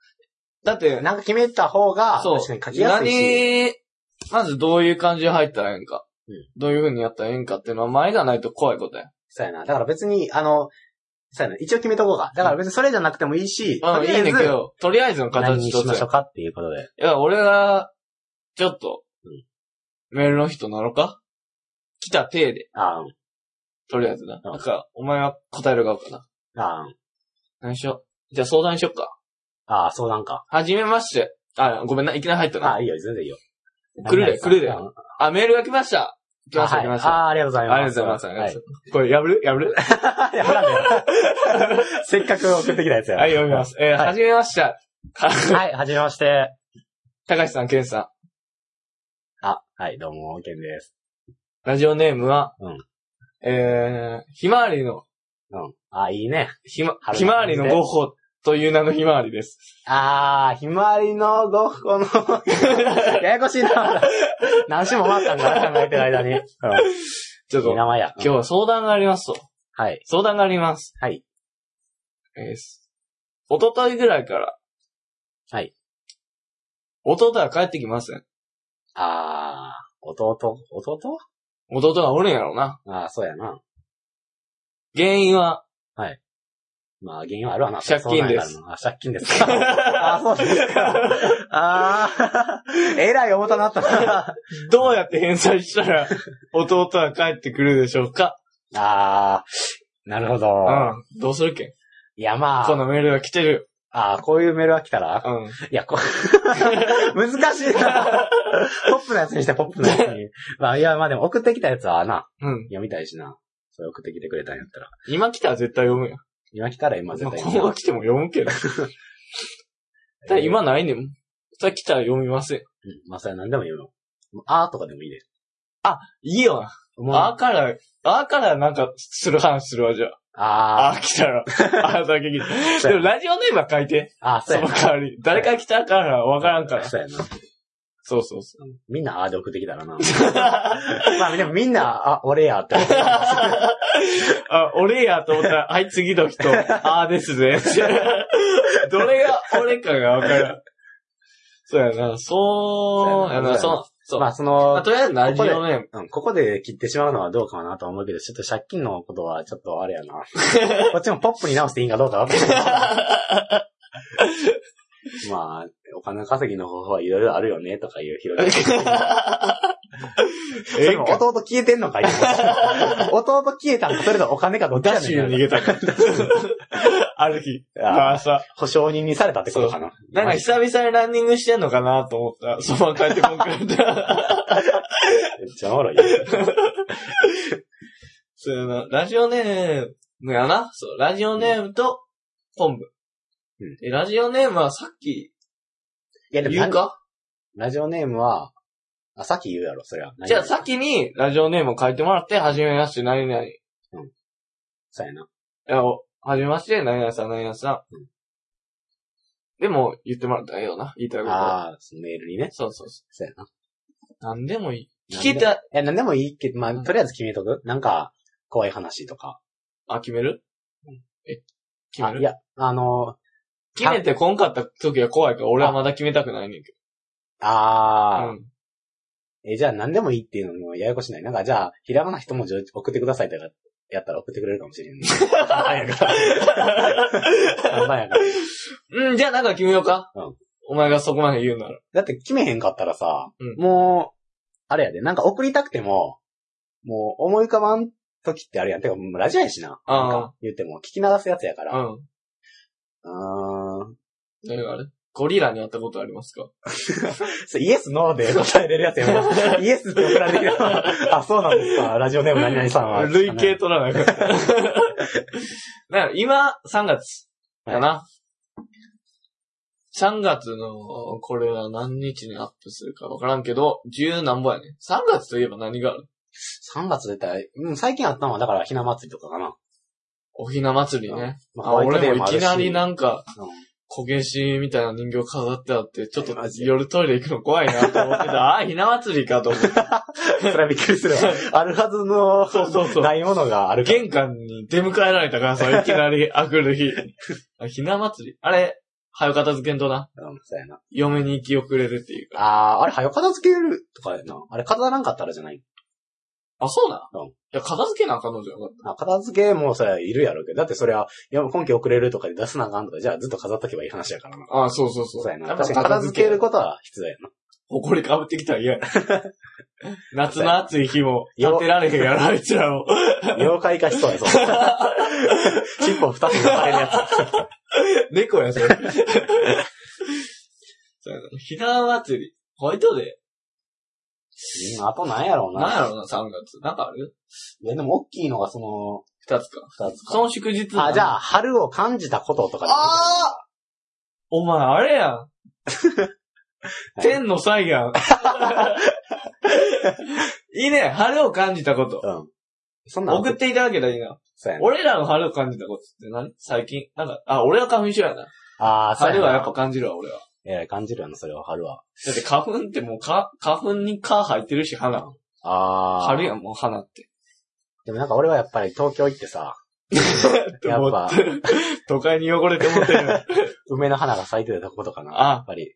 だって、
なんか決めた方が、
そう
確かに書きやすいし。
何、まずどういう感じで入ったらええんか
うん。
どういう風にやったらええんかっていうのは前がないと怖いことや。
そうやな。だから別に、あの、そうやな。一応決めとこうか。だから別にそれじゃなくてもいいし、
まあ
と
い
りあえ
い
ず
ねんけど、とりあえずの
何
形
に
と
し
し
ま
て
しょうかっていうことで。
いや、俺が、ちょっと
うん、
メールの人なのか来た体で、
ああ、うん
とりあえずな。
うん
なんか、お前は答える側かな。
ああうん、
何しよう。じゃあ相談しよっか。
ああ、相談か。
はじめまして。あ、ごめんな、いきなり入った
あ
な。
あ、いいよ、全然いいよ。
来るで、来るで
うん。あ
あ、メールが来ました。来ました、
は
来
い
まし
あ
た。
あ、ありがとうございます。
ありがとうございます。ありがとうござい
は
ますこれ、破る破る
いやほら ねせっかく送ってきたやつや。。
はい、読みますす。えー、
はい
はじめました。か
はい、はじめまして。
高橋さん、ケンさ
あ、はい、どうも、ケンです。
ん。ラジオネームは、
うん
えー、ひまわりの、
うん。あ、いいね。
ひま、
春の感じで
ひまわりのゴッホという名のひまわりです。
あー、ひまわりのゴッ ホの、ややこしいな。何種も回ったんだ、考えてる間に。う
ちょっ
ん。い
と
い、名前や。
今日は相談がありますと。
はい。
相談があります。
はい。
えー、おとといぐらいから。
はい。
弟は帰ってきません。
あー、弟弟
弟がおるんやろな。
あー、そうやな。
原因は、
まあ、原因はあるわな。
借金です
そうなんやからな。あ、借金です か。あー、そうですか。あ ー、えらい重たなったな。
どうやって返済したら、弟は帰ってくるでしょうか
あー、なるほど。
うん。どうするけん
いや、ま
こ
あ、
のメールが来てる。
あー、こういうメールが来たら、
うん。
いや、こ、難しいな。ポップなやつにして、ポップなやつに。まあ、いや、まあでも送ってきたやつはな、
うん。
読みたいしな。それ送ってきてくれたんやったら。
今来たら絶対読むやん。
今来たら今
ま
絶
あ、
対
今
読む
後来ても読むけど。ただ
えー
今ないねん。さ来たら読みません。
うんまあ、それは何でも言うの。あーとかでもいいで。
いいよな。
もう
あーから、あーからなんかする話するわ、じゃあ。あ
あー、
ー来た ら。あーだけ来た。
そう
で
や
もラジオネームは書いて。
あー、そ
そ
うや
の
な。
代わり。誰か来たからわからんから。
そうやな。
そうそうそ
みんなあーで送ってきたら な。
う。
まあ、でもみんな、あ、俺やって思ってる。
あ、俺やと思った ら、はい、次の人、あーです ね。どれが俺かがわからん。そうやな、そうやな、
そうや
そう
な、
そう。
ま
ま
あ、その、
あ、とりあえずラジオネーム。
うん、ここで切ってしまうのはどうかなとは思うけど、ちょっと借金のことはちょっとあれ やな。こっちもポップに直していいんかどうかわかんない。まあ、お金稼ぎの方法はいろいろあるよね、とかいう広げそ
え
れ
え
も
か
弟消えて んのかい弟消えたんか、それともお金かどっち
ダ
や
ッシュに逃
ねん
げたから。ある日、
あ
まあさ、
保証人にされたってことかな。
なんか
マジ
久々にランニングしてんのかなと思ったら、そのまま帰って こんくらいだ。
めっちゃおもろいよ。
そうやな、ラジオネームやな。そう、ラジオネームと、本部
うん。
え、ラジオネームはさっき
いや、でも
言うか
ラジオネームは、あ、さっき言うやろ、そりゃ。
じゃあ先にラジオネームを書いてもらって、はじめまして、何々。い
そうやな。
や、おはじめまして、何々さん、何々さん。でも、言ってもらったらええよな。言いたいことは。
ああ、そのメールにね。
そうそうそ
そうやな。
う。なんでもいい。
なん
聞け
で
た、
いや、なんでもいいけど、まあ、とりあえず決めとく。なんか、怖い話とか。
あ、決めるえ、決
あ
め
い
る
や、あの、
決めてこんかった時は怖いから、俺はまだ決めたくないねんけど。
あー、
うん。
え、じゃあ何でもいいっていうのもややこしない。なんか、じゃあ、ひらがな一文字送ってくださいとか、やったら送ってくれるかもし れんね。あんまやから。あんまやから。
うん、じゃあなんか決めようか。
うん
お前がそこまで言うなら。
だって決めへんかったらさ、
う
もう、あれやで、なんか送りたくても、もう思い浮かばん時ってあるやん。てか、もうラジオやしな。
あー
なんか言っても聞き流すやつやか
う
ら。
ん。
うーん。
何があるゴリラに会ったことありますか
それイエス、ノーで答えれるやつや めろイエスって送られてきた。あ、そうなんですか。ラジオネーム何々さんは。
累計取らないから。だ から今、3月かな。3月の、これは何日にアップするかわからんけど、10何本やね。3月といえば何がある
3月絶対、うん、最近あったのは、だから、ひな祭りとかかな。
おひな祭りね。
ま
あ、俺もいきなり
ん
なんか、
うん
焦げしみたいな人形飾ってあって、ちょっと夜トイレ行くの怖いなと思ってた。 あ、ひな祭りかと思って。
それはびっくりするわ。 あるはずの、
そうそうそう
ないものがあるか ら
玄関に出迎えられたからさ、いきなりあくる日。あひな祭りあれ、早片付けんとな。
うんそうやな。
嫁に行き遅れるっていうか。
あー、あれ、早片付けるとかやな。あれ、片なかったらじゃない。
あ、そうな。
うん
いや、片付けなあかんのじゃなかっ
あ片付けもそりゃいるやろうけど、だってそれは、いや、今期遅れるとかで出すなあかんとか、じゃあずっと飾っとけばいい話やからな。
た。あそうそうそう。
そうやな。
やっぱ
確かに片付ける
こ
ことは必要やな。
埃かぶってきたら 嫌や。夏の暑い日 も、
よ
当てられへんやろ、あいつら を。
妖怪化し そうや、そう。尻尾二つのれるや
猫や、 それ。そうやなひな祭り。ホワイトデ
つ。うん、あとなんやろう
ー。なん
な。
やろうな、3月。なんかある
いや、でも大きいのがその、
二つか。
二つ
そ
か。
の祝日
あ、じゃ
あ。
あ、春を感じたこととかで。
ああお前、あれ やん。天の才やん。 いいね、春を感じたこと。
うん。そんなん
送っていただけたらいいな。
そうやな。
俺らの春を感じたことって何最近。なんか、あ、俺は花粉症やな。
ああ、そう
春はやっ
な
ぱ感じるわ、俺は。
えー感じるよな、それは、春は。
だって花粉ってもうか、花粉に蚊入ってるし、花。
ああ。
春やん、もう花って。
でもなんか俺はやっぱり東京行ってさ、やっぱ、
都会に汚れて思ってる。
梅の花が咲いてたとことかな。やっ
あ、
ぱり。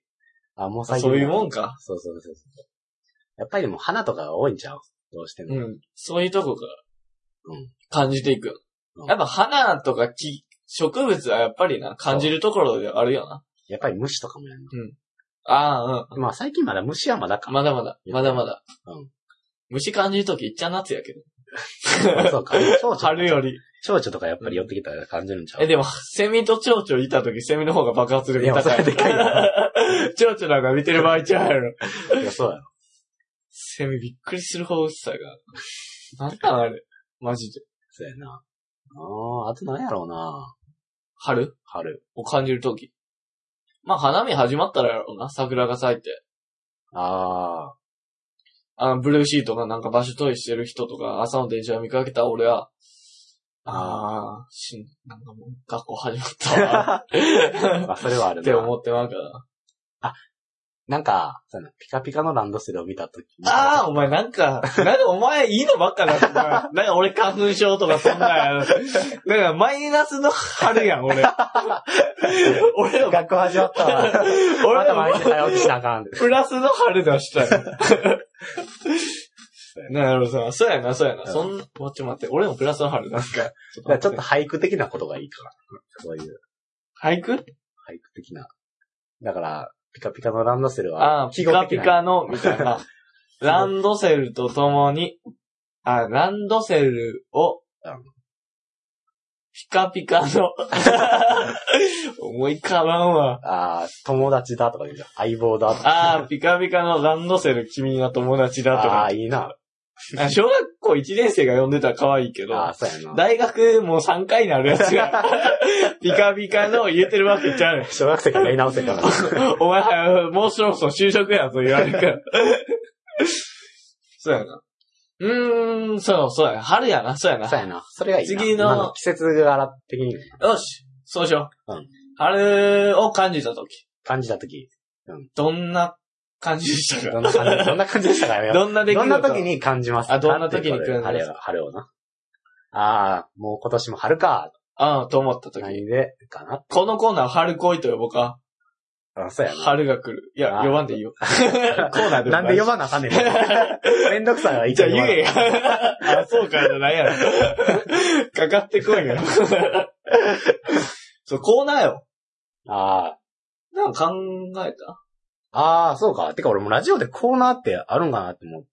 あ、もう咲いて
そういうも
ん
んか。
そうそうそうそう。やっぱりでも花とかが多いんちゃうどうしても。
うん。そういうとこから
うん、
感じていくよ
うん
やっぱ花とか木、植物はやっぱりな、感じるところであるよな。
やっぱり虫とかもやん、ね。
ああ、
まあ最近まだ虫はまだ
う
か。
ん。まだまだ、まだまだ。
うん
虫感じるときいっちゃ夏やけど。
あそうか。蝶々
春より。
蝶々とかやっぱり寄ってきたら感じるんちゃう
え、でも、セミと蝶々いたとき、セミの方が爆発力
いやそ
高
れ
い。
でか い
蝶々なんか見てる場合ちゃうやろ。
いやそうやろ。
セミびっくりするほど薄さが。なんなんあれ。マジで。
そうやな。ああ、あとなんやろうな。
春
春。
を感じるとき。まあ、花見始まったらやろうな、桜が咲いて。
ああ。
あの、ブルーシートがなんか場所取りしてる人とか、朝の電車を見かけた俺は、ああ、しん、なんかもう、学校始まったわ。
まあそれはある
って
な。
思ってまうから。
なんか、そうやなピカピカのランドセルを見たとき。
ああ、お前なんか、なんかお前いいのばっかだな。なんか俺花粉症とかそんなんや。だからマイナスの春やん、俺。俺の、
学校始まったわ。 ま
俺
た
の
毎日早起きしな あかん。
プラスの春出したよ。 なるほどさ。そうやな、そうやな。
うん
そん、待って待って。俺もプラスの春出すか。ち
だからちょっと俳句的なことがいいかな。そういう
俳句
俳句的な。だから、ピカピカのランドセル
あ
は
あ、、
季
ピ
語
カ
的
ピ
な
カの、みたい な。ランドセルと共に、あ、ランドセルを
うん、
ピカピカ の、思い浮かばんわ。
ああ、友達だとか言うじゃん。相棒だとか。
ああ、ピカピカのランドセル君が友達だと
あ
か
あ、。いいな。
あ小学校1年生が呼んでたら可愛いけど、
ああ、そうやな。
大学もう3回になるやつ や。ピカピカの言えてるわけちゃうよ。
小学生からやり直せたから。
お前は、もうそろそろ就職やと言われるから。 そうやな。うーん、そう、そうや。春やな、そうやな
そう。やな。それがいいな。
次の
今季節柄的に
よし、そうしよう。
うん
春を感じたとき、
感じた時。
どんな感じでしたか
どんな感 じ、どんな感じでしたかね。
どんな出来
ど
事
んな時に感じますか
あどんな時に
っていうこと
感じ
で春を、春をな。ああ、もう今年も春か、
ああ、と思ったとき。
何で、かな。
このコーナー、春恋と呼ぼうか。
あそうやな。
春が来る。いや、
あ
呼ばんでいいよ。コーナーでも
なんで呼ばなあかんねん。 めんどくさいわ、一
じゃあ
応呼ば
言
な
え や。あ、そうか、じゃないやろ。かかってこい よ。そう、コーナーよ。
あ
なんか考えた
あ、ああ、そうか。てか俺もラジオでコーナーってあるんかなって思って。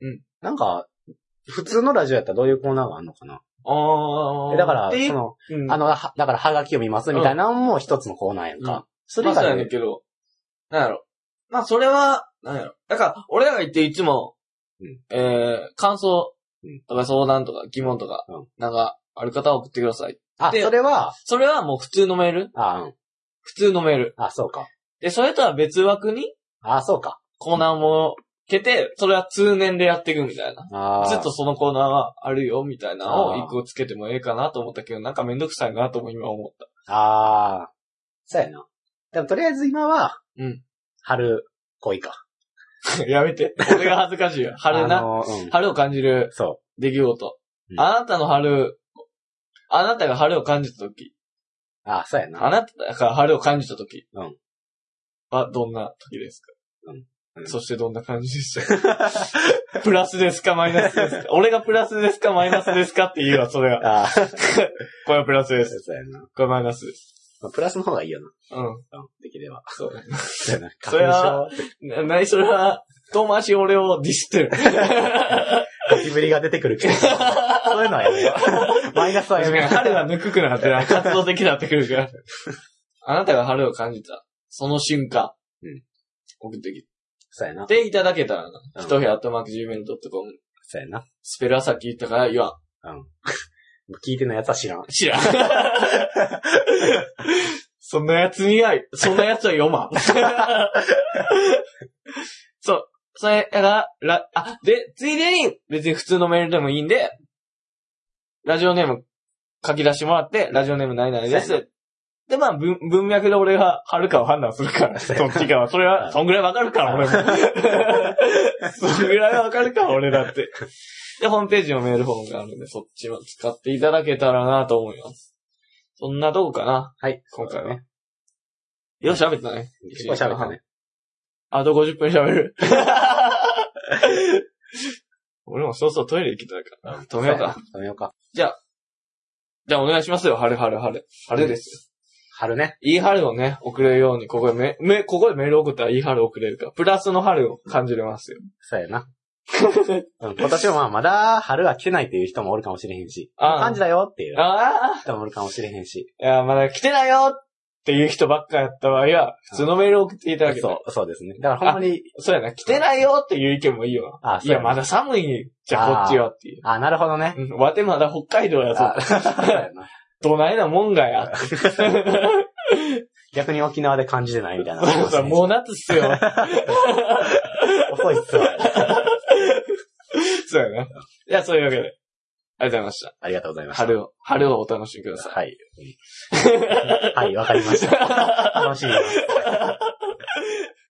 うん。
なんか、普通のラジオやったらどういうコーナーがあるのかな
あ
え
あ。
だから、
で
その、
うん
あの、はだから、はがきを見ますみたいなのも一つのコーナーやんか。それ
まあそう
が
やね
ね
ん、けど、なんやろ。まあそれは、なんやろ。だから、俺らが言っていつも、
うん
えー、感想
うん
とか相談とか疑問とか、
うん
なんか、ある方は送ってください。
あ、
で
それは、
それはもう普通のメール
あ、うん。
普通のメール。
あ、そうか。
で、それとは別枠に
あ、そうか。
コーナーもけて、それは通年でやっていくみたいな。
あー
ずっとそのコーナーはあるよ、みたいなのを一個つけてもええかなと思ったけど、なんかめんどくさいなとも今思った。
ああ、そうやな。でもとりあえず今は、
うん
春、恋か。
やめて。俺が恥ずかしい よ。春
あ
な。
のーうん
春を感じる
そ
出来事。
うん
あなたの春、あなたが春を感じた時、
う。あそうやな。
あなたが春を感じた時
うん
はどんな時ですか、
うん
そしてどんな感じでした かプラスですかマイナス ですか俺がプラスですかマイナスですかって言うわ、それは。
ああ、そう
これはプラスです。
やな。
これマイナスです。
まあプラスの方がいいよ
うん。
な。うん、できれば。
そう。
そうやな。
それは
花
な、
粉
なに それは、遠回し俺をディスってる。
症、ゴキブリが出てく るけど。そういうのはやめよう。マイナスはやめよう。
春はぬくくなってな、活動的になってくるから。 あなたが春を感じた、その瞬間。
うん。
送ってき
そうやな。
ていただけたらな。
うん
ひとへあとまく gmail.com。
そうやな。
スペルはさっき言ったから言わ
聞いてないやつは知らん
ん。。知らん。そんなやつに は、そんなやつは読 まん。そう。それが、ら、あ、で、ついでに、別に普通のメールでもいいんで、ラジオネーム書き出してもらって、ラジオネーム何々で
そうや
す。で、まあ、文、文脈で俺が春かを判断するから、
そう
ど
や
っ
な
ちかは。 それは、 そんぐらいわかるから、俺も。そんぐらいわかるから、俺だって。で、ホームページのメールフォームがあるんで、そっちも使っていただけたらなと思います。そんなとこかな。
はい。
今回は
そうだね。
よし、喋ったね。
結構喋ったね。
あと50分喋る。 俺もそうそうトイレ行きたいから。止めようか。
そうやな。止めようか。
じゃあお願いしますよ。春春春。春です
春ね。
よ。いい春をね、送れるように、ここでめ、め、ここでメール送ったらいい春送れるから。プラスの春を感じれますよ。
そうやな。うん、今年はまあまだ春は来てないっていう人もおるかもしれへんし。
ああ
感じだよっていう
ああ
人もおるかもしれへんし。
いや、まだ来てないよっていう人ばっかやった場合は、普通のメール送っていただけたら
そう、そうですね。だからほんまに、
そうやな。来てないよっていう意見もいいよな。
あ
い
そうや
や、
な
まだ寒いじゃあこっちよっていう。
あ、なるほどね。
うんわてまだ北海道やぞ
あ。そうやな
どないなもんがや。
逆に沖縄で感じてないみたいな。
もう夏っすよ。
遅いっすわ。
そうやな。いや、そういうわけで。ありがとうございました。
ありがとうございました。
春を、春をお楽しみください。
はい。はい、わかりました。楽しいです。